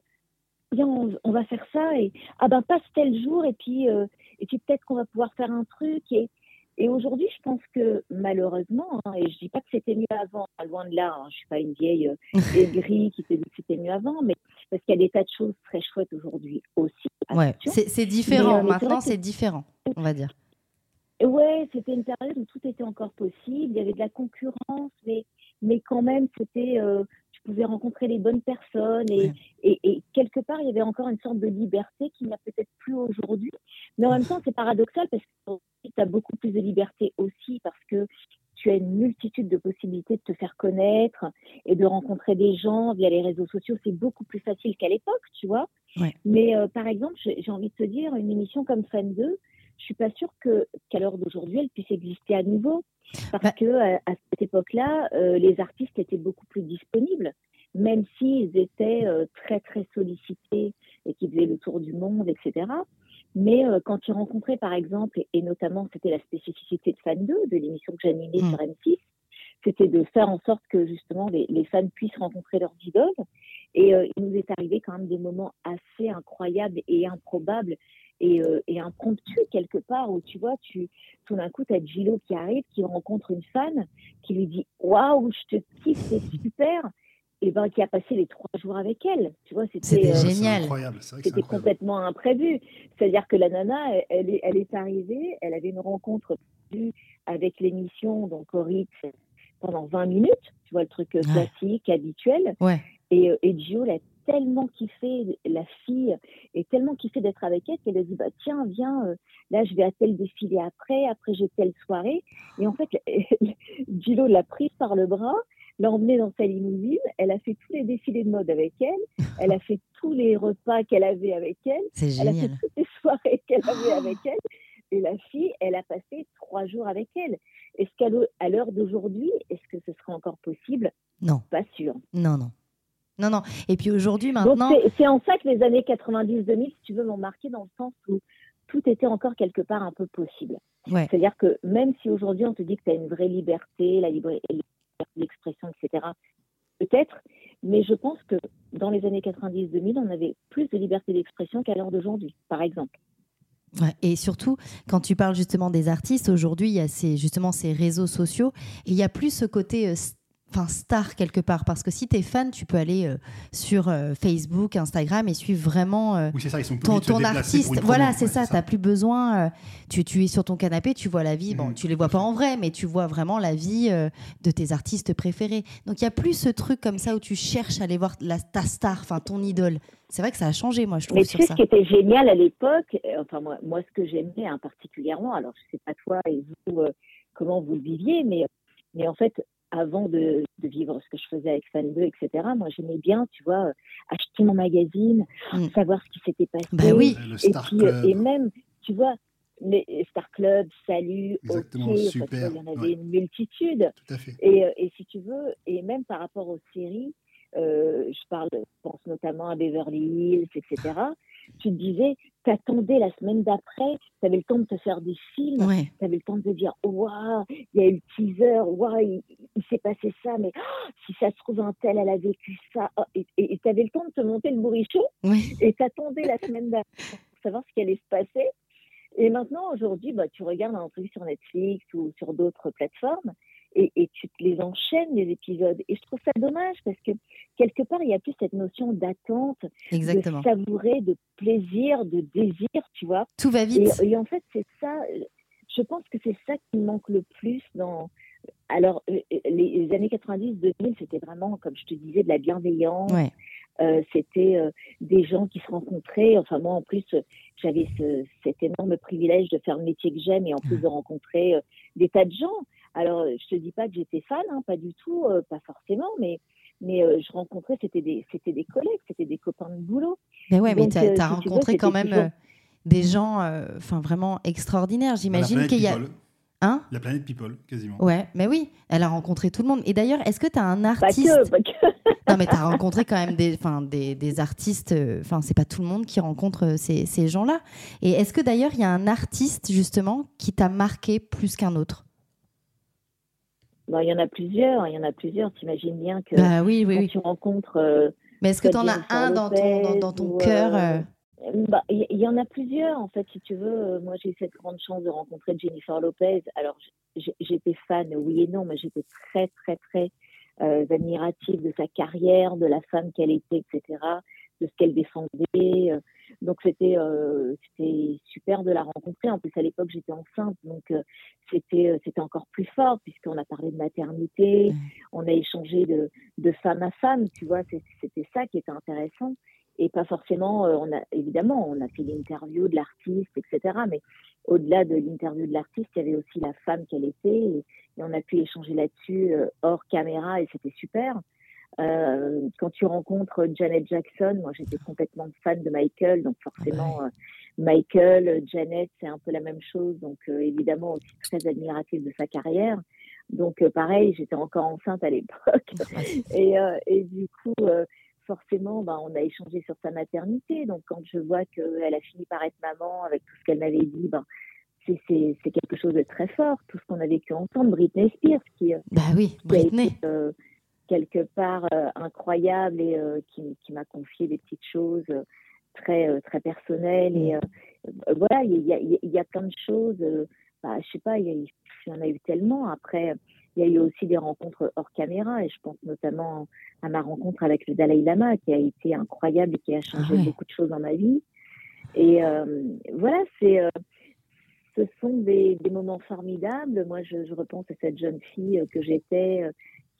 S12: viens, on, on va faire ça et ah ben passe tel jour et puis euh, et puis peut-être qu'on va pouvoir faire un truc et et aujourd'hui, je pense que malheureusement, hein, et je dis pas que c'était mieux avant, hein, loin de là, hein, je suis pas une vieille euh, aigrie qui te dit que c'était mieux avant, mais parce qu'il y a des tas de choses très chouettes aujourd'hui aussi.
S1: Ouais,
S12: attention.
S1: c'est c'est différent.
S12: Mais, euh, mais c'est
S1: Maintenant,
S12: vrai que-
S1: c'est différent, on va dire.
S12: Et Ouais, c'était une période où tout était encore possible. Il y avait de la concurrence, mais, mais quand même, c'était, euh, tu pouvais rencontrer les bonnes personnes. Et,
S1: Ouais.
S12: et, et quelque part, il y avait encore une sorte de liberté qu'il n'y a peut-être plus aujourd'hui. Mais en même temps, c'est paradoxal parce que tu as beaucoup plus de liberté aussi parce que tu as une multitude de possibilités de te faire connaître et de rencontrer des gens via les réseaux sociaux. C'est beaucoup plus facile qu'à l'époque, tu vois.
S1: Ouais.
S12: Mais euh, par exemple, j'ai j'ai envie de te dire, une émission comme Fan 2, je suis pas sûre que qu'à l'heure d'aujourd'hui elle puisse exister à nouveau parce
S1: Bah-
S12: que euh, à, à cette époque-là euh, les artistes étaient beaucoup plus disponibles même s'ils étaient euh, très très sollicités et qu'ils faisaient le tour du monde etc mais euh, quand tu rencontrais par exemple et, et notamment c'était la spécificité de Fan 2 de l'émission que j'animais
S1: Mm.
S12: sur M6 c'était de faire en sorte que justement les, les fans puissent rencontrer leurs idoles et euh, il nous est arrivé quand même des moments assez incroyables et improbables et, euh, et impromptu quelque part où tu vois, tu, tout d'un coup, tu as Gillo qui arrive, qui rencontre une fan, qui lui dit Waouh, je te kiffe, c'est super Et ben qui a passé les trois jours avec elle. Tu vois,
S1: C'était
S12: c'était.
S1: génial.
S12: euh,
S1: Génial.
S3: C'est incroyable. C'est vrai que c'est
S12: c'était
S3: incroyable.
S12: complètement imprévu. C'est-à-dire que la nana, elle- elle est, elle est arrivée, elle avait une rencontre prévue avec l'émission, donc Coritz pendant 20 minutes, tu vois, le truc euh,
S1: Ouais.
S12: classique, habituel.
S1: Ouais.
S12: Et, euh, et Gio l'a tellement kiffé, la fille, et tellement kiffé d'être avec elle qu'elle a dit bah, Tiens, viens, euh, là, je vais à tel défilé après, après, j'ai telle soirée. Et en fait, Gio l'a prise par le bras, l'a emmenée dans sa limousine, elle a fait tous les défilés de mode avec elle, elle a fait tous les repas qu'elle avait avec elle,
S1: C'est
S12: elle a fait
S1: génial.
S12: toutes les soirées qu'elle avait avec elle. Et la fille, elle a passé trois jours avec elle. Est-ce qu'à l'heure- à l'heure d'aujourd'hui, est-ce que ce sera encore possible
S1: Non,
S12: Pas sûr.
S1: non, non. Non, non. Et puis aujourd'hui,
S12: Donc
S1: maintenant,
S12: c'est- c'est en ça que les années 90-2000, si tu veux, m'ont marqué dans le sens où tout était encore quelque part un peu possible.
S1: Ouais.
S12: C'est-à-dire que même si aujourd'hui on te dit que tu as une vraie liberté, la libra- la liberté d'expression, etc., peut-être, mais je pense que dans les années 90-2000, on avait plus de liberté d'expression qu'à l'heure d'aujourd'hui, par exemple.
S1: Ouais, Et surtout, quand tu parles justement des artistes, aujourd'hui, il y a ces, justement ces réseaux sociaux et il y a plus ce côté euh, s- enfin, star quelque part. Parce que si tu es fan, tu peux aller euh, sur euh, Facebook, Instagram et suivre vraiment euh,
S3: Oui, c'est ça, ils sont plus
S1: ton,
S3: obligés de
S1: ton
S3: se déplacer
S1: artiste.
S3: pour une
S1: Voilà,
S3: promo,
S1: c'est
S3: ouais,
S1: ça. Tu n'as plus besoin. euh, tu, tu es sur ton canapé, tu vois la vie. Bon,
S3: Mhm,
S1: tu les vois pas en vrai, mais tu vois vraiment la vie euh, de tes artistes préférés. Donc, il y a plus ce truc comme ça où tu cherches à aller voir la, ta star, enfin ton idole. C'est vrai que ça a changé, moi, je trouve,
S12: Mais tu
S1: sur
S12: sais,
S1: ça.
S12: ce qui était génial à l'époque, euh, enfin moi, moi ce que j'aimais hein, particulièrement, alors je sais pas toi et vous euh, comment vous le viviez, mais, mais en fait, avant de, de vivre ce que je faisais avec Fanbeu, etc., moi j'aimais bien, tu vois, euh, acheter mon magazine,
S1: Mm.
S12: savoir ce qui s'était passé.
S1: Bah oui.
S3: ça. Le
S12: Et,
S3: Star
S12: puis, euh,
S3: Club.
S12: et même, tu vois, les Star Club, Salut,
S3: Exactement,
S12: OK, enfin, tu
S3: super,
S12: vois, il y en avait
S3: ouais.
S12: une multitude.
S3: Tout à fait.
S12: Et, euh, et si tu veux, et même par rapport aux séries, euh, je parle, je pense notamment à Beverly Hills, etc. Tu te disais, t'attendais la semaine d'après, t'avais le temps de te faire des films,
S1: Ouais.
S12: t'avais le temps de te dire, waouh, il y a eu le teaser, waouh, il, il s'est passé ça, mais ah, si ça se trouve un tel, elle a vécu ça, Ah, et et- et t'avais le temps de te monter le bourrichon
S1: Oui.
S12: et t'attendais la semaine d'après pour savoir ce qui allait se passer. Et maintenant, aujourd'hui, bah, tu regardes un truc sur Netflix ou sur d'autres plateformes et, et tu te les enchaînes, les épisodes. Et je trouve ça dommage parce que quelque part, il y a plus cette notion d'attente,
S1: Exactement.
S12: de savourer, de plaisir, de désir, tu vois.
S1: Tout va
S12: Et,
S1: vite.
S12: et en fait, c'est ça, euh, je pense que c'est ça qui manque le plus dans. Alors, euh, euh, les années 90-2000, c'était vraiment, comme je te disais, de la bienveillance.
S1: Ouais.
S12: Euh, c'était euh, des gens qui se rencontraient. Enfin, moi, en plus, euh, j'avais ce- cet énorme privilège de faire le métier que j'aime et en plus de rencontrer euh, des tas de gens. Alors, euh, je te dis pas que j'étais fan, hein, pas du tout, euh, pas forcément, mais, mais euh, je rencontrais, c'était des, c'était des collègues, c'était des copains de boulot.
S1: Mais Ben ouais, mais
S12: Donc,
S1: tu
S12: euh,
S1: as,
S12: si tu veux,
S1: rencontré quand
S12: c'était
S1: même
S12: toujours-
S1: euh, des gens euh, enfin vraiment extraordinaires. J'imagine
S3: La planète
S1: qu'il y a.
S3: People.
S1: Hein
S3: La planète People, quasiment.
S1: Ouais, mais oui, elle a rencontré tout le monde. Et d'ailleurs, est-ce que tu as un
S12: Pas
S1: artiste
S12: Bah, que, pas que.
S1: Non, mais tu as rencontré quand même des, enfin, des, des artistes. euh, Enfin, c'est pas tout le monde qui rencontre euh, ces, ces gens-là. Et est-ce que d'ailleurs, il y a un artiste justement qui t'a marqué plus qu'un autre
S12: Bon, il y en a plusieurs, hein, il y en a plusieurs. T'imagines bien que
S1: Bah oui, oui,
S12: quand
S1: oui.
S12: tu rencontres. euh,
S1: Mais est-ce que tu en as
S12: Fabien
S1: un dans ton, dans, dans ton
S12: Lopez ou,
S1: cœur
S12: euh,
S1: euh,
S12: Bah, Il y, il y en a plusieurs, en fait, si tu veux. Euh, Moi, j'ai eu cette grande chance de rencontrer Jennifer Lopez. Alors, j- j'étais fan, oui et non, mais j'étais très, très, très euh, admirative de sa carrière, de la femme qu'elle était, etc., de ce qu'elle défendait. euh. Donc, c'était euh, c'était super de la rencontrer. En plus, à l'époque, j'étais enceinte, donc euh, c'était euh, c'était encore plus fort, puisqu'on a parlé de maternité,
S1: Ouais.
S12: on a échangé de, de femme à femme, tu vois, c'est- c'était ça qui était intéressant et pas forcément, euh, on a, évidemment, on a fait l'interview de l'artiste, etc. Mais au-delà de l'interview de l'artiste, il y avait aussi la femme qu'elle était, et, et on a pu échanger là-dessus euh, hors caméra, et c'était super. Euh, quand tu rencontres Janet Jackson, moi j'étais complètement fan de Michael, donc forcément euh, Michael, euh, Janet, c'est un peu la même chose, donc euh, évidemment aussi très admirative de sa carrière. Donc euh, pareil, j'étais encore enceinte à l'époque, et, euh, et du coup, euh, forcément, bah, on a échangé sur sa maternité. Donc, quand je vois qu'elle a fini par être maman avec tout ce qu'elle m'avait dit, ben, c'est- c'est c'est quelque chose de très fort. Tout ce qu'on a vécu ensemble, Britney Spears, qui, euh,
S1: Bah oui,
S12: qui a été,
S1: Britney.
S12: euh, quelque part euh, incroyable et euh, qui, qui m'a confié des petites choses euh, très, euh, très personnelles.
S1: Mm.
S12: Et euh, voilà, il y, a- il y a- il y a plein de choses. euh, bah, je sais pas, il y, a- il y en a eu tellement. Après, il y a eu aussi des rencontres hors caméra et je pense notamment à ma rencontre avec le Dalai Lama qui a été incroyable et qui a changé
S1: Ah ouais.
S12: beaucoup de choses dans ma vie. Et euh, voilà, c'est euh, ce sont des, des moments formidables. Moi, je, je, repense à cette jeune fille euh, que j'étais,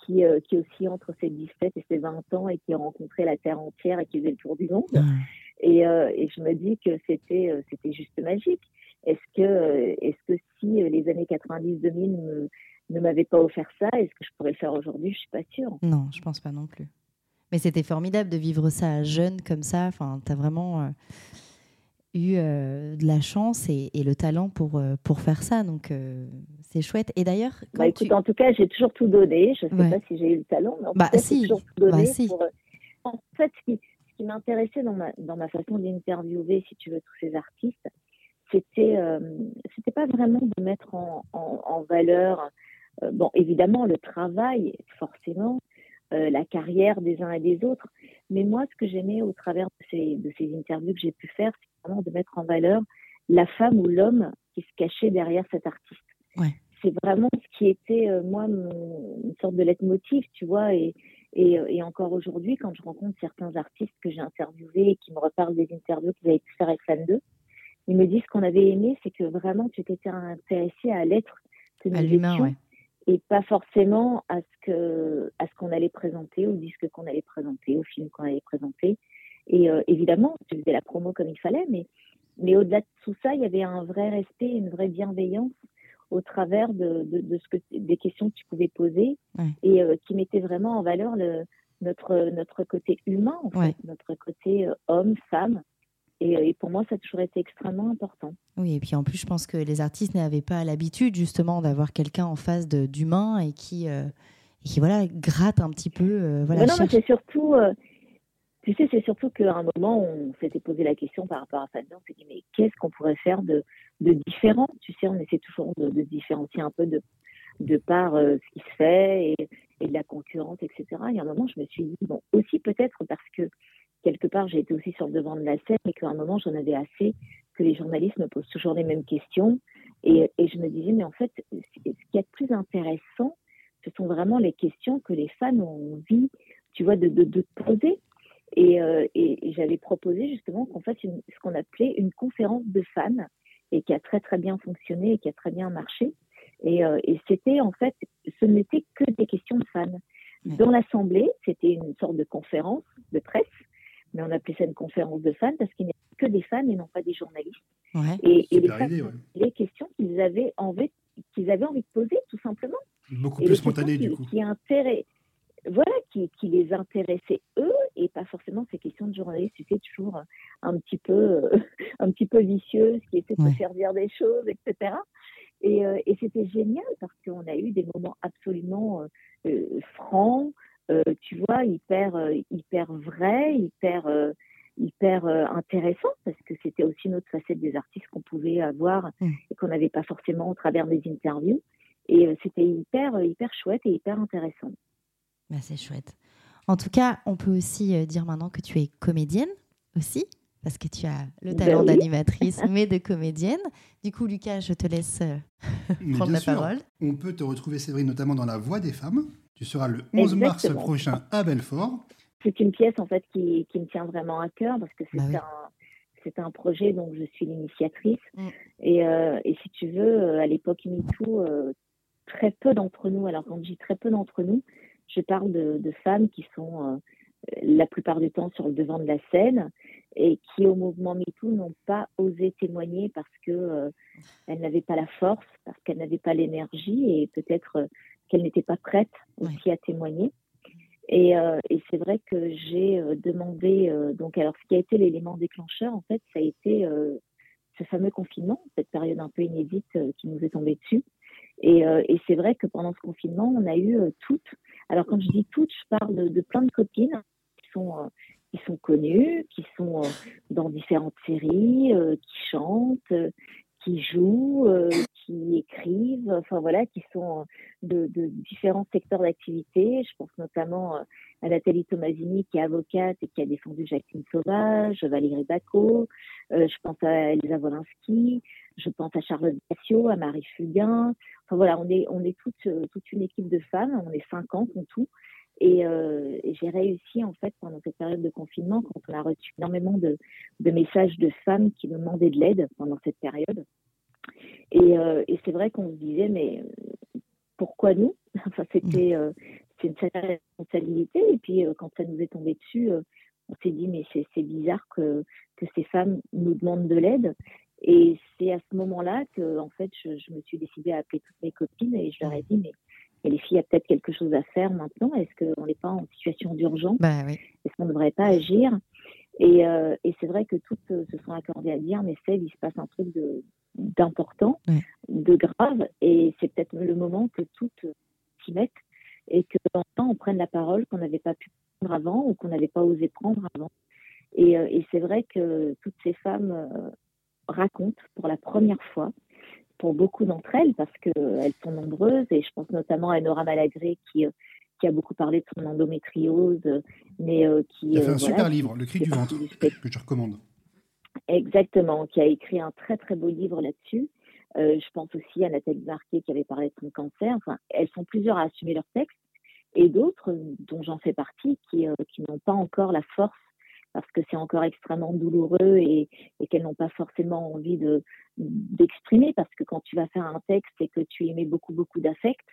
S12: qui, euh, qui aussi entre ses 17 et ses 20 ans et qui a rencontré la Terre entière et qui faisait le tour du monde. Mmh. Et, et, je me dis que c'était euh, c'était juste magique. Est-ce que, est que si euh, les années 90-2000 me ne m'avait pas offert ça, est-ce que je pourrais le faire aujourd'hui Je suis pas sûre.
S1: Non, je pense pas non plus. Mais c'était formidable de vivre ça jeune comme ça. Enfin, tu as vraiment euh, eu euh, de la chance et, et le talent pour, euh, pour faire ça. Donc, euh, c'est chouette. Et d'ailleurs.
S12: Bah, écoute, tu... En tout cas, j'ai toujours tout donné. Je ne sais ouais. pas si j'ai eu le talent, mais en bah, tout cas, si. j'ai toujours tout donné. Bah, si. pour... En fait, ce qui, ce qui m'intéressait dans ma, dans ma façon d'interviewer, si tu veux, tous ces artistes, c'était euh, c'était pas vraiment de mettre en, en, en valeur euh, bon, évidemment, le travail, forcément, euh, la carrière des uns et des autres. Mais moi, ce que j'aimais au travers de ces, de ces interviews que j'ai pu faire, c'est vraiment de mettre en valeur la femme ou l'homme qui se cachait derrière cet artiste.
S1: Ouais.
S12: C'est vraiment ce qui était, euh, moi, mon, une sorte de leitmotiv, tu vois. Et, et, et encore aujourd'hui, quand je rencontre certains artistes que j'ai interviewés et qui me reparlent des interviews qu'ils avaient pu faire avec Femme 2, ils me disent ce qu'on avait aimé, c'est que vraiment, tu t'étais intéressé à l'être que nous
S1: à l'humain, ouais
S12: et pas forcément à ce que à ce qu'on allait présenter, au disque qu'on allait présenter, au film qu'on allait présenter. Et euh, évidemment, je faisais la promo comme il fallait, mais mais au-delà de tout ça, il y avait un vrai respect, une vraie bienveillance au travers de, de, de ce que des questions que tu pouvais poser
S1: ouais.
S12: et euh, qui mettaient vraiment en valeur le, notre notre côté humain, en fait,
S1: ouais.
S12: notre côté euh, homme, femme. Et, et, pour moi, ça a toujours été extrêmement important.
S1: Oui, et puis en plus, je pense que les artistes n'avaient pas l'habitude justement d'avoir quelqu'un en face d'humain et qui, euh, et qui voilà, gratte un petit peu. Euh, voilà,
S12: mais non, cherche... mais c'est surtout, euh, tu sais, c'est surtout qu'à un moment, on s'était posé la question par rapport à Fabien, on s'est dit, mais qu'est-ce qu'on pourrait faire de, de différent Tu sais, on essaie toujours de, de différencier un peu de, de par euh, ce qui se fait et, et de la concurrence, etc. Et à un moment, je me suis dit, bon, aussi peut-être parce que quelque part, j'ai été aussi sur le devant de la scène et qu'à un moment, j'en avais assez que les journalistes me posent toujours les mêmes questions. Et, et je me disais, mais en fait, ce qu'il y a de plus intéressant, ce sont vraiment les questions que les fans ont envie, tu vois, de, de, de poser. Et, euh, et, et j'avais proposé justement qu'on fasse une, ce qu'on appelait une conférence de fans et qui a très très bien fonctionné et qui a très bien marché. Et, euh, c'était en fait, ce n'était que des questions de fans. Dans l'Assemblée, c'était une sorte de conférence de presse mais on appelait ça une conférence de fans parce qu'il n'y avait que des fans et non pas des journalistes.
S1: Ouais.
S12: Et, et les,
S3: fans, idée, ouais.
S12: les, questions qu'ils avaient envie qu'ils avaient envie de poser tout simplement.
S3: Beaucoup et plus spontané du
S12: qui,
S3: coup.
S12: Qui intéress... voilà, qui, qui, les intéressait eux et pas forcément ces questions de journalistes. C'était toujours un petit peu, euh, un petit peu vicieuses, qui essaient de ouais. faire dire des choses, etc. Et, euh, et c'était génial parce qu'on a eu des moments absolument euh, francs. Euh, tu vois, hyper, euh, hyper vrai, hyper, euh, hyper intéressant, parce que c'était aussi notre facette des artistes qu'on pouvait avoir mmh. et qu'on n'avait pas forcément au travers des interviews. Et euh, c'était hyper, hyper chouette et hyper intéressant.
S1: Bah, c'est chouette. En tout cas, on peut aussi euh, dire maintenant que tu es comédienne aussi, parce que tu as le talent ben oui. d'animatrice, mais de comédienne. Du coup, Lucas, je te laisse euh, prendre la
S3: sûr,
S1: parole.
S3: On peut te retrouver, Séverine, notamment dans La Voix des femmes, tu seras le 11 Exactement. mars prochain à Belfort.
S12: C'est une pièce en fait qui, qui, me tient vraiment à cœur parce que c'est bah oui. un, un projet dont je suis l'initiatrice. Mmh. Et, euh, et, si tu veux, à l'époque MeToo, euh, très peu d'entre nous, alors quand je dis très peu d'entre nous, je parle de, de femmes qui sont euh, la plupart du temps sur le devant de la scène et qui au mouvement MeToo n'ont pas osé témoigner parce qu'elles n'avaient pas la force, parce qu'elles n'avaient pas l'énergie et peut-être qu'elle n'était pas prête aussi oui. à témoigner. Et, euh, et c'est vrai que j'ai demandé, euh, donc alors ce qui a été l'élément déclencheur, en fait, ça a été euh, ce fameux confinement, cette période un peu inédite euh, qui nous est tombée dessus. Et, euh, et c'est vrai que pendant ce confinement, on a eu euh, toutes, alors quand je dis toutes, je parle de, de plein de copines qui sont, euh, qui sont connues, qui sont euh, dans différentes séries, euh, qui chantent, euh, qui jouent, euh, qui écrivent, enfin voilà, qui sont euh, de, de différents secteurs d'activité. Je pense notamment euh, à Nathalie Tomasini qui est avocate et qui a défendu Jacqueline Sauvage, Valérie Bacot, euh, je pense à Elsa Wolinski, je pense à Charlotte Gassio, à Marie Fugain. Enfin voilà, on est, on est toute, toute une équipe de femmes, on est 50 en tout. Et euh, j'ai réussi, en fait, pendant cette période de confinement, quand on a reçu énormément de, de messages de femmes qui nous demandaient de l'aide pendant cette période. Et, euh, et c'est vrai qu'on se disait, mais pourquoi nous Enfin, c'était euh, c'est une sacrée responsabilité. Et puis, euh, quand ça nous est tombé dessus, euh, on s'est dit, mais c'est c'est bizarre que, que ces femmes nous demandent de l'aide. Et c'est à ce moment-là que, en fait, je, je me suis décidée à appeler toutes mes copines et je leur ai dit, mais, mais les filles, il y a peut-être quelque chose à faire maintenant. Est-ce qu'on n'est pas en situation d'urgence
S1: Bah oui.
S12: Est-ce qu'on ne devrait pas agir Et, euh, et c'est vrai que toutes euh, se sont accordées à dire, mais Seb, il se passe un truc de- d'important,
S1: Ouais.
S12: de grave, et c'est peut-être le moment que toutes euh, s'y mettent et que enfin on prenne la parole qu'on n'avait pas pu prendre avant ou qu'on n'avait pas osé prendre avant. Et, euh, et c'est vrai que toutes ces femmes euh, racontent pour la première fois, pour beaucoup d'entre elles, parce qu'elles sont nombreuses, et je pense notamment à Nora Malagré qui, euh, qui a beaucoup parlé de son endométriose, euh, mais euh, qui...
S3: Il a fait
S12: euh,
S3: un
S12: voilà,
S3: super livre, Le cri
S12: qui
S3: du
S12: fait
S3: ventre,
S12: partie du spectre.
S3: que je recommande.
S12: Exactement, qui a écrit un très très beau livre là-dessus. Euh, je pense aussi à Nathalie Marquet qui avait parlé de son cancer. Enfin, elles sont plusieurs à assumer leur texte et d'autres, euh, dont j'en fais partie, qui, euh, qui n'ont pas encore la force parce que c'est encore extrêmement douloureux et, et qu'elles n'ont pas forcément envie de d'exprimer parce que quand tu vas faire un texte et que tu émets beaucoup beaucoup d'affect,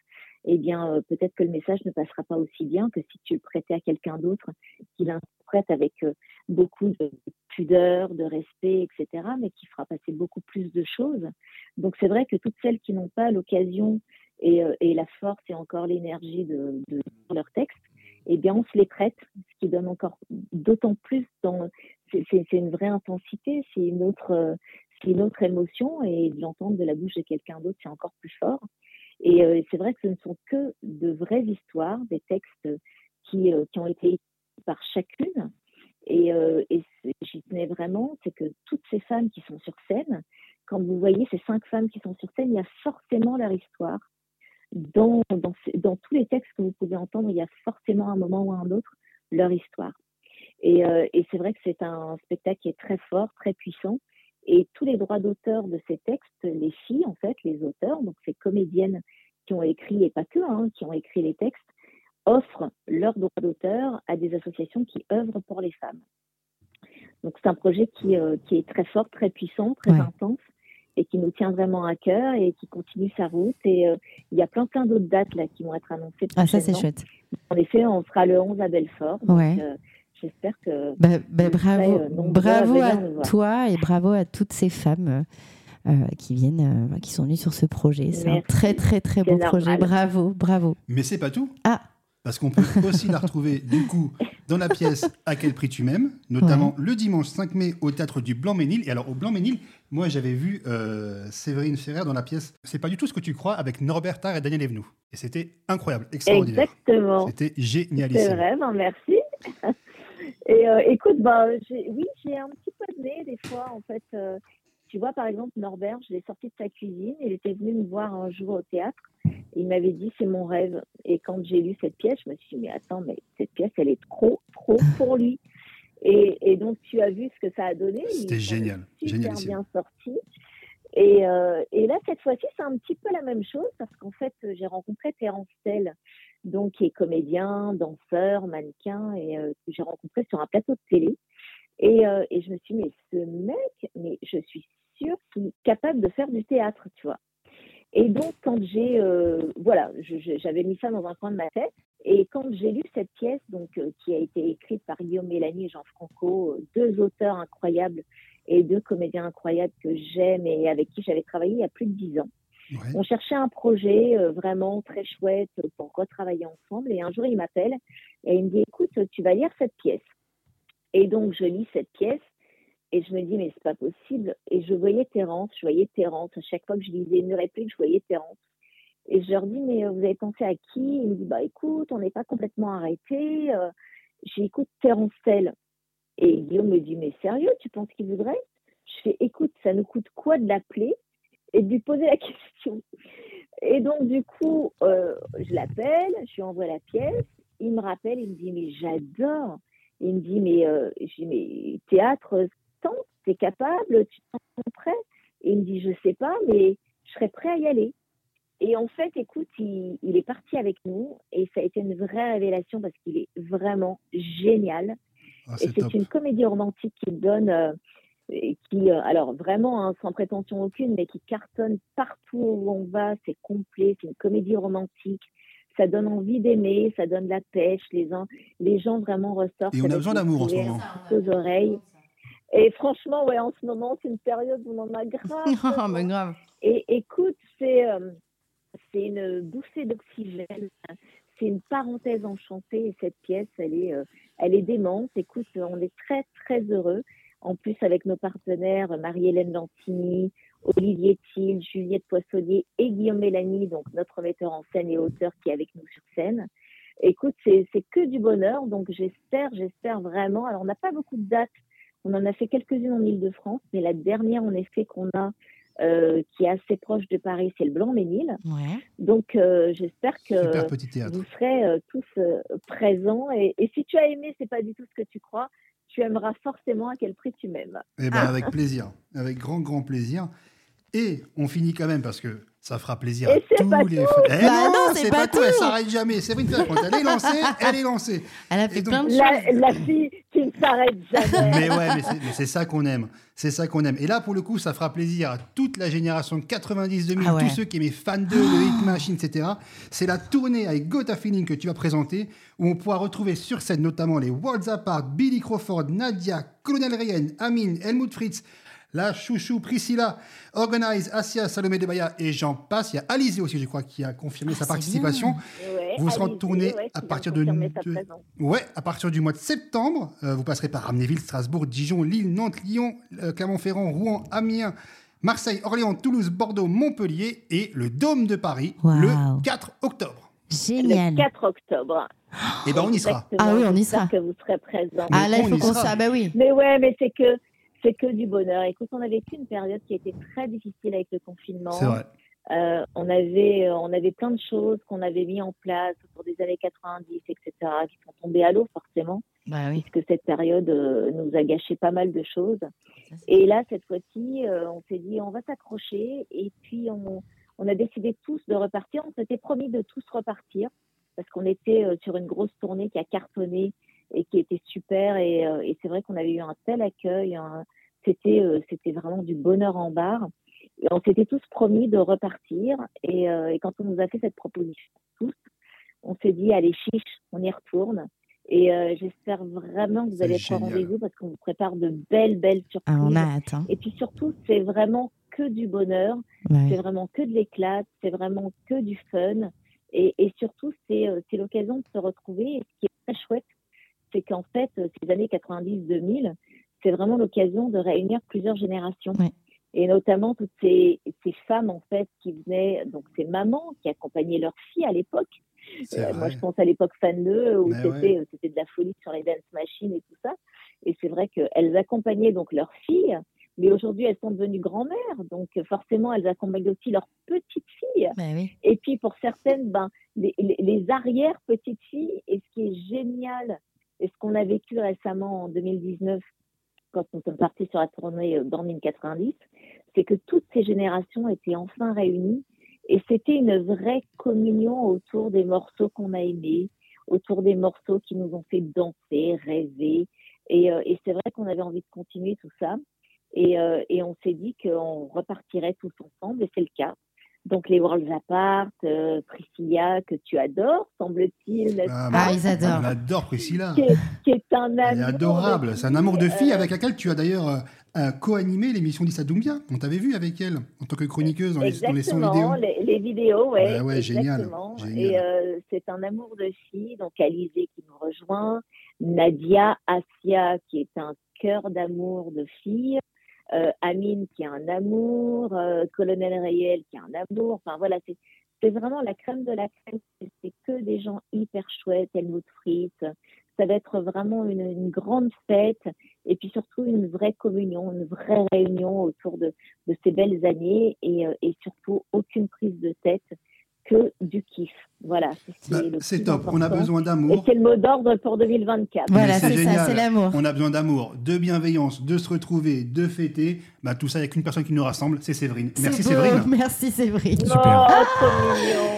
S12: eh bien euh, peut-être que le message ne passera pas aussi bien que si tu le prêtais à quelqu'un d'autre qui l'interprète avec euh, beaucoup de pudeur, de respect, etc., mais qui fera passer beaucoup plus de choses. Donc c'est vrai que toutes celles qui n'ont pas l'occasion et, euh, et la force et encore l'énergie de, de lire leur texte, eh bien on se les prête, ce qui donne encore d'autant plus dans... C'est c'est- c'est une vraie intensité, c'est une autre... euh, c'est une autre émotion et de l'entendre de la bouche de quelqu'un d'autre, c'est encore plus fort. Et euh, c'est vrai que ce ne sont que de vraies histoires, des textes qui, euh, qui ont été écrits par chacune, et, euh, et c'est- j'y tenais vraiment, c'est que toutes ces femmes qui sont sur scène, quand vous voyez ces cinq femmes qui sont sur scène, il y a forcément leur histoire. Dans, dans, ces- dans tous les textes que vous pouvez entendre, il y a forcément à un moment ou à un autre leur histoire. Et, euh, et c'est vrai que c'est un spectacle qui est très fort, très puissant. Et tous les droits d'auteur de ces textes, les filles, en fait, les auteurs, donc ces comédiennes qui ont écrit, et pas que, hein, qui ont écrit les textes, offrent leurs droits d'auteur à des associations qui œuvrent pour les femmes. Donc c'est un projet qui, euh, qui est très fort, très puissant, très
S1: Ouais.
S12: intense et qui nous tient vraiment à cœur et qui continue sa route. Et euh, il y a plein plein d'autres dates là qui vont être annoncées.
S1: Ah, ça, c'est
S12: prochainement.
S1: chouette.
S12: En effet, on sera le 11 à Belfort. donc,
S1: Ouais.
S12: euh, J'espère que
S1: Bah, bah,
S12: Vous
S1: bravo,
S12: serez, euh, nombreux
S1: bravo
S12: à
S1: à
S12: venir nous voir.
S1: toi et bravo à toutes ces femmes euh, euh, qui viennent, euh, qui sont venues sur ce projet. C'est un
S12: Merci.
S1: très très très
S12: C'est
S1: beau projet.
S12: normal.
S1: Bravo, bravo.
S3: Mais c'est pas tout.
S1: Ah.
S3: Parce qu'on peut aussi la retrouver, du coup, dans la pièce À quel prix tu m'aimes, notamment le dimanche 5 mai au théâtre du Blanc-Ménil. Et alors, au Blanc-Ménil, moi, j'avais vu euh, Séverine Ferrer dans la pièce C'est pas du tout ce que tu crois avec Norbert Tarr et Daniel Evenou. Et c'était incroyable, extraordinaire.
S12: exactement.
S3: C'était
S12: C'est
S3: génialissime.
S12: vrai, ben merci. Et euh, écoute, bah, j'ai- oui, j'ai un petit peu de nez des fois, en fait. euh, tu vois, par exemple, Norbert, je l'ai sorti de sa cuisine, il était venu me voir un jour au théâtre, et il m'avait dit, c'est mon rêve. Et quand j'ai lu cette pièce, je me suis dit, mais attends, mais cette pièce, elle est trop, trop pour lui. Et, et donc, tu as vu ce que ça a donné. il
S3: C'était
S12: s'en
S3: génial,
S12: est super
S3: génialissime.
S12: bien sorti. Et, euh, et là, cette fois-ci, c'est un petit peu la même chose, parce qu'en fait, j'ai rencontré Terence Tell, donc qui est comédien, danseur, mannequin, et euh, que j'ai rencontré sur un plateau de télé. Et, euh, et je me suis dit, mais ce mec, mais je suis sûre qu'il est capable de faire du théâtre, tu vois. Et donc, quand j'ai, euh, voilà, je- je- j'avais mis ça dans un coin de ma tête. Et quand j'ai lu cette pièce, donc, euh, qui a été écrite par Guillaume Mélanie et Jean Franco, euh, deux auteurs incroyables et deux comédiens incroyables que j'aime et avec qui j'avais travaillé il y a plus de dix ans.
S3: Ouais.
S12: On cherchait un projet euh, vraiment très chouette euh, pour retravailler ensemble. Et un jour, il m'appelle et il me dit Écoute, tu vas lire cette pièce. Et donc, je lis cette pièce et je me dis Mais c'est pas possible. Et je voyais Terence, je voyais Terence. À chaque fois que je lisais une réplique, je voyais Terence. Et je leur dis Mais euh, vous avez pensé à qui Il me dit Bah écoute, on n'est pas complètement arrêté. Euh, J'ai écoute Terence Tell. Et Guillaume me dit Mais sérieux, tu penses qu'il voudrait Je fais Écoute, ça nous coûte quoi de l'appeler et de lui poser la question et donc, du coup, euh, je l'appelle, je lui envoie la pièce. Il me rappelle, il me dit, mais j'adore. Il me dit, mais, euh, je dis, mais théâtre, tant, t'es capable, tu t'en sens prêt Et il me dit, je sais pas, mais je serais prêt à y aller. Et en fait, écoute, il, il est parti avec nous et ça a été une vraie révélation parce qu'il est vraiment génial.
S3: Ah, c'est
S12: Et c'est
S3: top.
S12: une comédie romantique qui donne euh, et qui, euh, alors vraiment hein, sans prétention aucune, mais qui cartonne partout où on va. C'est complet, c'est une comédie romantique. Ça donne envie d'aimer, ça donne la pêche. Les, uns, les gens vraiment ressortent.
S3: Et on a
S12: avec
S3: besoin
S12: des
S3: d'amour en ce
S12: sourires
S3: moment.
S12: Aux oreilles. Et franchement, ouais, en ce moment, c'est une période où on en a grave.
S4: Ah, mais grave.
S12: Et écoute, c'est euh, c'est une bouffée d'oxygène, c'est une parenthèse enchantée. Et cette pièce, elle est, euh, elle est démente. Écoute, on est très, très heureux. En plus, avec nos partenaires Marie-Hélène Lantini, Olivier Thiel, Juliette Poissonnier et Guillaume Mélanie, donc notre metteur en scène et auteur qui est avec nous sur scène. Écoute, c'est c'est que du bonheur. Donc, j'espère, j'espère vraiment. Alors, on n'a pas beaucoup de dates. On en a fait quelques-unes en Ile-de-France, mais la dernière, en effet, qu'on a euh, qui est assez proche de Paris, c'est le Blanc-Ménil.
S1: Ouais.
S12: Donc euh, j'espère
S3: Super
S12: que
S3: petit théâtre.
S12: vous serez euh, tous euh, présents. Et, et si tu as aimé, c'est pas du tout ce que tu crois. Tu aimeras forcément à quel prix tu m'aimes.
S3: Eh ben, avec plaisir, avec grand, grand plaisir. Et on finit quand même parce que ça fera plaisir
S12: Et
S3: à
S12: c'est
S3: tous
S12: pas
S3: les
S12: tout.
S3: fans. Eh
S1: Bah
S3: non,
S1: non,
S3: c'est
S1: c'est
S3: pas,
S1: pas
S3: tout, elle
S1: tout.
S3: s'arrête jamais. Séverine Ferrer, quand elle est lancée, elle est lancée.
S4: Elle a
S3: Et
S4: fait
S3: donc-
S4: plein de choses.
S12: La, la fille qui ne s'arrête jamais.
S3: Mais ouais, mais c'est- mais c'est ça qu'on aime. C'est ça qu'on aime. Et là, pour le coup, ça fera plaisir à toute la génération 90-2000,
S1: Ah ouais.
S3: tous ceux qui aimaient fans de le Hit Machine, etc. C'est la tournée avec Gota Feeling que tu as présentée, où on pourra retrouver sur scène notamment les Worlds Apart, Billy Crawford, Nadia, Colonel Ryan, Amine, Helmut Fritz, la chouchou Priscilla, Organize, Asia, Salomé Debaya et j'en passe. Il y a Alizé aussi, je crois, qui a confirmé
S1: Ah,
S3: sa
S4: c'est
S3: participation.
S12: Ouais,
S3: Vous serez en
S12: allez-y,
S3: tournée
S12: ouais,
S3: à
S12: tu viens
S3: partir de-
S12: confirmer ta
S3: de-
S12: présence.
S3: Ouais, à partir du mois de septembre, euh, vous passerez par Amnéville, Strasbourg, Dijon, Lille, Nantes, Lyon, euh, Clermont-Ferrand, Rouen, Amiens, Marseille, Orléans, Toulouse, Bordeaux, Montpellier et le Dôme de Paris
S1: Waouh.
S3: le 4 octobre.
S1: Génial.
S12: Le 4 octobre.
S3: Et ben on y sera.
S12: Exactement,
S1: Ah oui, on y
S12: j'espère
S1: sera.
S12: que vous serez présents.
S1: Ah là,
S3: on
S1: il faut
S3: y
S1: qu'on
S3: sera.
S1: se... Ah bah oui.
S12: Mais ouais, mais c'est que c'est que du bonheur. Écoute, on a vécu une période qui a été très difficile avec le confinement.
S3: C'est vrai.
S12: Euh, on avait euh, on avait plein de choses qu'on avait mis en place autour des années 90, etc., qui sont tombées à l'eau forcément,
S1: Bah oui.
S12: puisque cette période euh, nous a gâché pas mal de choses.
S1: Ça, c'est-
S12: Et là, cette fois-ci, euh, on s'est dit on va s'accrocher, et puis on on a décidé tous de repartir. On s'était promis de tous repartir parce qu'on était euh, sur une grosse tournée qui a cartonné et qui était super. Et, euh, et c'est vrai qu'on avait eu un tel accueil. un- C'était euh, c'était vraiment du bonheur en barre. Et on s'était tous promis de repartir. Et, euh, et quand on nous a fait cette proposition, tous, on s'est dit allez chiche, on y retourne. Et euh, j'espère vraiment que vous
S3: C'est
S12: allez être au
S3: génial.
S12: rendez-vous parce qu'on vous prépare de belles, belles
S1: Ah,
S12: surprises.
S1: on a hâte. hein.
S12: Et puis surtout, c'est vraiment que du bonheur.
S1: Bah oui.
S12: C'est vraiment que de l'éclat, c'est vraiment que du fun. Et, et surtout, c'est euh, c'est l'occasion de se retrouver. Et ce qui est très chouette, c'est qu'en fait, euh, ces années 90-2000, c'est vraiment l'occasion de réunir plusieurs générations.
S1: Ouais.
S12: Et notamment toutes ces, ces femmes, en fait, qui venaient, donc ces mamans qui accompagnaient leurs filles à l'époque.
S3: C'est
S12: Euh, moi,
S3: vrai.
S12: je pense à l'époque fan 2, où
S3: Mais
S12: c'était
S3: ouais.
S12: euh, c'était de la folie sur les dance machines et tout ça. Et c'est vrai qu'elles accompagnaient donc leurs filles, mais aujourd'hui, elles sont devenues grand-mères. Donc, euh, forcément, elles accompagnent aussi leurs petites filles.
S1: Bah oui.
S12: Et puis, pour certaines, ben, les, les- les arrières petites filles. Et ce qui est génial, et ce qu'on a vécu récemment en 2019, quand nous sommes partis sur la tournée euh, Born in 90, c'est que toutes ces générations étaient enfin réunies. Et c'était une vraie communion autour des morceaux qu'on a aimés, autour des morceaux qui nous ont fait danser, rêver. Et, euh, et c'est vrai qu'on avait envie de continuer tout ça. Et, euh, et on s'est dit qu'on repartirait tous ensemble, et c'est le cas. Donc les Worlds Apart, euh, Priscilla, que tu adores, semble-t-il, n'est-ce
S3: Ah,
S1: Ah,
S3: mais-
S1: ils adorent.
S3: On adore Priscilla.
S12: qui est, qui est un
S3: Elle est
S12: amour de
S3: adorable. C'est un amour de fille
S12: euh,
S3: avec laquelle tu as d'ailleurs euh, euh, co-animé l'émission d'Issa Doumbia. On t'avait vu avec elle en tant que chroniqueuse dans les, dans les sons vidéo.
S12: Exactement, les, les vidéos, ouais,
S3: Ouais, ouais, génial,
S12: exactement.
S3: génial.
S12: Et euh, c'est un amour de fille, donc Alizé qui nous rejoint, Nadia, Asia qui est un cœur d'amour de fille, euh, Amine qui est un amour, euh, Colonel Rayel qui est un amour. Enfin voilà, c'est c'est vraiment la crème de la crème. C'est que des gens hyper chouettes, Helmut Fritz. Ça va être vraiment une, une grande fête et puis surtout une vraie communion, une vraie réunion autour de, de ces belles années et, euh, et surtout aucune prise de tête. que du kiff. Voilà. C'est ce qui
S3: Bah,
S12: est le
S3: c'est
S12: plus
S3: top, on a
S12: important.
S3: besoin
S12: Et
S3: d'amour.
S12: c'est le mot d'ordre pour 2024.
S3: Mais
S1: Voilà, c'est ça,
S3: génial.
S1: c'est l'amour.
S3: On a besoin d'amour, de bienveillance, de se retrouver, de fêter. Bah, tout ça, il n'y a qu'une personne qui nous rassemble, c'est Séverine. Merci
S1: C'est beau.
S3: Séverine.
S1: Merci Séverine.
S2: Super.
S1: Ah
S12: Oh, trop mignon.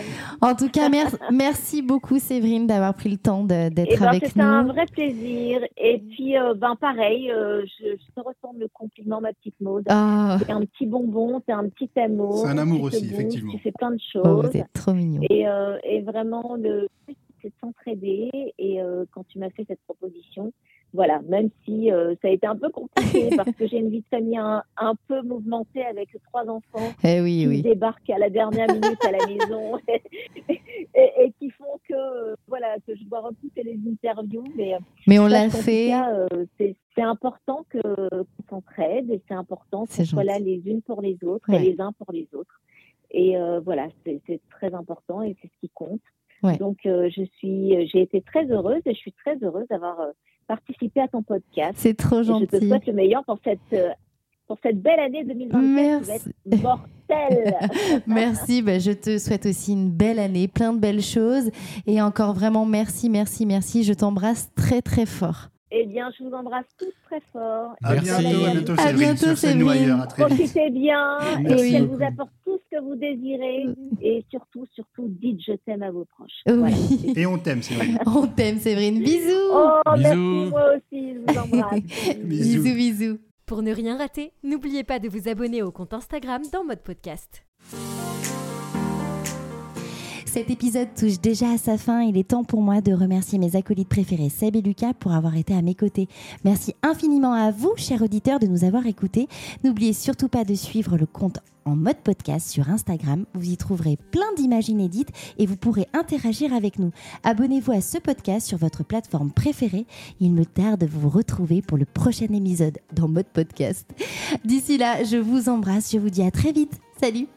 S1: En tout cas, mer- merci beaucoup Séverine d'avoir pris le temps de-
S12: Eh
S1: d'être
S12: ben,
S1: avec
S12: c'était un
S1: nous.
S12: vrai plaisir. Et puis, euh, ben, pareil, euh, je, je te retourne le compliment, ma petite Maud.
S1: Ah,
S12: T'es un petit bonbon, t'es un petit amour.
S3: C'est un amour
S12: tu te
S3: aussi,
S12: bouges,
S3: effectivement.
S12: Tu fais plein de
S1: oh,
S12: choses.
S1: vous êtes trop mignon.
S12: et, euh, et vraiment, le but, c'est de s'entraider. Et euh, quand tu m'as fait cette proposition, voilà, même si euh, ça a été un peu compliqué parce que j'ai une vie de famille un, un peu mouvementée avec trois enfants
S1: Eh oui,
S12: qui
S1: oui.
S12: débarquent à la dernière minute à la maison et, et- et qui font que euh, voilà que je dois repousser les interviews. Mais euh,
S1: Mais on
S12: je
S1: l'a
S12: pense qu'en tout
S1: fait.
S12: cas, euh, c'est c'est important que- qu'on s'entraide et c'est important
S1: C'est
S12: qu'on soit là
S1: gentil.
S12: les unes pour les autres
S1: Ouais.
S12: et les uns pour les autres. Et euh, voilà, c'est c'est très important et c'est ce qui compte.
S1: Ouais.
S12: Donc euh, je suis, j'ai été très heureuse et je suis très heureuse d'avoir euh, participé à ton podcast.
S1: C'est trop
S12: Et je te
S1: gentil.
S12: souhaite le meilleur pour cette euh, pour cette belle année 2024 qui va
S1: Merci.
S12: être mortelle.
S1: Merci, ben, je te souhaite aussi une belle année, plein de belles choses. Et encore vraiment, merci, merci, merci. Je t'embrasse très, très fort.
S12: eh bien, je vous embrasse toutes très fort.
S3: À
S2: Merci.
S3: bientôt, à bientôt
S1: À
S3: Séverine.
S1: bientôt,
S3: Sur scène, nous
S1: Séverine.
S3: ailleurs. À très vite.
S12: Profitez bien
S3: Merci
S12: et qu'elle
S3: beaucoup. Euh.
S12: vous apporte tout ce que vous désirez. Et surtout, surtout, dites je t'aime à vos proches.
S1: Oui.
S12: Voilà.
S3: Et on t'aime, Séverine.
S1: On t'aime, Séverine. Bisous.
S12: Oh, merci,
S2: Bisous.
S12: moi aussi, je vous embrasse.
S3: Bisous.
S1: bisous. bisous.
S13: Pour ne rien rater, n'oubliez pas de vous abonner au compte Instagram dans Mode Podcast.
S1: Cet épisode touche déjà à sa fin. Il est temps pour moi de remercier mes acolytes préférés, Seb et Lucas, pour avoir été à mes côtés. Merci infiniment à vous, chers auditeurs, de nous avoir écoutés. N'oubliez surtout pas de suivre le compte en mode podcast sur Instagram. Vous y trouverez plein d'images inédites et vous pourrez interagir avec nous. Abonnez-vous à ce podcast sur votre plateforme préférée. Il me tarde de vous retrouver pour le prochain épisode dans mode podcast. D'ici là, je vous embrasse. Je vous dis à très vite. Salut